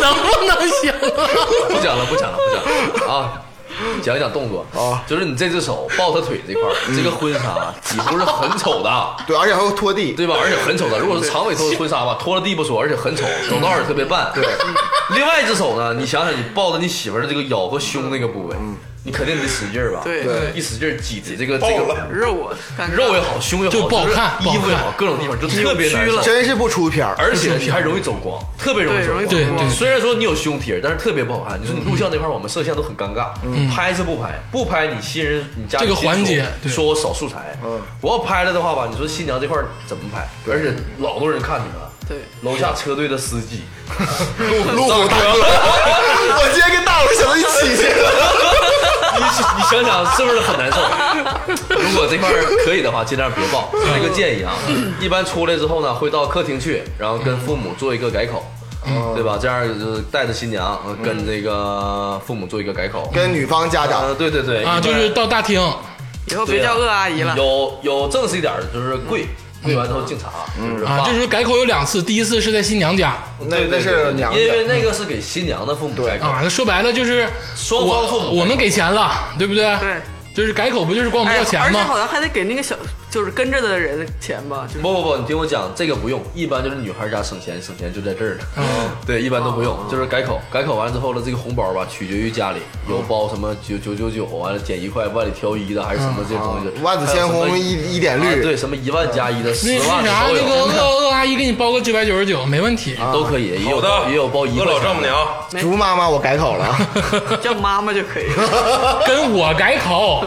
Speaker 1: 能不能行啊？
Speaker 3: 不讲了，不讲了，不讲了啊！讲一讲动作啊，就是你这只手抱他腿这块儿，
Speaker 4: 嗯
Speaker 3: 这个婚纱几乎是很丑的，啊
Speaker 4: 对，而且还会拖地。
Speaker 3: 对吧？而且很丑的。如果是长尾拖婚纱吧，拖了地不说，而且很丑，走道也特别绊。对， [LAUGHS] 另外一只手呢，你想想，你抱着你媳妇儿的这个腰和胸那个部位，你肯定得使劲儿吧？
Speaker 2: 对
Speaker 4: 对
Speaker 3: 一使劲儿挤的这个这个
Speaker 2: 肉啊，感觉
Speaker 3: 肉也好，胸也好，
Speaker 1: 就不好
Speaker 3: 就是
Speaker 1: 看
Speaker 3: 衣服也
Speaker 1: 不好
Speaker 3: 好，各种地方就特别
Speaker 2: 扭
Speaker 3: 难
Speaker 2: 曲
Speaker 3: 受
Speaker 2: 了。
Speaker 4: 真是不出片儿。
Speaker 3: 而且你还容易走光，特别容易走光。
Speaker 1: 对容易走光对对
Speaker 3: 虽然说你有胸贴，但是特别不好看。你说你录像那块儿，我们摄像都很尴尬，拍是不拍，不拍你新人你家里
Speaker 1: 嗯这个环节
Speaker 3: 先
Speaker 1: 对
Speaker 3: 说说我
Speaker 4: 嗯
Speaker 3: 少素材，我要拍了的话吧，你说新娘这块儿怎么拍？而且老多人看你了。
Speaker 2: 对，
Speaker 3: 楼下车队的司机，
Speaker 4: 路 [LAUGHS] 虎大哥，我今天跟大龙想到一起去了。
Speaker 3: 你你想想是不是
Speaker 1: [LAUGHS]
Speaker 3: 很难受？如果这块儿可以的话，尽量别报，
Speaker 1: 嗯
Speaker 3: 这是一个建议啊。一般出来之后呢，会到客厅去，然后跟父母做一个改口，
Speaker 1: 嗯
Speaker 3: 对吧？这样就是带着新娘呃跟这个父母做一个改口。
Speaker 4: 跟女方家长
Speaker 3: 啊，对对对，
Speaker 1: 啊，
Speaker 3: 一般
Speaker 1: 就是到大厅，
Speaker 2: 以后别叫鄂阿
Speaker 4: 嗯
Speaker 2: 姨了。
Speaker 3: 嗯有有正式一点儿的就是跪，跪完之后敬茶，就是
Speaker 1: 啊，
Speaker 3: 爸
Speaker 1: 这是改口有两次，第一次是在新娘家
Speaker 4: 嗯那
Speaker 3: [LAUGHS] 对对
Speaker 4: 那
Speaker 3: 对
Speaker 4: 是娘
Speaker 3: 因为
Speaker 4: 家，
Speaker 3: 那个是给新娘的父母
Speaker 4: 对
Speaker 3: 改口，
Speaker 1: 啊，那说白了就是
Speaker 3: 双方父
Speaker 1: 我
Speaker 3: 母
Speaker 1: 我们给钱了，对不对？
Speaker 2: 对，
Speaker 1: 就是改口不就是管我们
Speaker 2: 哎，
Speaker 1: 要钱
Speaker 2: 而且
Speaker 1: 吗
Speaker 2: 好？像还得给那个小，就是跟着的人钱吧，
Speaker 4: 嗯
Speaker 2: 就是
Speaker 3: 不不不，你听我讲，这个不用，一般就是女孩家省钱，省钱就在这儿呢。
Speaker 4: 嗯
Speaker 3: 对，一般都不
Speaker 4: 哦
Speaker 3: 用，就是改口，改口完之后呢，这个红包吧，取决于家里有包什么九九九九，完了减一块，万里挑一的，还是什么这种东西。
Speaker 4: 哦嗯万紫千
Speaker 3: 还有
Speaker 4: 红
Speaker 3: 什么
Speaker 4: 一一点
Speaker 3: 啊
Speaker 4: 绿，
Speaker 3: 对，什么一万加一的，
Speaker 1: 那
Speaker 3: 十万
Speaker 1: 那
Speaker 3: 的
Speaker 1: 啥，
Speaker 3: 都
Speaker 1: 那个
Speaker 3: 有，
Speaker 1: 鄂鄂阿姨给你包个九百九十九，没问题。
Speaker 3: 都可以，也有
Speaker 5: 好
Speaker 3: 包
Speaker 5: 的，
Speaker 3: 也有包一
Speaker 5: 饿
Speaker 3: 块
Speaker 5: 老
Speaker 3: 钱
Speaker 5: 丈母
Speaker 3: 的。
Speaker 5: 娘，
Speaker 4: 竹妈妈，我改口了
Speaker 2: 叫妈妈就可以了。
Speaker 4: [LAUGHS]
Speaker 1: 跟我改口，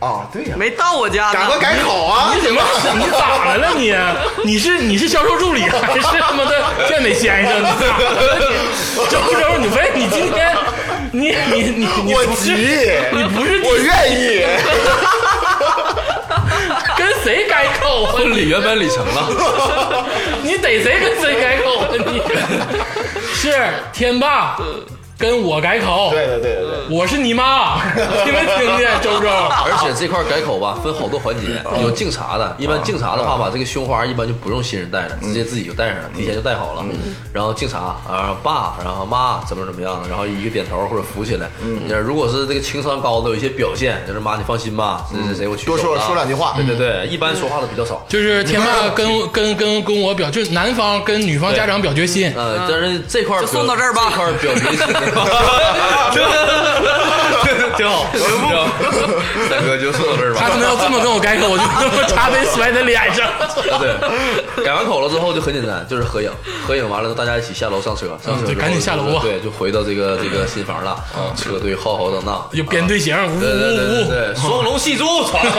Speaker 4: 啊！对呀， [LAUGHS]
Speaker 2: 没到我家呢，
Speaker 4: 赶快改口啊！
Speaker 1: 你怎么你咋的了你？你是你是销售助理还是他妈的健美先生？你咋的了
Speaker 4: [LAUGHS]
Speaker 1: 你？周周，你问你今天你你你你
Speaker 4: 我
Speaker 1: 不
Speaker 4: 急，
Speaker 1: 是你不是
Speaker 4: 我愿意。
Speaker 1: 跟谁改口啊？
Speaker 3: 婚礼
Speaker 4: [LAUGHS]
Speaker 3: 原本礼成了，
Speaker 1: 你逮谁跟谁改口啊？你是天霸跟我改口，
Speaker 4: 对对对对对，
Speaker 1: 我是你妈，听没听见？周周，
Speaker 3: 而且这块改口吧，分好多环节，
Speaker 2: 嗯
Speaker 3: 有敬茶的，一般敬茶的话吧，这个胸花一般就不用新人戴了，直接自己就戴上
Speaker 2: 嗯
Speaker 3: 了，提前就戴好了。然后敬茶啊，爸，然后妈怎么怎么样，然后一个点头或者扶起来。
Speaker 2: 嗯
Speaker 3: 呃如果是这个情商高的，有一些表现，就是妈你放心吧，谁
Speaker 2: 嗯
Speaker 3: 谁谁我去
Speaker 4: 多说说两句话
Speaker 3: 对对对，一般说话的比较少。
Speaker 1: 就是天霸跟跟跟跟我表，就是男方跟女方家长表决心，
Speaker 3: 呃，但是这块儿
Speaker 2: 嗯就送到这儿吧
Speaker 3: 这块儿
Speaker 2: [LAUGHS]
Speaker 3: 表决心，挺挺好，
Speaker 5: 大哥就送到这儿
Speaker 1: 他
Speaker 5: 吧。
Speaker 1: 他妈要这么跟我改口，我就他妈茶杯摔他脸上。
Speaker 3: 啊，对，改完口了之后就很简单，就是合影，合影完了大家一起下楼上车，上车
Speaker 1: 对
Speaker 3: 之后
Speaker 1: 赶紧下楼啊
Speaker 3: 对，就回到这个这个新房了，车队浩浩荡荡，
Speaker 1: 有编队形，呜
Speaker 3: 对对对对
Speaker 1: 呜哦呜，
Speaker 3: 对，双龙戏珠，床上，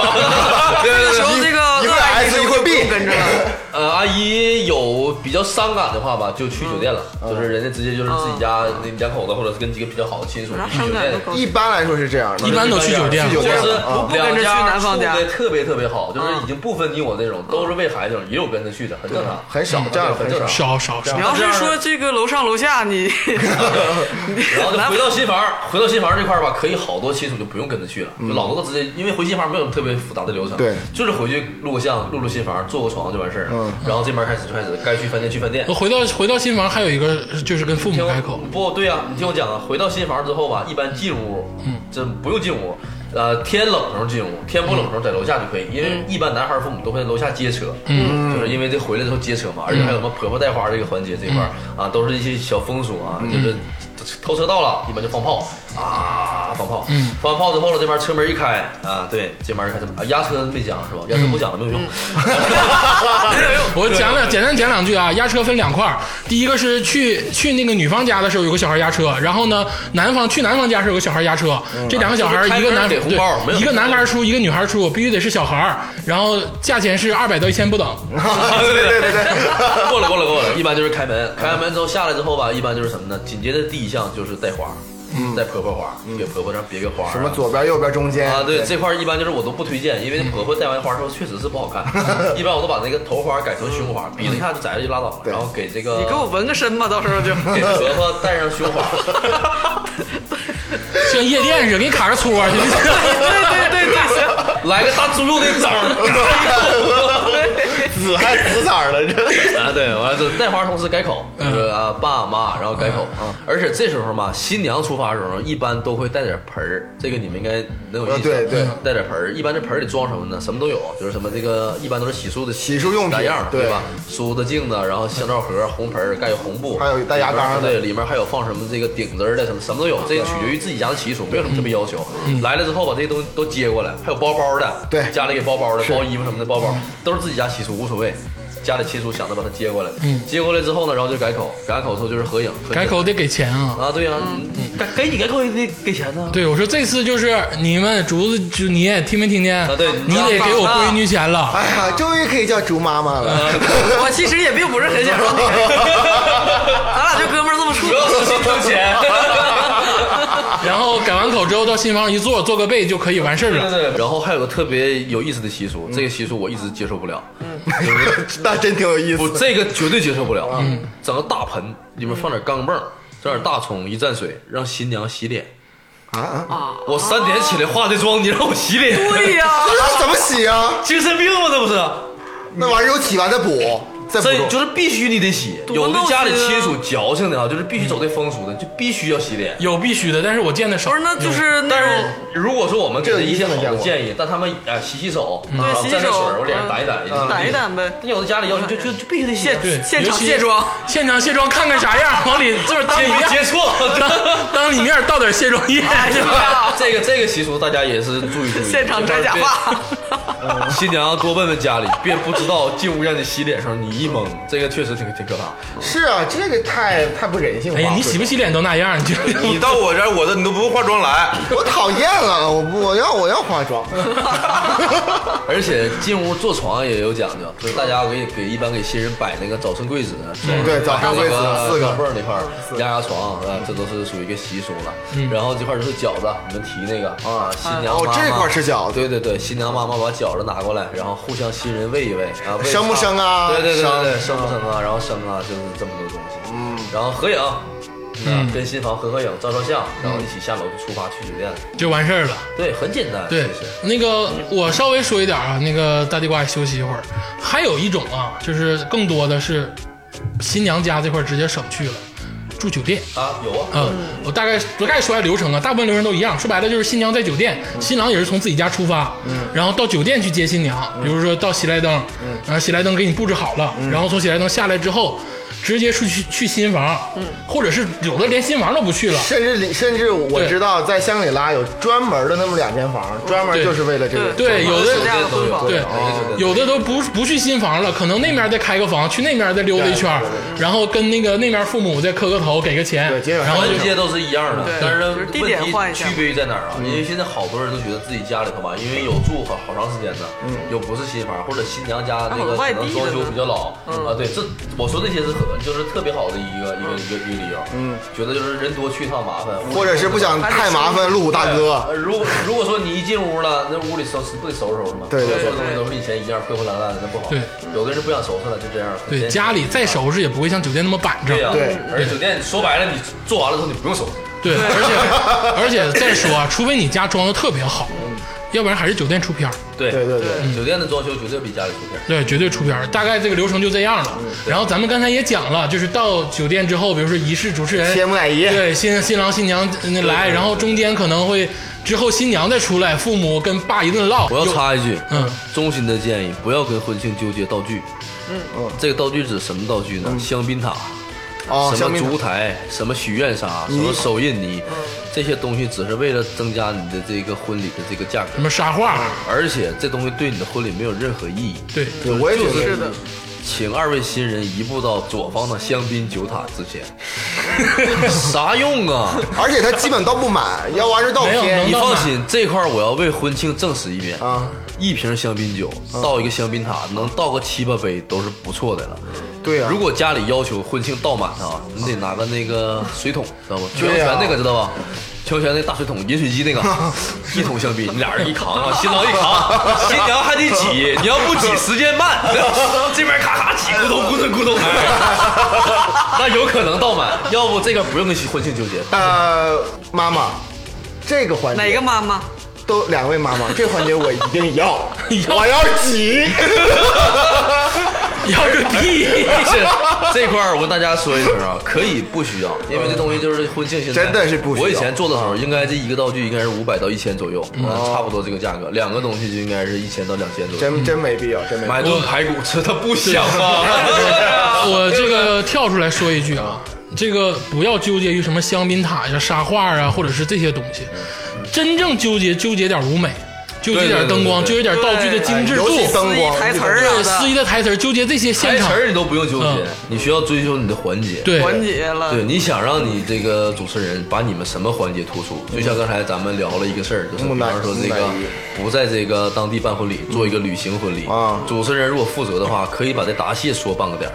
Speaker 3: 对
Speaker 2: 这
Speaker 3: 对
Speaker 2: 个
Speaker 3: 对
Speaker 2: 时。候这个
Speaker 4: 一
Speaker 2: 鄂
Speaker 4: 会儿
Speaker 2: 阿姨
Speaker 4: S 一
Speaker 2: 就
Speaker 4: 会儿
Speaker 2: 不
Speaker 4: B
Speaker 2: 用跟着了。
Speaker 3: [LAUGHS] 呃，阿姨有比较伤感的话吧，就去酒店了，
Speaker 1: 嗯
Speaker 3: 就是人家直接就是自己家那两口子，或者是跟几个比较好的亲属
Speaker 2: 有啥
Speaker 3: 去酒
Speaker 2: 伤感
Speaker 3: 店
Speaker 2: 的。高
Speaker 4: 一般来说是这样的
Speaker 1: 一，般都去酒店嗯
Speaker 4: 去酒
Speaker 3: 就
Speaker 4: 店
Speaker 3: 是
Speaker 4: 啊
Speaker 2: 不跟着去男方家嗯
Speaker 3: 对，特别特别好，就是已经不分你我那种，
Speaker 1: 嗯
Speaker 3: 都是为孩子，也有跟着去的，很正常，
Speaker 4: 很少这样
Speaker 3: 很
Speaker 4: 很
Speaker 3: 正常。
Speaker 1: 少少少
Speaker 2: 你。要是说这个楼上楼下，你
Speaker 3: 然后就
Speaker 2: 男
Speaker 3: 回到新房，回到新房这块儿吧，可以好多亲属就不用跟着去了，就老多直接，因为回新房没有特别复杂的流程，
Speaker 4: 对
Speaker 3: 就是回去录个像，录录新房，做个床就完事儿了。然后这边开始就开始该去饭店去饭店。
Speaker 1: 回到回到新房，还有一个就是跟父
Speaker 3: 听
Speaker 1: 母
Speaker 3: 我
Speaker 1: 改口，
Speaker 3: 不对啊，你听我讲啊，回到新房之后吧，一般进屋，嗯，这不用进屋，呃，天冷时候进屋，天不冷时候在楼下就可以，因为一般男孩父母都会在楼下接车，嗯，就是因为这回来之后接车嘛，而且还有什么婆婆带花这个环节这块儿啊，都是一些小风俗啊，就是偷车到了，一般就放炮啊，放炮，嗯，放完炮之后了，这边车门一开啊，对，这边开始啊，压车没讲是吧？压车不讲了没有用，嗯 [LAUGHS]
Speaker 1: 我讲两简单讲两句啊，压车分两块儿，第一个是去去那个女方家的时候有个小孩压车，然后呢男方去男方家时候有个小孩压车，这两个小孩儿
Speaker 3: 就是开
Speaker 1: 一个
Speaker 3: 门
Speaker 1: 男
Speaker 3: 给红包没
Speaker 1: 对，
Speaker 3: 有
Speaker 1: 一个男孩儿出一个女孩儿出，必须得是小孩儿，然后价钱是二百到一千不等，
Speaker 4: 对对对
Speaker 3: [LAUGHS]
Speaker 4: 对，
Speaker 3: 过了过了过了，一般就是开门，开完门之后下来之后吧，一般就是什么呢？紧接着第一项就是带花，带婆婆花，给婆婆上别个花啊，
Speaker 4: 嗯什么左边右边中间
Speaker 3: 啊？对，这块儿一般就是我都不推荐，因
Speaker 4: 嗯
Speaker 3: 为婆婆带完花之后确实是不好
Speaker 4: [LAUGHS]
Speaker 3: 看，一般我都把那个头花改成胸花，鼻子看就摘了就拉倒了，
Speaker 4: 嗯对
Speaker 3: 然后给这个
Speaker 2: 你给我纹个身吧，到时候就。
Speaker 3: 给婆婆带上胸花，
Speaker 4: [LAUGHS]
Speaker 1: 像夜店似的，给你卡个戳儿去。
Speaker 2: 对对对对，
Speaker 3: 来个大猪肉的掌
Speaker 4: 紫还紫色儿了，
Speaker 3: [LAUGHS]
Speaker 4: 这
Speaker 3: 啊，对，完了就带花同时改口，就是啊爸妈，然后改口，啊而且这时候嘛，新娘出发的时候一般都会带点盆儿，这个你们应该能有印象，嗯
Speaker 4: 呃对对，
Speaker 3: 带点盆儿，一般这盆儿里装什么呢？什么都有，就是什么这个一般都是洗漱的
Speaker 4: 洗漱用品
Speaker 3: 打样儿，对
Speaker 4: 对
Speaker 3: 吧？梳子、镜子，然后香皂盒、红盆儿、盖红布，
Speaker 4: 还有带牙缸的
Speaker 3: 对，里面还有放什么这个顶子儿的，什么什么都有，这个取决于自己家的习俗，没有什么特别要求。来了之后把这些东西都接过来，还有包包的，
Speaker 4: 对
Speaker 3: 家里给包包的，包衣服什么的包包，都是自己家习俗，无所谓。家里亲属想着把他接过来，
Speaker 2: 嗯
Speaker 3: 接过来之后呢，然后就改口，改口之后就是合影，合影
Speaker 1: 改口得给钱啊。
Speaker 3: 啊，对呀、
Speaker 2: 嗯
Speaker 3: 你改给你改口也得给钱呢。
Speaker 1: 对，我说这次就是你们竹子，就你也听没听见？
Speaker 3: 啊对
Speaker 1: 你得给我闺女钱了。
Speaker 4: [LAUGHS] 哎呀，终于可以叫竹妈妈了。
Speaker 2: 我其实也并不是很想说那
Speaker 3: [LAUGHS]
Speaker 2: 个，咱俩就哥们儿这么处
Speaker 3: 不要死心挣钱。
Speaker 1: 然后改完口之后到新房一坐，做个背就可以完事儿了。
Speaker 3: 然后还有个特别有意思的习
Speaker 2: 嗯
Speaker 3: 俗，这个习俗我一直接受不了，
Speaker 4: 那真挺有意
Speaker 3: 不，
Speaker 4: 思。
Speaker 3: 这个绝对接受不了。嗯，整个大盆里面放点钢镚儿，整点大葱，一蘸水，让新娘洗脸。
Speaker 4: 啊啊！
Speaker 2: 啊。
Speaker 3: 我三点起来化的妆，你让我洗脸，
Speaker 2: 对呀、
Speaker 4: 那怎么洗啊？
Speaker 3: 精神病吗？这不是？
Speaker 4: 那玩意儿有洗完再补，再补
Speaker 3: 这
Speaker 4: 种。
Speaker 3: 就是必须你得洗。
Speaker 2: 多
Speaker 3: 有的
Speaker 2: 闹
Speaker 3: 家里
Speaker 2: 心啊嗯
Speaker 3: 亲属矫情的啊，就是必须走这风俗的，就必须要洗脸。
Speaker 1: 有必须的，但是我见的少。嗯
Speaker 2: 不是，那就是那
Speaker 3: 但是
Speaker 2: 种
Speaker 3: 如果说我们给
Speaker 4: 这
Speaker 3: 了
Speaker 4: 个
Speaker 3: 一些好
Speaker 4: 一定
Speaker 3: 的
Speaker 4: 得见过嗯
Speaker 3: 建议，但他们哎洗洗手，然后
Speaker 2: 洗
Speaker 3: 蘸
Speaker 2: 洗
Speaker 3: 点水，
Speaker 2: 手嗯
Speaker 3: 我脸上掸一掸，就是
Speaker 2: 掸一掸呗。
Speaker 3: 那有的家里要求就就就必须得洗，
Speaker 1: 对
Speaker 2: 现现
Speaker 1: 尤
Speaker 2: 场
Speaker 1: 其
Speaker 2: 卸妆，
Speaker 1: 现场卸妆看看啥样，往里这边当里
Speaker 2: [LAUGHS]
Speaker 3: 别接
Speaker 1: 面，
Speaker 3: 触。
Speaker 1: 当哎当里面倒点卸妆液，是吧？
Speaker 3: [LAUGHS] 这个这个习俗大家也是注意注意，
Speaker 2: 哎现场摘假发，
Speaker 3: 发，嗯新娘多问问家里，别不知道进屋让你洗脸的时候你一懵，这个确实挺挺可怕。
Speaker 4: 是啊，这个太太不人性化
Speaker 1: 哎
Speaker 4: 了。
Speaker 1: 呀，你洗不洗脸都那样，你就 [LAUGHS]
Speaker 5: 你到我这儿，我这你都不用化妆来，
Speaker 4: 我讨厌了，我不，我要我要化妆。
Speaker 3: 而且进屋坐床也有讲究，所以大家给给一般给新人摆那个早晨贵子，啊
Speaker 2: 嗯
Speaker 4: 对早晨贵子四个
Speaker 3: 背儿那块儿压压床啊，这都是属于一个习俗了。然后这块儿就是饺子，你们提那个啊，新娘
Speaker 4: 哦
Speaker 3: 妈妈
Speaker 4: 这块儿吃饺子
Speaker 3: 对对对，新娘妈妈把饺子拿过来，然后互相新人喂一喂啊，喂一
Speaker 4: 生不
Speaker 3: 下
Speaker 4: 生啊
Speaker 3: 对对对对对，
Speaker 4: 生
Speaker 3: 生不生啊？然后生啊，就是这么多东西。嗯，然后合影。嗯，跟新房合合影、照照相，然后一起下楼出发去酒店。
Speaker 1: 就完事儿了。
Speaker 3: 对，很简单。
Speaker 1: 对
Speaker 3: 其实，
Speaker 1: 那个我稍微说一点啊，那个大地瓜也休息一会儿。还有一种啊，就是更多的是新娘家这块儿直接省去了，住酒店。
Speaker 3: 啊，有啊，
Speaker 1: 嗯，我大概大概说下流程啊，大部分流程都一样。说白了就是新娘在酒店，新郎也是从自己家出发，然后到酒店去接新娘。比如说到喜来登，然后喜来登给你布置好了，然后从喜来登下来之后，直接出去去新房，或者是有的连新房都不去了。
Speaker 4: 甚至里，甚至我
Speaker 1: 对嗯
Speaker 4: 知道，在香格里拉有专门的那么两间房，专门
Speaker 1: 对
Speaker 4: 就是为了这个。
Speaker 1: 对有的
Speaker 2: 暑假的婚房
Speaker 1: 对，
Speaker 3: 啊
Speaker 1: 有的都不不去新房了，可能那面再开个房，去那面再溜达一圈儿，然后跟那个那面父母再磕个头，给个钱
Speaker 4: 对，结果还
Speaker 1: 然后
Speaker 3: 环
Speaker 1: 就
Speaker 3: 节哦都是一样的
Speaker 2: 对，
Speaker 3: 但是
Speaker 2: 就是
Speaker 3: 问
Speaker 2: 地
Speaker 3: 题
Speaker 2: 点换一下
Speaker 3: 区别于在哪儿啊？因为现在好多人都觉得自己家里头吧，因为有住好好长时间的，有不是新房或者新娘家那
Speaker 2: 还有
Speaker 3: 个
Speaker 2: 外
Speaker 3: 可
Speaker 2: 地的
Speaker 3: 能
Speaker 2: 呢嗯
Speaker 3: 装修比较老啊，对，这我说这些是可就是特别好的一个一个一个一个理由，嗯，觉得就是人多去一趟麻烦，
Speaker 4: 或者是不想太麻烦路虎大哥。
Speaker 3: 呃如果如果说你一进屋了，那屋里收拾不得收拾收拾吗？
Speaker 4: 对对
Speaker 3: 所有东西都是以前一样破破烂烂的，那不好。
Speaker 1: 对，
Speaker 3: 有的人不想收拾了，就这样。很
Speaker 1: 对
Speaker 3: 艰辛
Speaker 1: 家里再收拾也不会像酒店那么板正
Speaker 3: 对。啊呀，
Speaker 4: 对
Speaker 3: 而且酒店说白了，你做完了之后你不用收拾。
Speaker 1: 对，而且而且再说啊，除非你家装的特别好，要不然还是酒店出片儿，
Speaker 3: 对
Speaker 4: 对对对，
Speaker 3: 酒店的装修绝对比家里出片儿。
Speaker 1: 对，绝对出片儿。大概这个流程就这样了。然后咱们刚才也讲了，就是到酒店之后，比如说仪式主持人
Speaker 4: 谢木乃伊
Speaker 1: 对，新新郎新娘呃来，然后中间可能会之后新娘再出来，父母跟爸一顿唠。
Speaker 3: 我要
Speaker 1: 有
Speaker 3: 插一句，
Speaker 1: 嗯，
Speaker 3: 衷心的建议，不要跟婚庆纠结道具。嗯，这个道具指什么道具呢？香槟塔。
Speaker 4: 哦，
Speaker 3: 什
Speaker 4: 香
Speaker 3: 么
Speaker 4: 槟
Speaker 3: 烛台，什么许愿纱，什么手印泥，这些东西只是为了增加你的这个婚礼的这个价格
Speaker 1: 什，么沙画？
Speaker 3: 而且这东西对你的婚礼没有任何意义。
Speaker 1: 对，
Speaker 4: 对我也觉得
Speaker 2: 是的，
Speaker 3: 请二位新人移步到左方的香槟酒塔之前，啥用啊？
Speaker 4: 而且它基本倒不满，要完事倒
Speaker 1: 没有
Speaker 4: 偏
Speaker 1: 能
Speaker 3: 你
Speaker 1: 到
Speaker 3: 放
Speaker 1: 哪，
Speaker 3: 心，这块儿我要为婚庆证实一遍
Speaker 4: 啊！
Speaker 3: 一瓶香槟酒倒一个香槟塔，能倒个七八杯都是不错的了。
Speaker 4: 对啊
Speaker 3: 如果家里要求婚庆倒满啊，你得拿个那个水桶，知道吧？全
Speaker 4: 对啊
Speaker 3: 泉那个知道吧？全泉那大水桶，饮水机
Speaker 4: [LAUGHS]
Speaker 3: 那个，一桶香槟，你俩人一扛啊，新郎一
Speaker 4: [LAUGHS]
Speaker 3: 扛，新娘还得挤，你要不挤时间慢，这边咔咔挤，咕咚咕咚咕咚，哎 [LAUGHS] 那有可能倒满。要不这个不用跟婚庆纠结，
Speaker 4: 呃，妈妈，这个环节
Speaker 2: 哪个妈妈？
Speaker 4: 都两位妈妈，这个环节我一定要
Speaker 1: [LAUGHS] 要
Speaker 4: 我要挤。 [LAUGHS]
Speaker 1: 要个屁！
Speaker 3: 是这块儿，我跟大家说一声啊，可以不需要，因为这东西就是婚庆现在
Speaker 4: 嗯真的是不需要
Speaker 3: 我以前做的时候，应该这一个道具应该是五百到一千左右，
Speaker 4: 嗯
Speaker 3: 啊差不多这个价格。两个东西就应该是一千到两千左右。
Speaker 4: [LAUGHS] 真真没必要，真没必要。
Speaker 3: 买顿排骨吃，他不啊香吗？
Speaker 4: [LAUGHS]
Speaker 3: [LAUGHS]
Speaker 1: 我这个跳出来说一句啊，这个不要纠结于什么香槟塔呀、沙画啊，或者是这些东西，真正纠结纠结点舞美，纠结点灯光，
Speaker 3: 对哎
Speaker 1: 纠结点道具的精致
Speaker 4: 尤
Speaker 1: 度，
Speaker 4: 其灯
Speaker 2: 司仪
Speaker 4: 光
Speaker 2: 台词儿
Speaker 1: 对
Speaker 2: 啥
Speaker 1: 司仪
Speaker 2: 的，
Speaker 1: 的台词儿，纠结这些现
Speaker 3: 台词
Speaker 1: 场，
Speaker 3: 儿你都不用纠结
Speaker 1: 嗯，
Speaker 3: 你需要追求你的环节。
Speaker 1: 对
Speaker 2: 环节了。
Speaker 3: 对，你想让你这个主持人把你们什么环节突出？就像刚才咱们聊了一个事儿，就是比方说这
Speaker 4: 木乃
Speaker 3: 个
Speaker 4: 伊
Speaker 3: 不在这个当地办婚礼，做一个旅行婚礼
Speaker 4: 啊
Speaker 3: 主持人如果负责的话，可以把这答谢说半个点儿，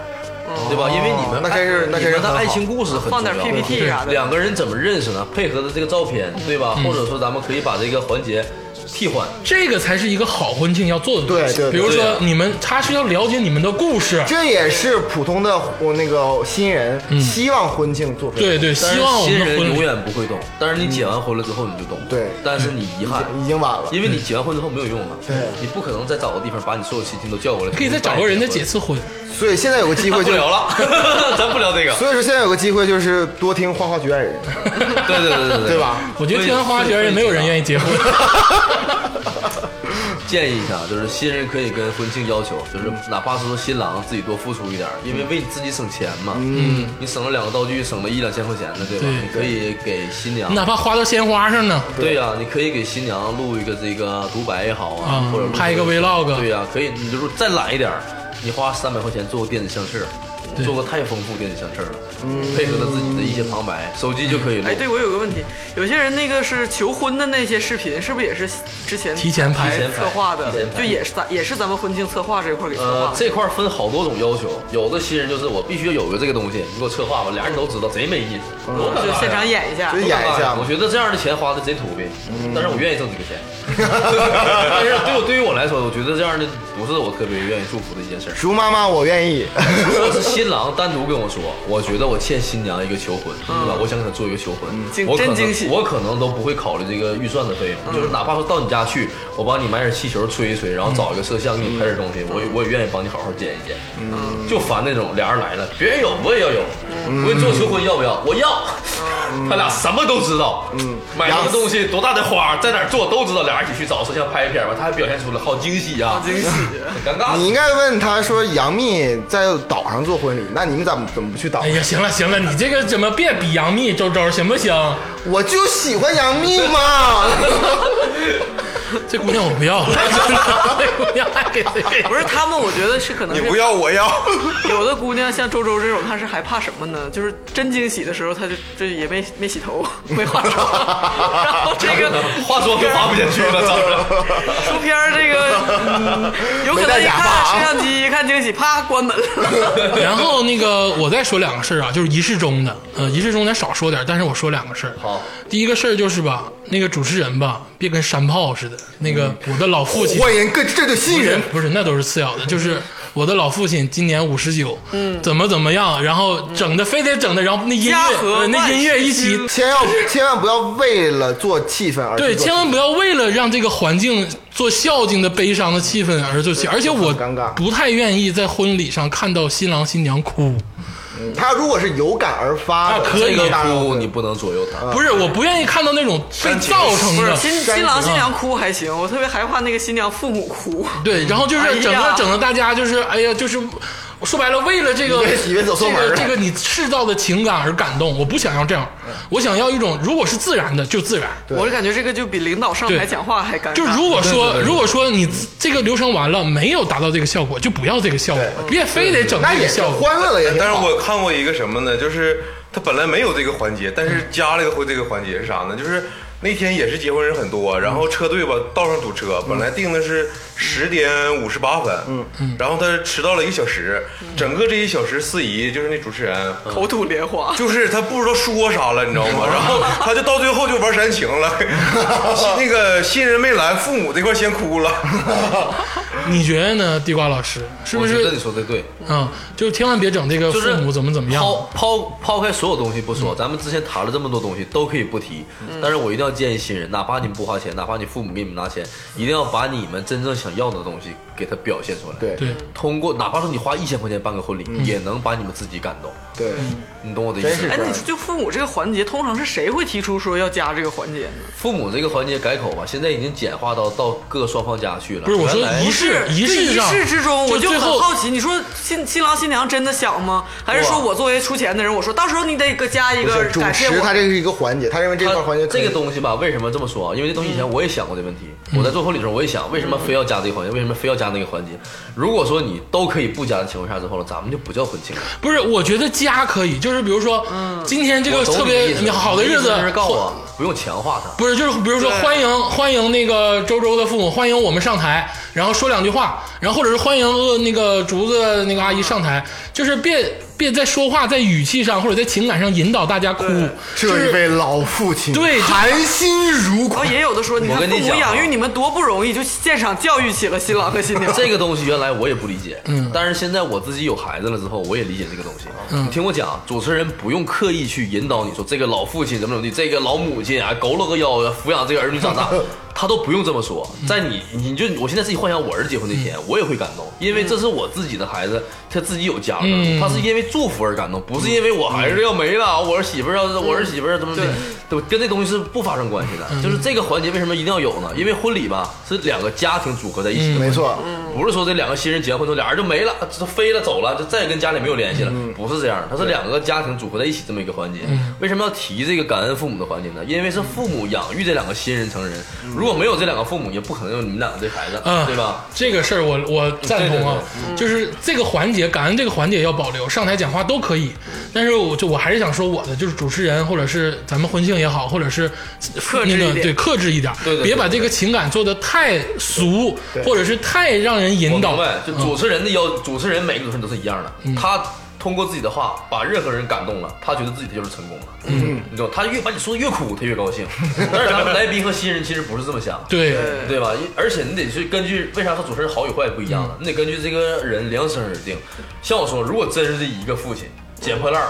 Speaker 3: 对吧？因为你们
Speaker 4: 哦那
Speaker 3: 爱
Speaker 4: 真是那真是
Speaker 3: 你们的
Speaker 4: 很好
Speaker 3: 爱情故事很
Speaker 2: 哦放
Speaker 3: 重
Speaker 2: 点
Speaker 3: 要。
Speaker 2: PPT 啥的，
Speaker 3: 两个人怎么认识呢？配合的这个照片，对吧？
Speaker 4: 嗯
Speaker 3: 或者说咱们可以把这个环节替换。
Speaker 1: 这个才是一个好婚庆要做的东西。
Speaker 4: 对对对
Speaker 1: 比如
Speaker 3: 对
Speaker 1: 说
Speaker 3: 啊
Speaker 1: 你们，他是要了解你们的故事，
Speaker 4: 这也是普通的我那个新人希望婚庆做出来的。
Speaker 1: 嗯对对，
Speaker 3: 但
Speaker 1: 希
Speaker 3: 是
Speaker 1: 望我
Speaker 3: 新
Speaker 1: 们的
Speaker 3: 人
Speaker 1: 婚
Speaker 3: 永
Speaker 1: 礼，
Speaker 3: 远不会懂，但是你结完婚了之后你就懂。
Speaker 4: 对
Speaker 3: 但是你遗憾，
Speaker 4: 已经晚了。
Speaker 3: 因为你结完婚之后没有用了，
Speaker 4: 对
Speaker 3: 你不可能再找个地方把你所有亲戚都叫过来，
Speaker 1: 可以再找个人再结
Speaker 3: 释。
Speaker 1: 次婚。
Speaker 4: 所以现在有个机会
Speaker 3: 不
Speaker 4: 就，
Speaker 3: 聊了，
Speaker 1: [LAUGHS]
Speaker 3: 咱不聊这个。
Speaker 4: 所以说现在有个机会就是多听《花花局外人
Speaker 1: [LAUGHS]
Speaker 3: 对对对对对，》，
Speaker 4: 对？吧？
Speaker 1: 我觉得天安花园也没有人愿意结婚。
Speaker 3: 建议一下，就是新人可以跟婚庆要求，就是哪怕是说新郎自己多付出一点儿，因为为你自己省钱嘛。嗯，你省了两个道具，省了一两千块钱呢，对吧？
Speaker 1: 对
Speaker 3: 你可以给新娘
Speaker 1: 你。哪怕花到鲜花上
Speaker 3: [LAUGHS]
Speaker 1: 呢，
Speaker 3: 对呀、你可以给新娘录一个这个独白也好啊，
Speaker 1: 啊
Speaker 3: 或者录
Speaker 1: 拍一个 vlog
Speaker 3: 对呀、可以，你就是再懒一点儿，你花三百块钱做个电子相册，做个太丰富电子相册了，配合着自己的一些旁白，手机就可以录。
Speaker 2: 嗯哎，对，我有个问题，有些人那个是求婚的那些视频，是不是也是之前
Speaker 1: 提前拍
Speaker 2: 来
Speaker 3: 提前拍
Speaker 2: 策划的
Speaker 3: 提前？拍
Speaker 2: 就也是咱也是咱们婚庆策划这一块给策划
Speaker 3: 呃
Speaker 2: 的，。
Speaker 3: 这块儿分好多种要求，有的新人就是我必须要有个这个东西，你给我策划吧，俩人都知道，贼没意思。我干嘛
Speaker 2: 就
Speaker 3: 呀
Speaker 2: 现场演一下
Speaker 4: 就。演嗯一下嗯
Speaker 3: 我觉得这样的钱花的贼土呗，但是我愿意挣这个
Speaker 4: [LAUGHS]
Speaker 3: 钱。但是对我对于我来说，我觉得这样的不是我特别愿意祝福的一件事儿。
Speaker 4: 竹妈妈，我愿意。 [LAUGHS]
Speaker 3: 如果是新郎单独跟我说，我觉得我欠新娘一个求婚，对吧？我想给她做一个求婚，
Speaker 2: 嗯惊
Speaker 3: 我可
Speaker 2: 真惊喜
Speaker 3: 能我可能都不会考虑这个预算的费用，就是哪怕说到你家去，我帮你买点气球吹一吹，然后找一个摄像
Speaker 2: 嗯
Speaker 3: 给你拍点东西，我也我也愿意帮你好好剪一剪。就烦那种俩人来了，别人有我也要有，
Speaker 2: 嗯
Speaker 3: 我给你做求婚要不要？我要。他俩什么都知道，嗯，买什么东西，多大的花，在哪儿做都知道，俩人一起去找摄像拍一片吧，他还表现出来好惊喜呀，
Speaker 2: 惊喜，
Speaker 3: 很尴尬。
Speaker 4: 你应该问他说，杨幂在岛上做婚礼，那你们怎么怎么不去岛
Speaker 1: 哎？呀，行了行了，你这个怎么别比杨幂周周行不行？
Speaker 4: 我就喜欢杨幂
Speaker 1: [LAUGHS]
Speaker 4: 嘛。
Speaker 1: 这姑娘我不
Speaker 2: [LAUGHS]
Speaker 1: 要了，这姑娘还哎给谁给？
Speaker 2: 不是他们，我觉得是可能
Speaker 5: 你
Speaker 2: 是
Speaker 5: 不要我要，
Speaker 2: 有的姑娘像周周这种，她是害怕什么呢？就是真惊喜的时候，她就这也没没洗头， [LAUGHS] 没化妆，然后这个
Speaker 3: 化妆都化不下去了，当然。
Speaker 2: 出片儿这个，嗯有可能一看摄像机，一看惊喜，啪关
Speaker 1: [LAUGHS]
Speaker 2: 门了。
Speaker 1: 然后那个我再说两个事儿啊，就是仪式中的，呃，仪式中咱少说点儿，但是我说两个事儿。
Speaker 3: 好，
Speaker 1: 第一个事儿就是吧，那个主持人吧，别跟山炮似的。那个
Speaker 2: 嗯
Speaker 1: 我的老父亲，
Speaker 4: 欢迎各这对新人，
Speaker 1: 不是那都是次要的，就是我的老父亲今年五十九，嗯，怎么怎么样，然后整的非得整的，然后那音乐
Speaker 2: 家和
Speaker 1: 呃那
Speaker 2: 万
Speaker 1: 音乐一
Speaker 2: 事
Speaker 1: 起
Speaker 2: 兴嗯
Speaker 4: 千万千万不要为了做气氛而去
Speaker 1: 对，
Speaker 4: 做
Speaker 1: 千万不要为了让这个环境做孝敬的悲伤的气氛而做戏，而且我
Speaker 4: 很尴尬
Speaker 1: 不太愿意在婚礼上看到新郎新娘哭。
Speaker 4: 嗯他如果是有感而发的，
Speaker 1: 啊可以
Speaker 3: 这
Speaker 4: 这
Speaker 3: 个
Speaker 4: 个当然
Speaker 3: 哭
Speaker 4: 会
Speaker 3: 你不能左右
Speaker 4: 啊
Speaker 3: 他。
Speaker 1: 不是，我不愿意看到那种被造成
Speaker 2: 不是
Speaker 1: 的。
Speaker 2: 新
Speaker 4: 删
Speaker 2: 新郎
Speaker 4: 除
Speaker 2: 新娘哭还行，我特别害怕那个新娘父母哭。
Speaker 1: 对，然后就
Speaker 2: 哎
Speaker 1: 是
Speaker 2: 呀
Speaker 1: 整个整个大家就是，哎呀，就是说白了，为了这个
Speaker 4: 以为以为走错门
Speaker 1: 这
Speaker 4: 了嗯
Speaker 1: 个这个你制造的情感而感动，我不想要这样，我想要一种如果是自然的就自然。
Speaker 2: 我就感觉这个就比领导上台
Speaker 1: 对
Speaker 2: 讲话还尴尬。
Speaker 1: 就如果说如果说你这个流程完了没有达到这个效果，就不要这个效果，别非得整
Speaker 4: 那
Speaker 1: 这个
Speaker 4: 也是
Speaker 1: 效果。
Speaker 4: 欢乐了也挺
Speaker 1: [LAUGHS]
Speaker 5: [LAUGHS] 但是
Speaker 4: 好。
Speaker 5: 我看过一个什么呢？就是他本来没有这个环节，但是加了一个会这个环节是啥呢？就是那天也是结婚人很多，然后车队吧道上堵车，本来定的是十点五十八分，嗯，然后他迟到了一个小时，整个这一小时司仪就是那主持人。
Speaker 2: 口吐莲花，
Speaker 5: 就是他不知道说啥了，你知道 [LAUGHS] 吗？然后他就到最后就玩煽情 [LAUGHS] 了，那个新人没来，父母这块先哭 [LAUGHS] 了。
Speaker 1: 你觉得呢，地瓜老师？是不
Speaker 3: 我觉得你
Speaker 1: 是？
Speaker 3: 说的对，
Speaker 1: 嗯，就是千万别整这个
Speaker 3: 就是
Speaker 1: 父母怎么怎么样。
Speaker 3: 抛抛抛开所有东西不说，咱们之前谈了这么多东西都可以不嗯提，但是我一定要建议新人，哪怕你们不花钱，哪怕你父母给你们拿钱，一定要把你们真正想想要的东西给他表现出来。
Speaker 4: 对
Speaker 1: 对，
Speaker 3: 通过哪怕说你花一千块钱办个婚礼，也能把你们自己感动。
Speaker 4: 对，
Speaker 3: 你懂我的意
Speaker 4: 真
Speaker 3: 思
Speaker 4: 是
Speaker 2: 哎，
Speaker 3: 吗？
Speaker 2: 那你就父母这个环节，通常是谁会提出说要加这个环节呢？
Speaker 3: 父母这个环节改口吧，现在已经简化到到各双方家去了。
Speaker 1: 不是我说
Speaker 3: 原来
Speaker 1: 仪式
Speaker 2: 仪
Speaker 1: 式上，
Speaker 2: 仪式之中，我
Speaker 1: 就
Speaker 2: 就
Speaker 1: 最
Speaker 2: 很
Speaker 1: 后
Speaker 2: 好奇，你说新新郎新娘真的想吗？还是说我作为出钱的人，我说到时候你得给加一
Speaker 4: 不
Speaker 2: 个
Speaker 4: 是主
Speaker 2: 感谢
Speaker 4: 持，
Speaker 2: 我
Speaker 4: 他这是一个环节，他认为这块环节
Speaker 3: 它
Speaker 4: 可以
Speaker 3: 这个东西吧，为什么这么说啊？因为这东西以前我也想过这问题。我在做婚礼的时候，我也想，为什么非要加这个环节？为什么非要加那个环节？如果说你都可以不加的情况下之后了，咱们就不叫婚庆了。
Speaker 1: 不是，我觉得加可以，就是比如说，今天这个
Speaker 3: 嗯我懂
Speaker 1: 特
Speaker 3: 你的
Speaker 1: 别
Speaker 3: 意思
Speaker 1: 好的
Speaker 3: 你
Speaker 1: 日
Speaker 3: 意
Speaker 1: 子，
Speaker 3: 就是告诉我不用强化它。
Speaker 1: 不是，就是比如说欢迎欢迎那个周周的父母，欢迎我们上台，然后说两句话，然后或者是欢迎呃那个竹子那个阿姨上台，就是别别在说话在语气上或者在情感上引导大家哭，就
Speaker 4: 这一
Speaker 1: 是
Speaker 4: 位老父亲，
Speaker 1: 对就
Speaker 4: 含辛茹苦
Speaker 2: 然后，也有的说，你看
Speaker 3: 我
Speaker 2: 父
Speaker 3: 跟你
Speaker 2: 母
Speaker 3: 讲啊
Speaker 2: 养育你们多不容易，就现场教育起了新郎和
Speaker 1: [LAUGHS]
Speaker 2: 新 [LAUGHS] 娘。
Speaker 3: 这个东西原来我也不理解，但是现在我自己有孩子了之后，我也理解这个东西。你听我讲，主持人不用刻意去引导你说这个老父亲怎么怎么地，这个老母亲啊，佝偻个腰抚养这个儿女长大，他都不用这么说。在你，你就我现在自己幻想我儿子结婚那天，我也会感动，因为这是我自己的孩子，他自己有家了，他是因为祝福而感动，不是因为我孩子要没了，我儿媳妇儿要我儿媳妇儿怎么怎么地，对吧，跟这东西是不发生关系的。就是这个环节为什么一定要有呢？因为婚礼吧是两个家庭组合在一起的，
Speaker 4: 嗯没错，
Speaker 3: 不是说这两个新人结婚之后俩人就没了，就飞了走了，就再也跟家里没有联系了，
Speaker 1: 嗯
Speaker 3: 不是这样的，它是两个家庭组合在一起这么一个环节。为什么要提这个感恩父母的环节呢？因为是父母养育这两个新人成人，如果没有这两个父母，也不可能有你们两个这孩子，
Speaker 1: 嗯，
Speaker 3: 对吧？？
Speaker 1: 这个事儿我我赞同啊，就是这个环节，感恩这个环节要保留，上台讲话都可以。但是我就我还是想说我的，就是主持人或者是咱们婚庆也好，或者是
Speaker 2: 克
Speaker 1: 那
Speaker 2: 制
Speaker 1: 个
Speaker 2: 一点
Speaker 1: 对克制一点，
Speaker 3: 对对对
Speaker 1: 别把这个情感做的太俗，或者是太让人
Speaker 3: 我
Speaker 1: 引导嗯
Speaker 3: 明。白，就主持人的要，主持人每个主持人都是一样的，他。通过自己的话把任何人感动了，他觉得自己就是成功了。嗯，你知道，他越把你说的越苦，他
Speaker 1: [LAUGHS]
Speaker 3: 越高兴。但是咱们来宾和新人其实不是这么想的，
Speaker 1: 对，
Speaker 3: 对吧？因而且你得去根据为啥说主持人好与坏不一
Speaker 1: 嗯
Speaker 3: 样呢？你得根据这个人量身而定。像我说，如果真是这一个父亲捡破烂儿，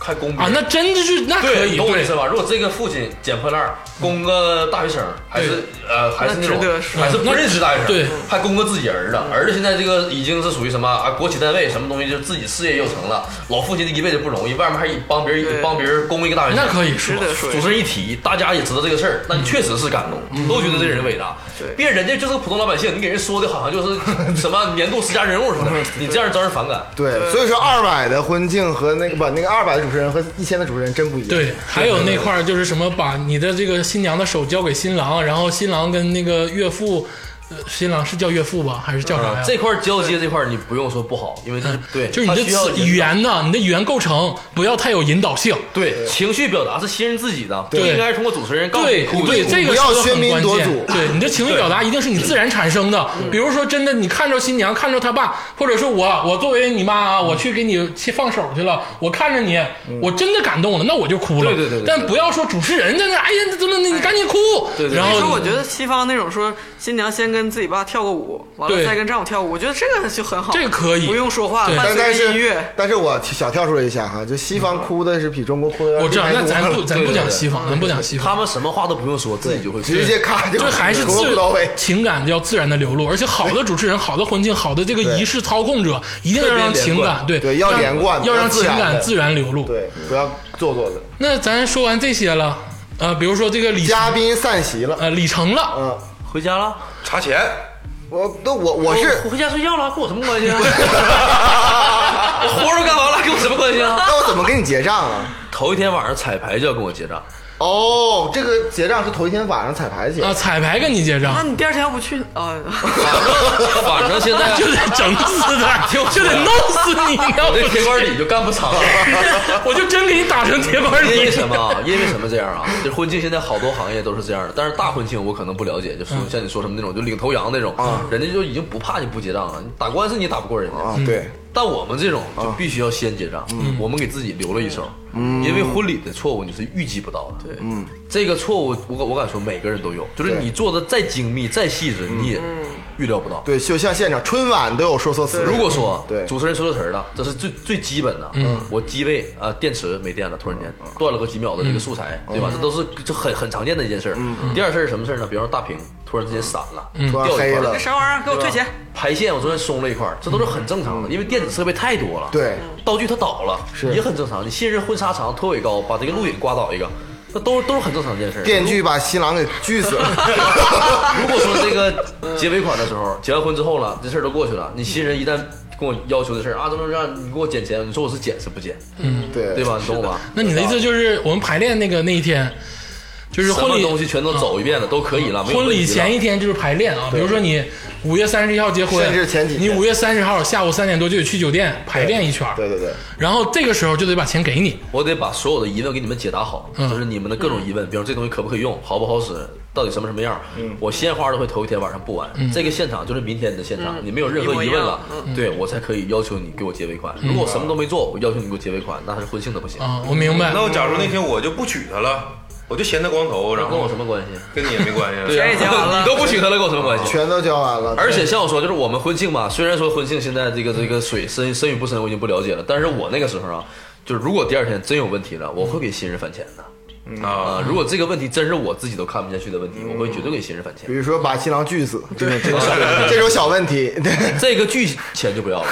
Speaker 3: 还公别
Speaker 1: 啊，
Speaker 3: 人
Speaker 1: 那真的是那可
Speaker 3: 对，你
Speaker 1: 以，
Speaker 3: 懂我
Speaker 1: 对嗯
Speaker 3: 意思吧？如果这个父亲捡破烂儿，供个大学生，还是呃，还是那种
Speaker 2: 值得说
Speaker 3: 还是不认识大学生，
Speaker 1: 对嗯
Speaker 3: 还供个自己儿子。儿子现在这个已经是属于什么啊？国企单位什么东西，就自己事业又成了。老父亲这一辈子不容易，外面还帮别人
Speaker 2: 对
Speaker 3: 帮别人供一个大学生，
Speaker 1: 那可以说嗯
Speaker 2: 值。得说一
Speaker 3: 主
Speaker 2: 下
Speaker 3: 持人一提，大家也知道这个事儿，那你确实是感动，都觉得这人伟大。
Speaker 2: 对
Speaker 3: 别人家就是个普通老百姓，你给人说的好像就是 [LAUGHS] 什么年度十佳人物什么的，
Speaker 1: 嗯
Speaker 3: 你这样招人反感。
Speaker 4: 对，所以说二百的婚庆和那个不那个二百的主持人和一千的主持人真不一样。
Speaker 1: 对，还有那块儿就是什么，把你的这个新娘的手交给新郎，然后新郎跟那个岳父，呃新郎是叫岳父吧，还是叫啥哎呀？
Speaker 3: 啊这块儿交接这块儿你不用说不好，因为这是对，
Speaker 1: 嗯就是你
Speaker 3: 他
Speaker 1: 的
Speaker 3: 需要
Speaker 1: 词语言呐，你的语言构成不要太有引导性。
Speaker 3: 对情绪表达是新人自己的，不
Speaker 1: 对
Speaker 3: 应该通过主持人告诉
Speaker 1: 对
Speaker 3: 你哭
Speaker 1: 对，
Speaker 3: 就哭
Speaker 1: 这个
Speaker 4: 不要
Speaker 1: 说得很
Speaker 4: 喧宾
Speaker 1: 关
Speaker 4: 夺
Speaker 1: 键
Speaker 4: 主
Speaker 1: 对，你的情绪表达一定是你自然产生的。
Speaker 3: 嗯
Speaker 1: 比如说，真的，你看着新娘，看着她爸，或者说我，我作为你妈啊，我去给你去放手去了，我看着你，我真的感动了，那我就哭了。
Speaker 3: 嗯对对对对
Speaker 1: 但不要说主持人在那，哎呀，怎么你赶紧哭？
Speaker 3: 对对
Speaker 1: 然
Speaker 2: 其实我
Speaker 1: 后
Speaker 2: 觉得西方那种说新娘先跟自己爸跳个舞，完了
Speaker 1: 对
Speaker 2: 再跟丈夫跳舞，我觉得这个就很好，
Speaker 1: 这个可以
Speaker 2: 不用说话，
Speaker 1: 对
Speaker 2: 伴
Speaker 4: 但
Speaker 2: 随
Speaker 4: 但
Speaker 2: 着音
Speaker 4: 是
Speaker 2: 乐。
Speaker 4: 但是我小跳出了一下哈，就西方哭的是比中国哭的要
Speaker 1: 我知道，那
Speaker 4: 厉害
Speaker 1: 咱
Speaker 4: 多
Speaker 1: 不
Speaker 4: 了
Speaker 1: 咱不
Speaker 3: 对对
Speaker 1: 讲
Speaker 3: 对
Speaker 1: 西方，咱不讲西
Speaker 3: 他
Speaker 1: 方。
Speaker 3: 们什么话都不用说，自己就会哭
Speaker 4: 直接咔就
Speaker 1: 就还是
Speaker 4: 从头
Speaker 1: 自
Speaker 4: 到尾。
Speaker 1: 情感要自然的流露，而且好的主持人、好的环境、好的这个
Speaker 4: 对
Speaker 1: 仪式操控者，一定要让情感对
Speaker 4: 对要
Speaker 1: 让
Speaker 4: 连贯的
Speaker 1: 要
Speaker 4: 要
Speaker 1: 让
Speaker 4: 自
Speaker 1: 情
Speaker 4: 然
Speaker 1: 感
Speaker 4: 的
Speaker 1: 自然流露。
Speaker 4: 对，不要做作的。
Speaker 1: 那咱说完这些了，呃，比如说这个李
Speaker 4: 嘉宾散席了，
Speaker 1: 呃李成了，
Speaker 4: 嗯，
Speaker 3: 回家了，
Speaker 5: 查钱，
Speaker 4: 我那
Speaker 1: 哦
Speaker 4: 我我是
Speaker 3: 我回家睡觉了，跟我什么
Speaker 1: [LAUGHS]
Speaker 3: 关系啊？我活都干完了，跟我什么关系啊？
Speaker 4: 那我怎么跟你结账啊？
Speaker 3: 头一天晚上彩排就要跟我结账，
Speaker 4: 哦，这个结账是头一天晚上彩排结
Speaker 1: 啊、，彩排跟你结
Speaker 2: 那
Speaker 1: 账，
Speaker 2: 你第二天要不去啊？
Speaker 3: 反正现在
Speaker 1: 就得整死
Speaker 4: [LAUGHS]
Speaker 1: 他，就得弄死你，要
Speaker 3: 我
Speaker 1: 不
Speaker 3: 这铁板里就干不长了。
Speaker 1: 我就真给你打成铁板
Speaker 3: 因为
Speaker 1: 李。
Speaker 3: 什么啊？因为什么这样啊？就婚庆现在好多行业都是这样的，但是大婚庆我可能不了解，
Speaker 4: 嗯
Speaker 3: 就说像你说什么那种，就领头羊那种，人家就已经不怕你不结账了，你打官司你也打不过人家嗯
Speaker 4: 啊。，对，
Speaker 1: 嗯
Speaker 4: 嗯
Speaker 3: 但我们这种就必须要先结账，我们给自己留了一手，因为婚礼的错误你是预计不到的。对，嗯，这个错误我敢我敢说每个人都有，就是
Speaker 4: 对嗯
Speaker 3: 你做的再精密再细致，你也预料不到。
Speaker 4: 对，就像现场春晚都有说错词，
Speaker 3: 如果说
Speaker 4: 对
Speaker 3: 主持人说错词儿了，这是最最基本的。嗯，我机位啊、呃电池没电了，突然间
Speaker 4: 嗯
Speaker 3: 断了个几秒的这个素材，对吧？这都是这很很常见的一件事儿。第二事儿什么事儿呢？比方说大屏突然之间闪了，
Speaker 4: 嗯突然
Speaker 3: 掉一块
Speaker 4: 黑
Speaker 3: 儿
Speaker 4: 了
Speaker 2: 这， [LAUGHS] 啥玩意儿？给我退钱！
Speaker 3: 排线我昨天松了一块儿，这都是很正常的，因为电子设备太多了。
Speaker 4: 嗯对，
Speaker 3: 道具它倒了也很正常。你信任婚纱长，拖尾高，把这个录影刮倒一个，那都都是很正常的一件事儿。
Speaker 4: 电锯把新郎给锯
Speaker 1: [LAUGHS]
Speaker 4: 死了。
Speaker 3: 如果说这个结尾款的时候，结完婚之后了，这事儿都过去了，你新人一旦跟我要求的事儿啊，怎么让你给我减钱？你说我是减是不减，
Speaker 4: 对
Speaker 3: 对吧？你懂我吧？
Speaker 1: 那你的意思就是我们排练那个那一天，就是
Speaker 3: 什
Speaker 1: 婚
Speaker 3: 么
Speaker 1: 礼
Speaker 3: 东西全都走一遍了，都可以了。没有
Speaker 1: 婚礼
Speaker 3: 问题了
Speaker 1: 前一天就是排练啊，比如说你五月三十一号结婚，
Speaker 4: 甚至前几
Speaker 1: 你
Speaker 4: 天
Speaker 1: 五月三十号下午三点多就得去酒店排练一圈儿，
Speaker 4: 对对对，
Speaker 1: 然后这个时候就得把钱给你，
Speaker 3: 我得把所有的疑问给你们解答好，就是你们的各种疑问，比如这东西可不可以用，好不好使，到底什么什么样儿。我鲜花都会头一天晚上布完，这个现场就是明天的现场，你没有任何疑问了，对我才可以要求你给我结尾款。如果我什么都没做，我要求你给我结尾款，那是婚庆的不行，
Speaker 1: 啊，我明
Speaker 4: 嗯
Speaker 1: 白
Speaker 5: [LAUGHS] 那。我假如那天我就不娶她了，我就嫌她光头，然
Speaker 3: 跟我
Speaker 5: 后
Speaker 3: 什么关系？
Speaker 5: 跟你也没关系了。
Speaker 3: 对啊
Speaker 2: 谁
Speaker 3: 呀
Speaker 2: 也结完了
Speaker 3: [LAUGHS] 你都不娶她了，跟我什么关系？
Speaker 4: 全都交完了。
Speaker 3: 而且像我说，就是我们婚庆吧，虽然说婚庆现在这个这个水深深与不深我已经不了解了，但是我那个时候啊，就是如果第二天真有问题了，我会给新人返钱的。啊、
Speaker 5: 啊，
Speaker 3: 如果这个问题真是我自己都看不下去的问题，我会绝对给新人返钱
Speaker 4: 比。如说把新郎锯死，这种这种小这种小问题， [LAUGHS] 对，
Speaker 3: 这个剧钱就不要了，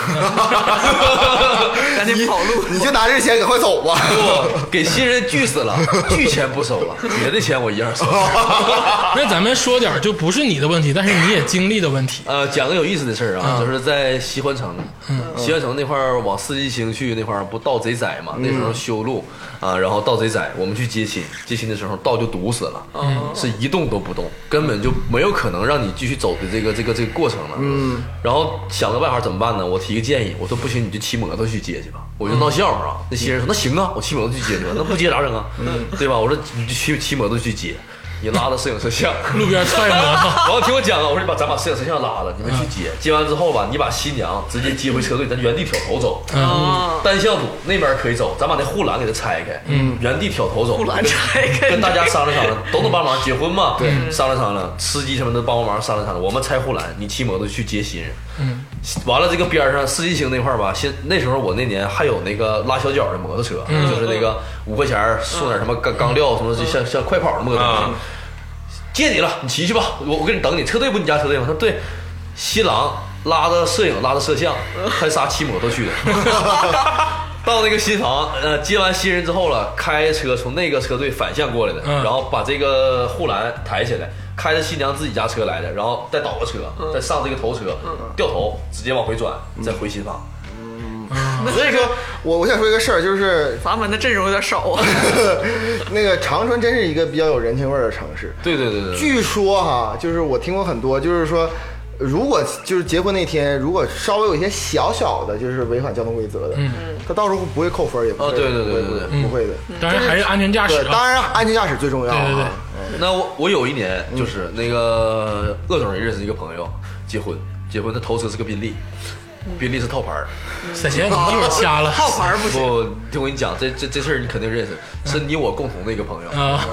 Speaker 2: [LAUGHS] 赶紧跑路！
Speaker 4: 你就拿这钱赶快走吧。
Speaker 3: [LAUGHS] 不给新人剧死了，剧钱不收了，别的钱我一样收。 [LAUGHS]
Speaker 1: 那咱们说点儿就不是你的问题，但是你也经历的问题。
Speaker 3: 呃，讲个有意思的事儿
Speaker 1: 嗯
Speaker 3: 啊，就是在西欢城，呃西欢城那块儿往四季青去那块儿不盗贼仔嘛？那时
Speaker 1: 嗯
Speaker 3: 候修路啊，然后盗贼仔，我们去接亲，接亲的时候道就堵死了，
Speaker 1: 嗯
Speaker 3: 嗯是一动都不动，根本就没有可能让你继续走的这个这个这个过程了。嗯，然后想个办法怎么办呢？我提个建议，我说不行，你就骑摩托去接去吧，我就
Speaker 1: 嗯
Speaker 3: 闹笑话啊。那新人说那行啊，我骑摩托去接去吧，那不接咋整啊？
Speaker 1: 嗯
Speaker 3: 对吧？我说你就去骑摩托去接，你拉着摄影摄像。
Speaker 1: 路边踹摩
Speaker 4: [LAUGHS]
Speaker 1: 托，
Speaker 3: 然后听我讲啊，我说你把咱把摄影摄像拉了，你们去接，接完之后吧，你把新娘直接接回车队，咱原地挑头走。
Speaker 1: 嗯
Speaker 4: 嗯
Speaker 2: 啊，
Speaker 3: 单向组那边可以走，咱把那护栏给它拆开，嗯，原地挑头走。护
Speaker 2: 栏拆开
Speaker 3: 跟大家商量商量，都能帮忙。结婚嘛，对，商量商量，司机什么的帮帮忙商量商量。我们拆护栏，你骑摩托去接新人。嗯，完了这个边儿上四季青那块儿吧，现那时候我那年还有那个拉小脚的摩托车，就是那个五块钱儿送点什么钢钢料什么，就像像快跑的摩托车
Speaker 5: 嗯。
Speaker 3: 借你了，你骑去吧，我我给你等你。车队不你家车队吗？他说对，新郎拉着摄影，拉着摄像，他仨骑摩托去的。 [LAUGHS] 到那个新房，呃，接完新人之后了，开车从那个车队反向过来的，
Speaker 1: 嗯
Speaker 3: 然后把这个护栏抬起来，开着新娘自己家车来的，然后再倒个车，再上这个头车，掉头直接往回转，再回新房。
Speaker 4: 所以说， [LAUGHS] 我我想说一个事儿，就是 [LAUGHS]
Speaker 2: 咱们的阵容有点少啊。
Speaker 4: 那个长春真是一个比较有人情味儿的城市。
Speaker 3: 对对对对对，
Speaker 4: 据说哈，就是我听过很多，就是说，如果就是结婚那天，如果稍微有一些小小的，就是违反交通规则的，
Speaker 1: 嗯
Speaker 4: 他到时候不会扣分，也不会，
Speaker 3: 哦对对对对
Speaker 4: 不会
Speaker 3: 对嗯
Speaker 4: 不会的。
Speaker 1: 当然还是安全嗯驾驶
Speaker 4: 对，
Speaker 1: 啊。
Speaker 4: 当然安全驾驶最重要啊。
Speaker 1: 对对对
Speaker 3: 那我我有一年就是那个鄂总也认识一个朋友，结婚结婚，他头车是个宾利，宾利是套牌儿。
Speaker 1: 谁呀？你一会儿掐了。
Speaker 2: 套牌儿不行，
Speaker 3: 不，听我跟你讲，这这这事儿你肯定认识，是你我共同的一个朋
Speaker 4: 嗯
Speaker 3: 友，
Speaker 1: 啊，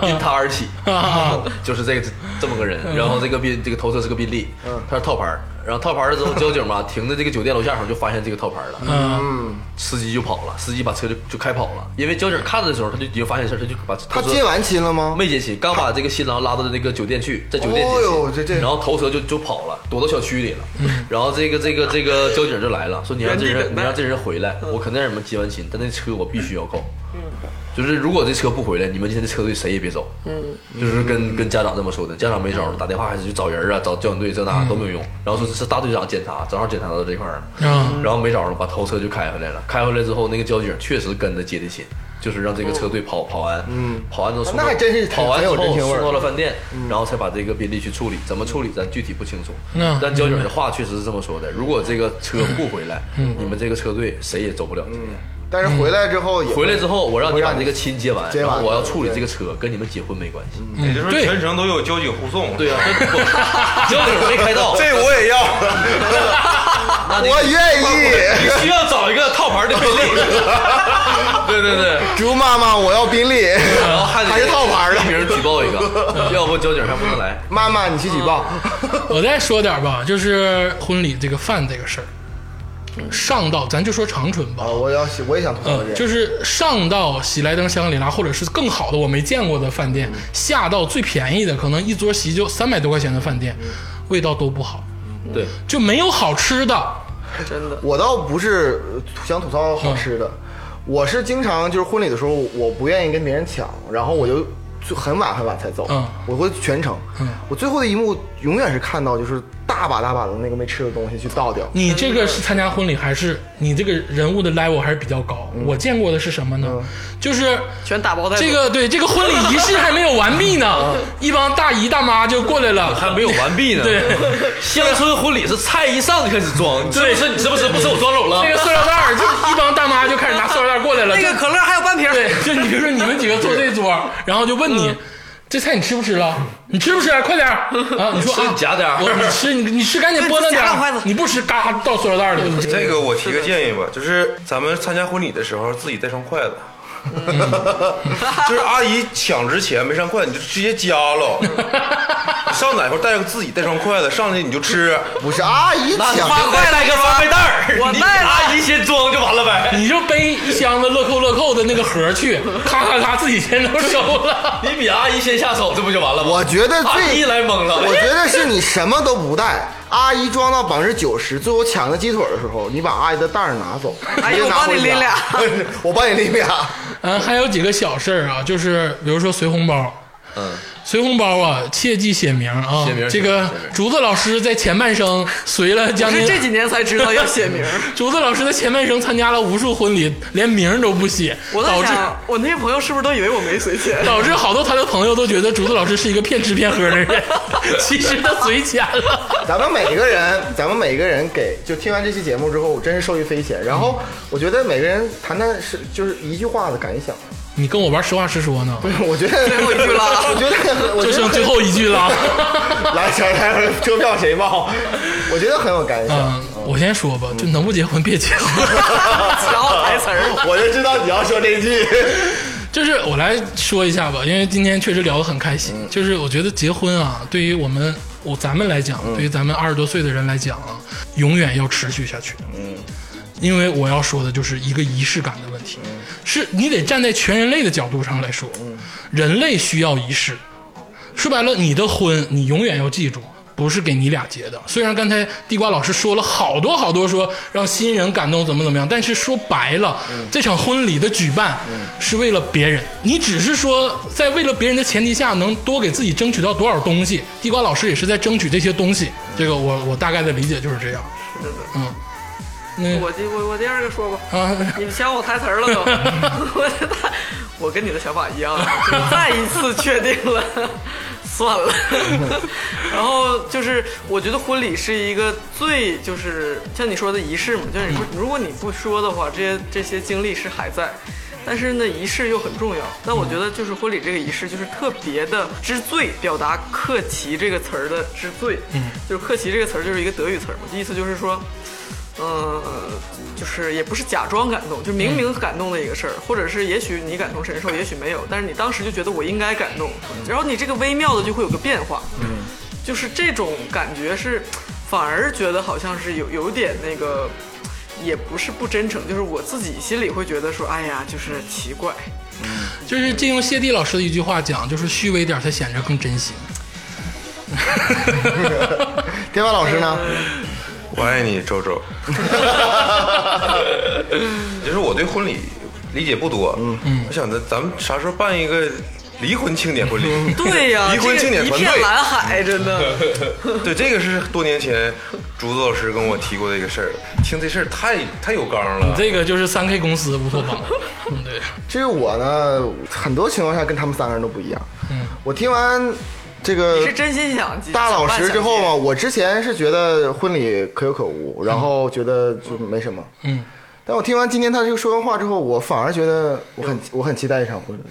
Speaker 1: [LAUGHS]
Speaker 3: 因他而起
Speaker 1: 啊，
Speaker 3: [LAUGHS]
Speaker 1: 嗯
Speaker 3: 就是这个这么个人。然后这个宾这个头车是个宾利，
Speaker 2: 嗯
Speaker 3: 他是套牌儿，然后套牌儿了之后，交警嘛停在这个酒店楼下的时候就发现这个套牌儿了，
Speaker 1: 嗯，
Speaker 3: 司机就跑了，司机把车就就开跑了，因为交警看到的时候他就已经发现事儿，他就把
Speaker 4: 他
Speaker 3: 头车
Speaker 4: 接完亲了吗？
Speaker 3: 没接亲，刚把这个新郎拉到那个酒店去，在酒店接
Speaker 4: 哦呦这
Speaker 3: 亲，
Speaker 4: 这嗯
Speaker 3: 然后头车就就跑了，躲到小区里了。然后这个这个这个交警就来了，说你让这
Speaker 2: 原地
Speaker 3: 人
Speaker 2: 等
Speaker 3: 你
Speaker 2: 待
Speaker 3: 让这人回
Speaker 4: 嗯
Speaker 3: 来，我肯定让你们接完亲，但那车我必须要扣。就是如果这车不回来，你们今天这车队谁也别走。
Speaker 4: 嗯
Speaker 3: 就是跟跟家长这么说的，家长没招儿，打电话还是去找人啊，找交警队这
Speaker 4: 嗯
Speaker 3: 那都没有用。然后说这是大队长检查，正好检查到这块儿了，
Speaker 1: 嗯
Speaker 3: 然后没招儿了，把头车就开回来了。开回来之后，那个交警确实跟着接的亲，就是让
Speaker 4: 哦
Speaker 3: 这个车队跑跑完，
Speaker 4: 嗯
Speaker 3: 跑完之后送到
Speaker 4: 那还真是挺
Speaker 3: 跑完之后
Speaker 4: 很有人情味儿嗯
Speaker 3: 送到了饭店，然后才把这个宾利去处理。怎么处理咱具体不清楚
Speaker 1: 嗯，
Speaker 3: 但交警的话确实是这么说的：如果这个车不回来，
Speaker 4: 嗯
Speaker 3: 你们这个车队谁也走不了今天。
Speaker 4: 但是回来之后也
Speaker 3: 回来之后，我让你把
Speaker 4: 嗯不让
Speaker 3: 这
Speaker 4: 你
Speaker 3: 个亲接完，
Speaker 4: 接
Speaker 3: 然
Speaker 4: 完
Speaker 3: 后我要
Speaker 4: 对嗯
Speaker 3: 处理这个车，跟你们结婚没关系。
Speaker 5: 也就是说
Speaker 1: 对
Speaker 5: 全程都有交警护
Speaker 3: [LAUGHS]
Speaker 4: [LAUGHS]
Speaker 5: 送。
Speaker 3: 对呀、啊，这不交警没开到，
Speaker 5: 这我也要。
Speaker 3: 那你
Speaker 4: 我愿意。
Speaker 3: 你需要找一个套牌的宾利。 [LAUGHS] 对对对，
Speaker 4: 猪妈妈，我要宾利， [LAUGHS]
Speaker 3: 然后还得
Speaker 4: 还是套牌
Speaker 3: 一
Speaker 4: 的。
Speaker 3: 名举报一
Speaker 4: [LAUGHS]
Speaker 3: 个，要不交警还不能来。
Speaker 4: 妈妈，你去举报。
Speaker 1: 我再说点吧，就是婚礼这个饭这个事儿，上到咱就说长春吧
Speaker 4: 啊，，我要我也想吐槽
Speaker 1: 嗯，
Speaker 4: 这。
Speaker 1: 就是上到喜来登、香格里拉，或者是更好的我没见过的饭店，下到最便宜的，可能一桌席就三百多块钱的饭店，味道都不好，
Speaker 3: 对，
Speaker 1: 就没有好吃的。
Speaker 2: 真的，
Speaker 4: 我倒不是想吐槽好吃的，我是经常就是婚礼的时候，我不愿意跟别人抢，然后我就就很晚很晚才走，
Speaker 1: 嗯
Speaker 4: 我会全程。我最后的一幕永远是看到就是大把大把的那个没吃的东西去倒掉。
Speaker 1: 你这个是参加婚礼，还是你这个人物的 level 还是比较高？我见过的是什么呢？就是
Speaker 2: 全打包带走
Speaker 1: 这个对这个婚礼仪式还没有完毕呢，一帮大姨大妈就过来了，
Speaker 3: 还没有完毕呢。
Speaker 1: 对，
Speaker 3: 乡村婚礼是菜一上就开始装，是不是？你是不是不是我装走了
Speaker 1: 那？个塑料袋儿，就一帮大妈就开始拿塑料袋儿过来了，
Speaker 2: 那
Speaker 1: 就
Speaker 2: 个可乐还有半瓶儿，
Speaker 1: 对， [LAUGHS] 就你比如说你们几个坐这桌，然后就问
Speaker 3: 嗯
Speaker 1: 你。这菜你吃不吃了？你吃不吃？快
Speaker 3: [LAUGHS]
Speaker 1: 点儿啊！你说
Speaker 3: 吃
Speaker 1: 啊，
Speaker 3: 你夹点儿
Speaker 1: 我你吃你你吃，赶紧拨弄点
Speaker 2: 夹两筷
Speaker 1: 儿
Speaker 2: 子。
Speaker 1: 你不吃，嘎倒塑料袋里。
Speaker 5: [LAUGHS] 这个我提个建议吧，就是咱们参加婚礼的时候自己带上筷子。
Speaker 3: 嗯
Speaker 5: [LAUGHS]
Speaker 3: [LAUGHS]
Speaker 5: 就是阿姨抢之前没上筷子，你就直接夹
Speaker 3: [LAUGHS]
Speaker 5: 了。上哪块带个自己带双筷子，上去你就吃。
Speaker 4: 不是阿姨
Speaker 3: 那
Speaker 4: 抢，
Speaker 3: 发快来个发背袋儿，
Speaker 2: 我
Speaker 3: 你
Speaker 2: 带了
Speaker 3: 阿姨先装就完了呗。
Speaker 1: 你就背一箱子乐扣乐扣的那个盒儿去，咔咔咔自己先都收了。
Speaker 3: 你比阿姨先下手，这不就完了吗？
Speaker 4: 我觉得
Speaker 3: 阿姨
Speaker 4: 最，
Speaker 3: 来懵
Speaker 5: [LAUGHS]
Speaker 3: 了，
Speaker 4: 我觉得是你什么都不带。阿姨装到百分之九十，最后抢个鸡腿的时候，你把阿姨的袋儿拿走，
Speaker 2: 阿姨
Speaker 4: 直接拿
Speaker 2: 我帮你
Speaker 4: 回家
Speaker 2: 拎俩，
Speaker 4: [LAUGHS] 我帮你拎俩。
Speaker 1: 嗯，还有几个小事儿啊，就是比如说随红包，
Speaker 3: 嗯，
Speaker 1: 随红包啊，切记写名啊。
Speaker 3: 写名
Speaker 1: 这个
Speaker 3: 写名
Speaker 1: 竹子老师在前半生随了将
Speaker 2: 我
Speaker 1: 近
Speaker 2: 是这几年才知道要写名儿。
Speaker 1: [LAUGHS] 竹子老师的前半生参加了无数婚礼，连名儿都不写，
Speaker 2: 我
Speaker 1: 导
Speaker 2: 在
Speaker 1: 致
Speaker 2: 想，我那些朋友是不是都以为我没随钱？
Speaker 1: [LAUGHS] 导致好多他的朋友都觉得竹子老师是一个骗吃骗喝的人， [LAUGHS] 其实他随钱了。
Speaker 4: 咱们每个人，咱们每个人给，就听完这期节目之后，我真是受益匪浅。然后我觉得每个人谈谈是就是一句话的感想。 [LAUGHS]
Speaker 1: 你跟我玩实话实说呢，
Speaker 4: 我觉得最
Speaker 2: 后一句了
Speaker 4: [LAUGHS] 我觉得我
Speaker 1: 就
Speaker 4: 觉
Speaker 1: 剩
Speaker 4: 得
Speaker 1: 最后一句了。
Speaker 4: [LAUGHS] 来小来车票谁报？我觉得很有感想。
Speaker 1: [LAUGHS] 嗯，我先说吧，就能不结婚别结 [LAUGHS] 婚。
Speaker 2: 然后哎台词儿，
Speaker 4: 我就知道你要说这句。 [LAUGHS]
Speaker 1: 就是我来说一下吧，因为今天确实聊得很开心。就是我觉得结婚啊，对于我们我咱们来讲，对于咱们二十多岁的人来讲啊，永远要持续下去。嗯，因为我要说的就是一个仪式感的问题，是你得站在全人类的角度上来说，人类需要仪式。说白了，你的婚你永远要记住，不是给你俩结的。虽然刚才地瓜老师说了好多好多说让新人感动怎么怎么样，但是说白了，这场婚礼的举办是为了别人，你只是说在为了别人的前提下，能多给自己争取到多少东西。地瓜老师也是在争取这些东西，这个我我大概的理解就是这样。嗯，
Speaker 2: 我第我我第二个说吧。
Speaker 1: 那啊， [LAUGHS]
Speaker 2: 你抢我台词儿了都， [LAUGHS] 我觉得我跟你的想法一样，啊就再一次确定了，算了。 [LAUGHS] 然后就是，我觉得婚礼是一个最就是像你说的仪式嘛，就是你不、如果你不说的话，这些这些经历是还在。但是呢，仪式又很重要。但我觉得，就是婚礼这个仪式，就是特别的之最，表达“克奇”这个词儿的之最。嗯，就是“克奇”这个词儿就是一个德语词儿嘛，意思就是说，呃，就是也不是假装感动，就明明感动的一个事儿，或者是也许你感同身受，也许没有，但是你当时就觉得我应该感动，然后你这个微妙的就会有个变化，嗯，就是这种感觉是，反而觉得好像是有有点那个，也不是不真诚，就是我自己心里会觉得说，哎呀，就是奇
Speaker 4: [LAUGHS]
Speaker 2: 怪，
Speaker 1: 就是借用谢帝老师的一句话讲，就是虚伪点儿才显着更真心。
Speaker 4: 天霸老师呢？
Speaker 5: 我爱你，周周。就是我对婚礼理解不多，嗯，我想着咱们啥时候办一个离婚庆典婚礼？
Speaker 1: 嗯
Speaker 2: 对呀、
Speaker 5: 离
Speaker 2: 这
Speaker 5: 婚
Speaker 2: 个
Speaker 5: 庆典
Speaker 2: 一
Speaker 5: 团队
Speaker 2: 片蓝海，真的，
Speaker 5: [LAUGHS]
Speaker 4: [LAUGHS]
Speaker 5: 对，这个是多年前竹子老师跟我提过的一个事儿，听这事儿太太有刚了。
Speaker 1: 这个就是三 K 公司乌托邦。嗯，对。
Speaker 4: 至于我呢，很多情况下跟他们三个人都不一样。嗯，我听完这个
Speaker 2: 是真心想
Speaker 4: 大老师之后
Speaker 2: 嘛
Speaker 4: 嘛，，我之前是觉得婚礼可有可无，然后觉得就没什么。
Speaker 1: 嗯，嗯
Speaker 4: 但我听完今天他这个说完话之后，我反而觉得我很我很期待一场婚礼。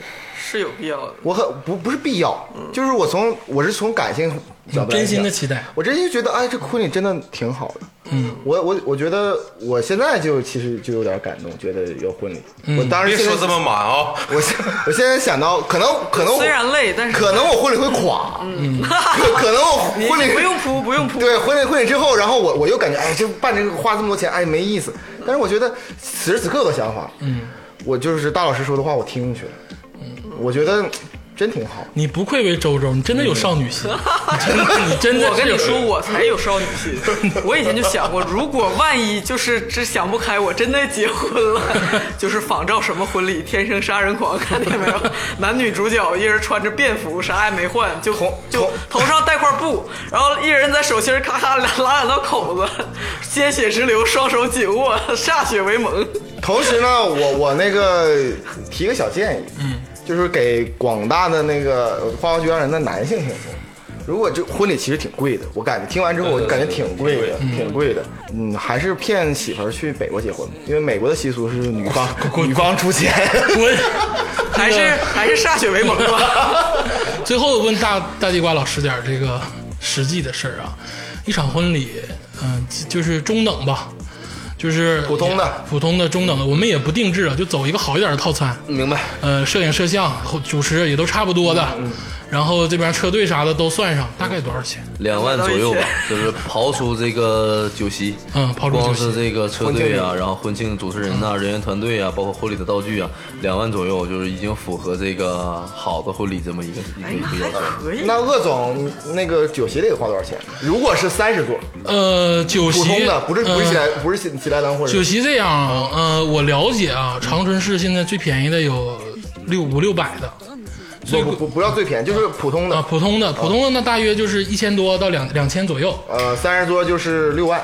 Speaker 2: 是有必要的。
Speaker 4: 我很不不是必要，就是我从我是从感性角度来讲
Speaker 1: 嗯真心的期待
Speaker 4: 我真心觉得哎，这婚礼真的挺好的。嗯，我我我觉得我现在就其实就有点感动，觉得有婚礼。
Speaker 1: 嗯
Speaker 4: 我当
Speaker 5: 别
Speaker 4: 时现在
Speaker 5: 说这么满啊、
Speaker 4: 我现我现在想到，可能可能我
Speaker 2: 虽然累，但是
Speaker 4: 可能我婚礼会垮，嗯，可可能我
Speaker 2: [LAUGHS] 你
Speaker 4: 婚礼
Speaker 2: 不用铺，不用铺。
Speaker 4: 对，婚礼婚礼之后，然后我我又感觉，哎，这办这个花这么多钱，哎，没意思。但是我觉得此时此刻的想法，嗯，我就是大老师说的话，我听进去了，嗯，我觉得真挺好。
Speaker 1: 你不愧为周周，你真的有少女心，你真的你真的
Speaker 2: 我跟
Speaker 1: 是
Speaker 2: 你
Speaker 1: 有
Speaker 2: 说，我才有少女心。我以前就想过，如果万一就是只想不开，我真的结婚了，就是仿照什么婚礼，天生杀人狂，看见没有？男女主角一人穿着便服，啥也没换，就
Speaker 4: 同
Speaker 2: 就头上带块布，然后一人在手心儿咔咔拉拉两道口子，鲜血直流，双手紧握，歃血为盟。
Speaker 4: 同时呢，我我那个提个小建议，嗯，就是给广大的那个花花局人的男性听众，如果这婚礼其实挺贵的，我感觉听完之后，我就感觉挺贵的，挺贵的。嗯，还是骗媳妇儿去美国结婚吧，因为美国的习俗是女方女方出钱。
Speaker 1: [LAUGHS] 滚！[LAUGHS]
Speaker 2: 还是还是歃血为盟吧。
Speaker 1: 最后问大大地瓜老师点儿这个实际的事儿啊，一场婚礼，嗯、就是中等吧，就是
Speaker 4: 普通的
Speaker 1: 普通的中等的，我们也不定制啊，就走一个好一点的套餐，
Speaker 3: 明白？
Speaker 1: 呃，摄影、摄像、后主持也都差不多的，
Speaker 4: 嗯
Speaker 1: 然后这边车队啥的都算上，大概多少钱？
Speaker 3: 两万左
Speaker 2: [LAUGHS]
Speaker 3: 右吧，就是刨除这个酒席，
Speaker 1: 嗯刨除酒席
Speaker 3: 光是这个车队啊，然后婚庆主持人
Speaker 1: 嗯
Speaker 3: 呐、人员团队啊，包括婚礼的道具啊，两万左右就是已经符合这个好的婚礼这么一个
Speaker 2: 哎
Speaker 3: 一个一个要求。
Speaker 2: 可以，
Speaker 4: 那鄂总那个酒席得花多少钱？如果是三十桌，
Speaker 1: 呃，酒席
Speaker 4: 普通的，不是不是喜
Speaker 1: 呃
Speaker 4: 来不是喜喜来登或者
Speaker 1: 酒席这样啊，呃，我了解啊，长春市现在最便宜的有六五六百的，最
Speaker 4: 不不不不要最便宜，就是普通
Speaker 1: 啊，
Speaker 4: 的，
Speaker 1: 普通的普通的那大约就是一千多到两两千左右，
Speaker 4: 呃，三十桌就是六万。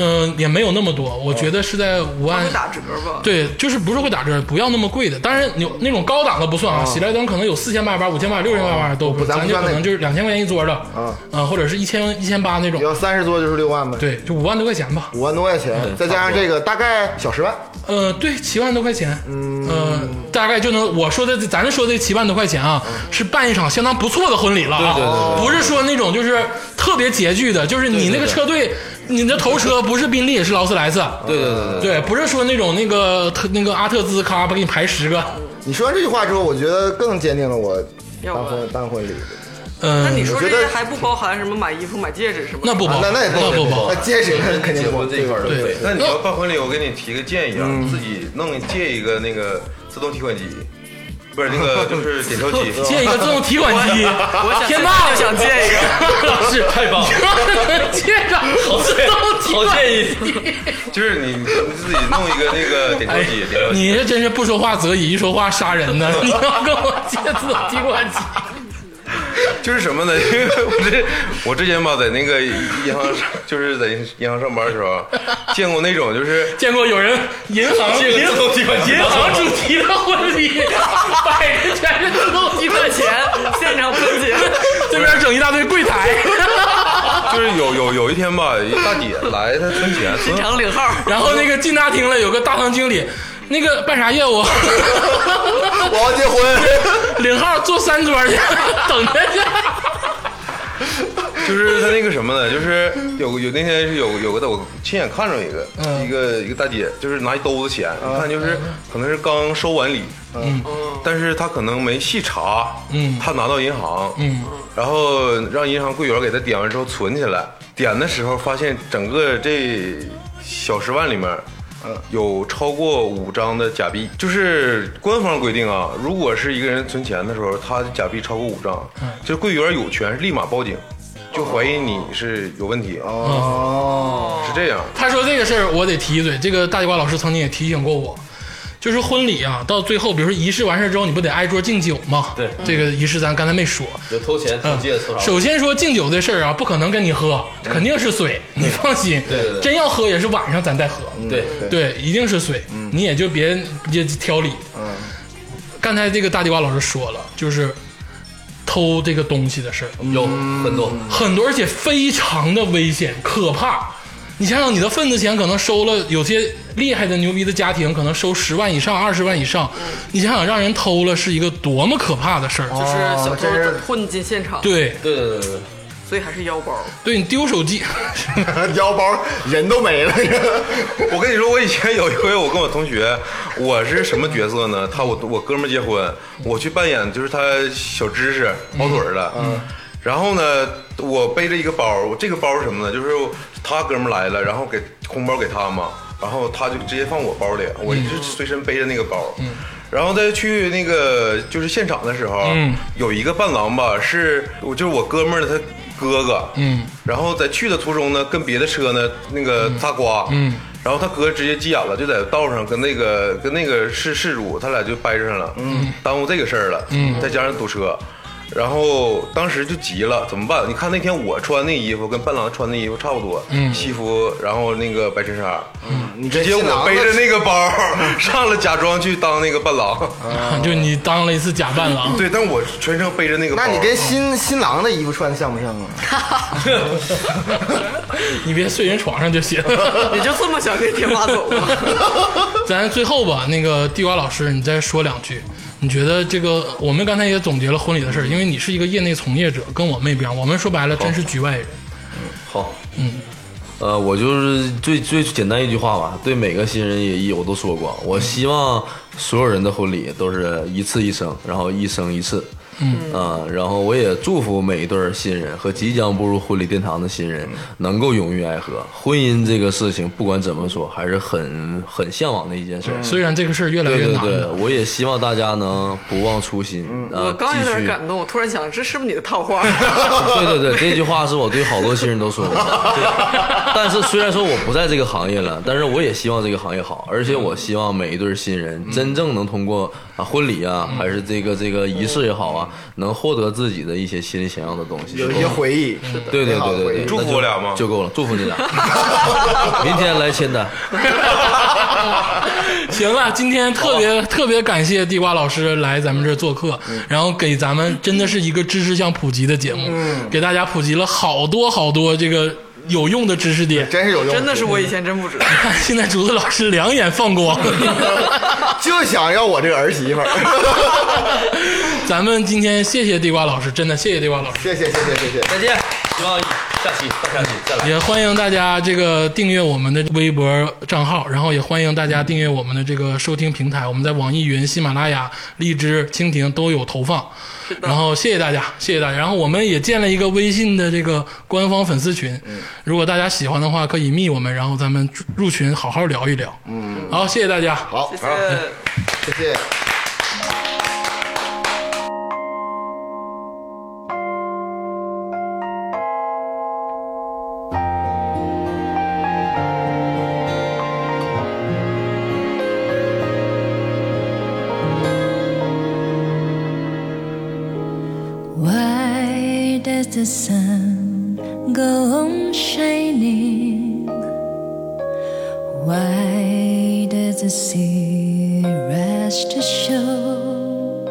Speaker 1: 嗯、也没有那么多，我觉得是在五万
Speaker 2: 哦会。打折吧？
Speaker 1: 对，就是不是会打折，不要那么贵的。当然，有那种高档的不算啊，喜来登可能有四千八百八、五千八百、六千八百都不，
Speaker 4: 咱
Speaker 1: 咱
Speaker 4: 不
Speaker 1: 就
Speaker 4: 算
Speaker 1: 可
Speaker 4: 那
Speaker 1: 能就是两千块钱一桌的，
Speaker 4: 啊
Speaker 1: 啊，或者是一千一千八那种，
Speaker 4: 要三十桌就是六万呗，
Speaker 1: 对，就五万多块钱吧。
Speaker 4: 五万多块钱，再加上这个大概小十万，
Speaker 1: 呃，对，七万多块钱，嗯、大概就能我说的，咱说这七万多块钱啊，是办一场相当不错的婚礼了啊，
Speaker 3: 对对对
Speaker 1: 不是说那种就是特别拮据的，就是你那个车队，你的头车不是宾利也是劳斯莱斯，
Speaker 3: 对对对对对，
Speaker 1: 对，不是说那种那个特那个阿特兹咔吧给你排十个，
Speaker 4: 你说完这句话之后，我觉得更坚定了我
Speaker 2: 要
Speaker 4: 办
Speaker 2: 不
Speaker 4: 婚办婚礼。
Speaker 1: 嗯、
Speaker 2: 那你说这
Speaker 4: 我觉
Speaker 2: 些
Speaker 4: 得
Speaker 2: 还不包含什么买衣服、买戒指什么的？
Speaker 1: 那不
Speaker 4: 啊
Speaker 1: 包，
Speaker 4: 那那也
Speaker 1: 那不包
Speaker 4: 那，结实那肯定
Speaker 3: 结
Speaker 4: 不包
Speaker 3: 婚这一块儿的
Speaker 1: 对
Speaker 3: 费。
Speaker 5: 那你要办婚礼，我给你提个建议啊，
Speaker 1: 嗯
Speaker 5: 自己弄借一个那个自动提款机，不是那
Speaker 1: [LAUGHS]
Speaker 5: 个就是点钞机。
Speaker 1: 借一个自动提款机，
Speaker 2: 我想
Speaker 1: 啊天
Speaker 2: 现
Speaker 1: 呐，
Speaker 2: 在就想借一
Speaker 1: [LAUGHS]
Speaker 2: 个。
Speaker 1: 老师
Speaker 3: 太棒了
Speaker 1: 借着自动提
Speaker 3: 好
Speaker 1: 款
Speaker 3: 建议，
Speaker 5: 就是你你自己弄一个那个点钞机，
Speaker 3: 哎
Speaker 5: 点钞机。
Speaker 1: 你这真是不说话则已，一说话杀人
Speaker 3: [LAUGHS]
Speaker 1: 呢！你要跟我借自动提款机，
Speaker 5: [LAUGHS] 就是什么呢？ [LAUGHS] 因为我这我之前吧，在那个银行上，就是在银行上班的时候，啊见过那种就是
Speaker 1: 见过有人银行
Speaker 3: 借个
Speaker 1: 银
Speaker 3: 自动提款机
Speaker 1: 银行主题的婚礼，摆的全是自动提款
Speaker 2: 分
Speaker 1: 机，
Speaker 2: 钱，现场分钱。
Speaker 1: 这边整一大堆柜台，
Speaker 5: 就是有有有一天吧，一大姐来她
Speaker 1: [LAUGHS]
Speaker 5: 存钱，
Speaker 2: 进
Speaker 5: 存
Speaker 2: 场领号，
Speaker 1: 然后那个进大厅了，有个大堂经理，那个办啥业务？ [LAUGHS]
Speaker 4: 我要结婚，
Speaker 1: 领号坐三桌去，等着去。
Speaker 5: 就是她那个什么呢？ [LAUGHS] 就是有有那天是有有个我亲眼看着一个、一个一个大姐，就是拿一兜子钱，
Speaker 1: 嗯
Speaker 5: 你看就是可能是刚收完礼，嗯，但是她可能没细查，
Speaker 1: 嗯
Speaker 5: 她拿到银行，
Speaker 1: 嗯，
Speaker 5: 然后让银行柜员给她点完之后存起来，点的时候发现整个这小十万里面。有超过五张的假币，就是官方规定啊，如果是一个人存钱的时候，他的假币超过五张，就是柜员有权立马报警，就怀疑你是有问
Speaker 4: 哦
Speaker 5: 题啊，是这样。
Speaker 1: 他说这个事儿，我得提一嘴。这个大地瓜老师曾经也提醒过我，就是婚礼啊，到最后，比如说仪式完事儿之后，你不得挨桌敬酒吗？
Speaker 3: 对
Speaker 1: 这个仪式咱刚才没说。
Speaker 3: 有偷钱、偷
Speaker 1: 嗯
Speaker 3: 借、偷，啥？
Speaker 1: 首先说敬酒这事儿啊，不可能跟你喝，肯定是水，你放心。
Speaker 3: 对对对
Speaker 1: 真要喝也是晚上咱再喝。
Speaker 3: 对，
Speaker 1: 对，一定是水，
Speaker 3: 嗯
Speaker 1: 你也就别别挑理。嗯，刚才这个大地瓜老师说了，就是偷这个东西的事儿，
Speaker 3: 有很多。
Speaker 1: 很多而且非常的危险可怕。你想想，你的份子钱可能收了，有些厉害的、牛逼的家庭可能收十万以上、二十万以上。
Speaker 3: 嗯
Speaker 1: 你想想，让人偷了是一个多么可怕的事
Speaker 3: 哦
Speaker 1: 儿！
Speaker 2: 就是小
Speaker 4: 真是
Speaker 2: 偷混进现场，
Speaker 1: 哦对，
Speaker 3: 对对对对对，
Speaker 2: 所以还是腰包。
Speaker 1: 对你丢手机，
Speaker 4: [LAUGHS] 腰包人都没了。
Speaker 5: [LAUGHS] 我跟你说，我以前有一回，我跟我同学，我是什么角色呢？他我我哥们儿结婚，我去扮演就是他小知识跑腿儿的。嗯。然后呢，我背着一个包，我这个包是什么呢？就是他哥们儿来了，然后给红包给他嘛，然后他就直接放我包里，我一直随身背着那个包。嗯。然后在去那个就是现场的时候，
Speaker 1: 嗯
Speaker 5: 有一个伴郎吧，是我就是我哥们儿的他哥哥，
Speaker 1: 嗯，
Speaker 5: 然后在去的途中呢，跟别的车呢那个擦刮，
Speaker 1: 嗯
Speaker 5: 然后他哥直接急眼了，就在道上跟那个跟那个事事主，他俩就掰扯上了，嗯，耽误这个事儿了，嗯，再加上堵车。然后当时就急了，怎么办？你看那天我穿那衣服跟伴郎穿的衣服差不多，嗯，西服，然后那个白衬衫，
Speaker 4: 你
Speaker 5: 直接我背着那个包上了，假装去当那个伴郎，
Speaker 1: [LAUGHS] 就你当了一次假伴
Speaker 3: [LAUGHS]
Speaker 1: 郎。
Speaker 5: 对，但我全程背着那个包。
Speaker 4: 那你跟新新郎的衣服穿的像不像啊？
Speaker 1: 你别睡人床上就行。
Speaker 2: 你就这么想跟天妈走吗？
Speaker 1: [LAUGHS] 呃咱最后吧，那个地瓜老师，你再说两句。你觉得这个，我们刚才也总结了婚礼的事儿，因为你是一个业内从业者，跟我们也不一样。我们说白了，真是局外人。
Speaker 3: 哦好，嗯。呃，我就是最最简单一句话吧，对每个新人也一我都说过，我希望所有人的婚礼都是一次一生，然后一生一次，嗯啊、然后我也祝福每一对儿新人和即将步入婚礼殿堂的新人
Speaker 1: 嗯
Speaker 3: 能够永浴爱河。婚姻这个事情，不管怎么说，还是很很向往的一件事儿。
Speaker 1: 虽然这个事儿越来嗯
Speaker 3: 对
Speaker 1: 越
Speaker 3: 对
Speaker 1: 难
Speaker 3: 对，
Speaker 1: 了， [LAUGHS]
Speaker 3: 我也希望大家能不忘初心，啊、
Speaker 2: 嗯我刚有
Speaker 3: 继
Speaker 2: 点
Speaker 3: 续
Speaker 2: 感动，我突然想，这是不是你的套话？
Speaker 3: 对 [LAUGHS] 对对，这句话是我对好多新人都说过的。对但是虽然说我不在这个行业了，但是我也希望这个行业好，而且我希望每一对新人真正能通过啊婚礼啊，还是这个这个仪式也好啊，能获得自己的一些心里想要的东西。
Speaker 4: 有一些回忆，
Speaker 3: 对对
Speaker 4: 美好
Speaker 3: 对
Speaker 4: 的
Speaker 3: 对
Speaker 4: 回
Speaker 3: 对，
Speaker 4: 忆
Speaker 5: 祝福我俩吗
Speaker 3: 那就就够了，祝福你俩。明天来签单。
Speaker 1: 行了，今天特别特别感谢地瓜老师来咱们这儿做客，
Speaker 3: 嗯
Speaker 1: 然后给咱们真的是一个知识向普及的节目，
Speaker 3: 嗯
Speaker 1: 给大家普及了好多好多这个有用的知识点。
Speaker 4: 真是有用，
Speaker 2: 真的是我以前真不知道。
Speaker 1: 看 [LAUGHS] 现在竹子老师两眼放光。
Speaker 4: [LAUGHS]
Speaker 1: [LAUGHS]
Speaker 4: 就想要我这个儿媳妇儿。 [LAUGHS]
Speaker 1: 咱们今天谢谢地瓜老师，真的谢谢地瓜老师。
Speaker 4: 谢谢谢谢谢谢。
Speaker 3: 再见，希望下期大下期再来。
Speaker 1: 也欢迎大家这个订阅我们的微博账号，然后也欢迎大家订阅我们的这个收听平台，我们在网易云、喜马拉雅、荔枝、蜻蜓都有投放。然后谢谢大家，谢谢大家。然后我们也建了一个微信的这个官方粉丝群，如果大家喜欢的话，可以密我们，然后咱们入群好好聊一聊。嗯，好，谢谢大家。好。
Speaker 4: 好
Speaker 2: 谢，谢。
Speaker 4: 谢谢。
Speaker 7: Why does the sun go on shining? Why does the sea rush to shore?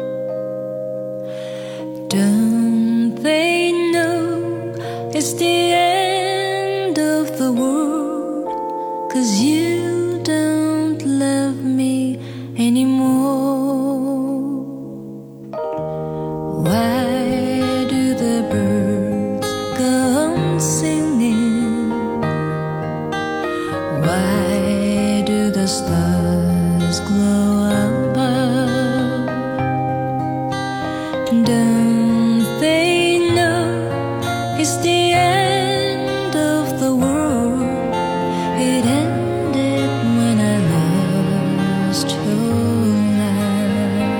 Speaker 7: Don't they know it's the end of the world? Cause you don't love me anymore. Why do the birds go on singing? Why do the stars glow above? Don't they know it's the end of the world? It ended when I lost your love.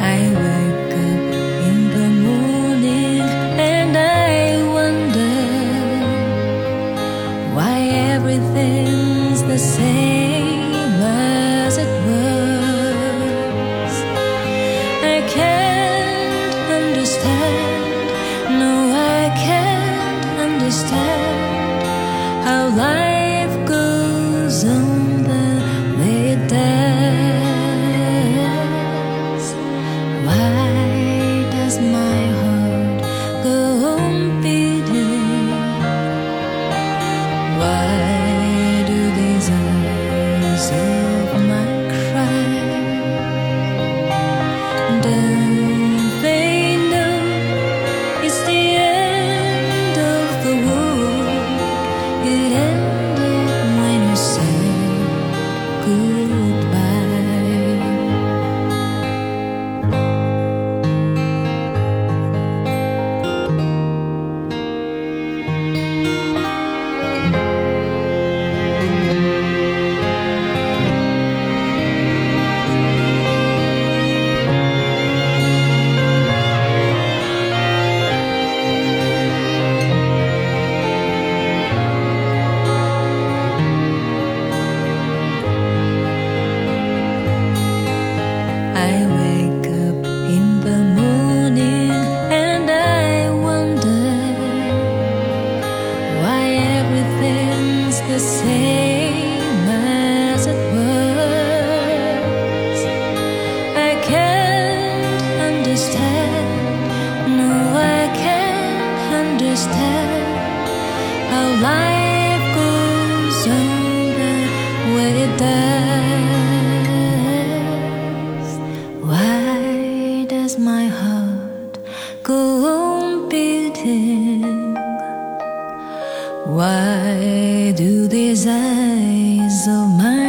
Speaker 7: I wake up in the morning and I wonder why everything's the same as it was. I can't understand, no, I can't understand how life goes on the way it does. Why does my heart go on beating? the same as it was. I can't understand. No, I can't understand how life goes on the way it does. Why does my heart go on beating? Why do these eyes of mine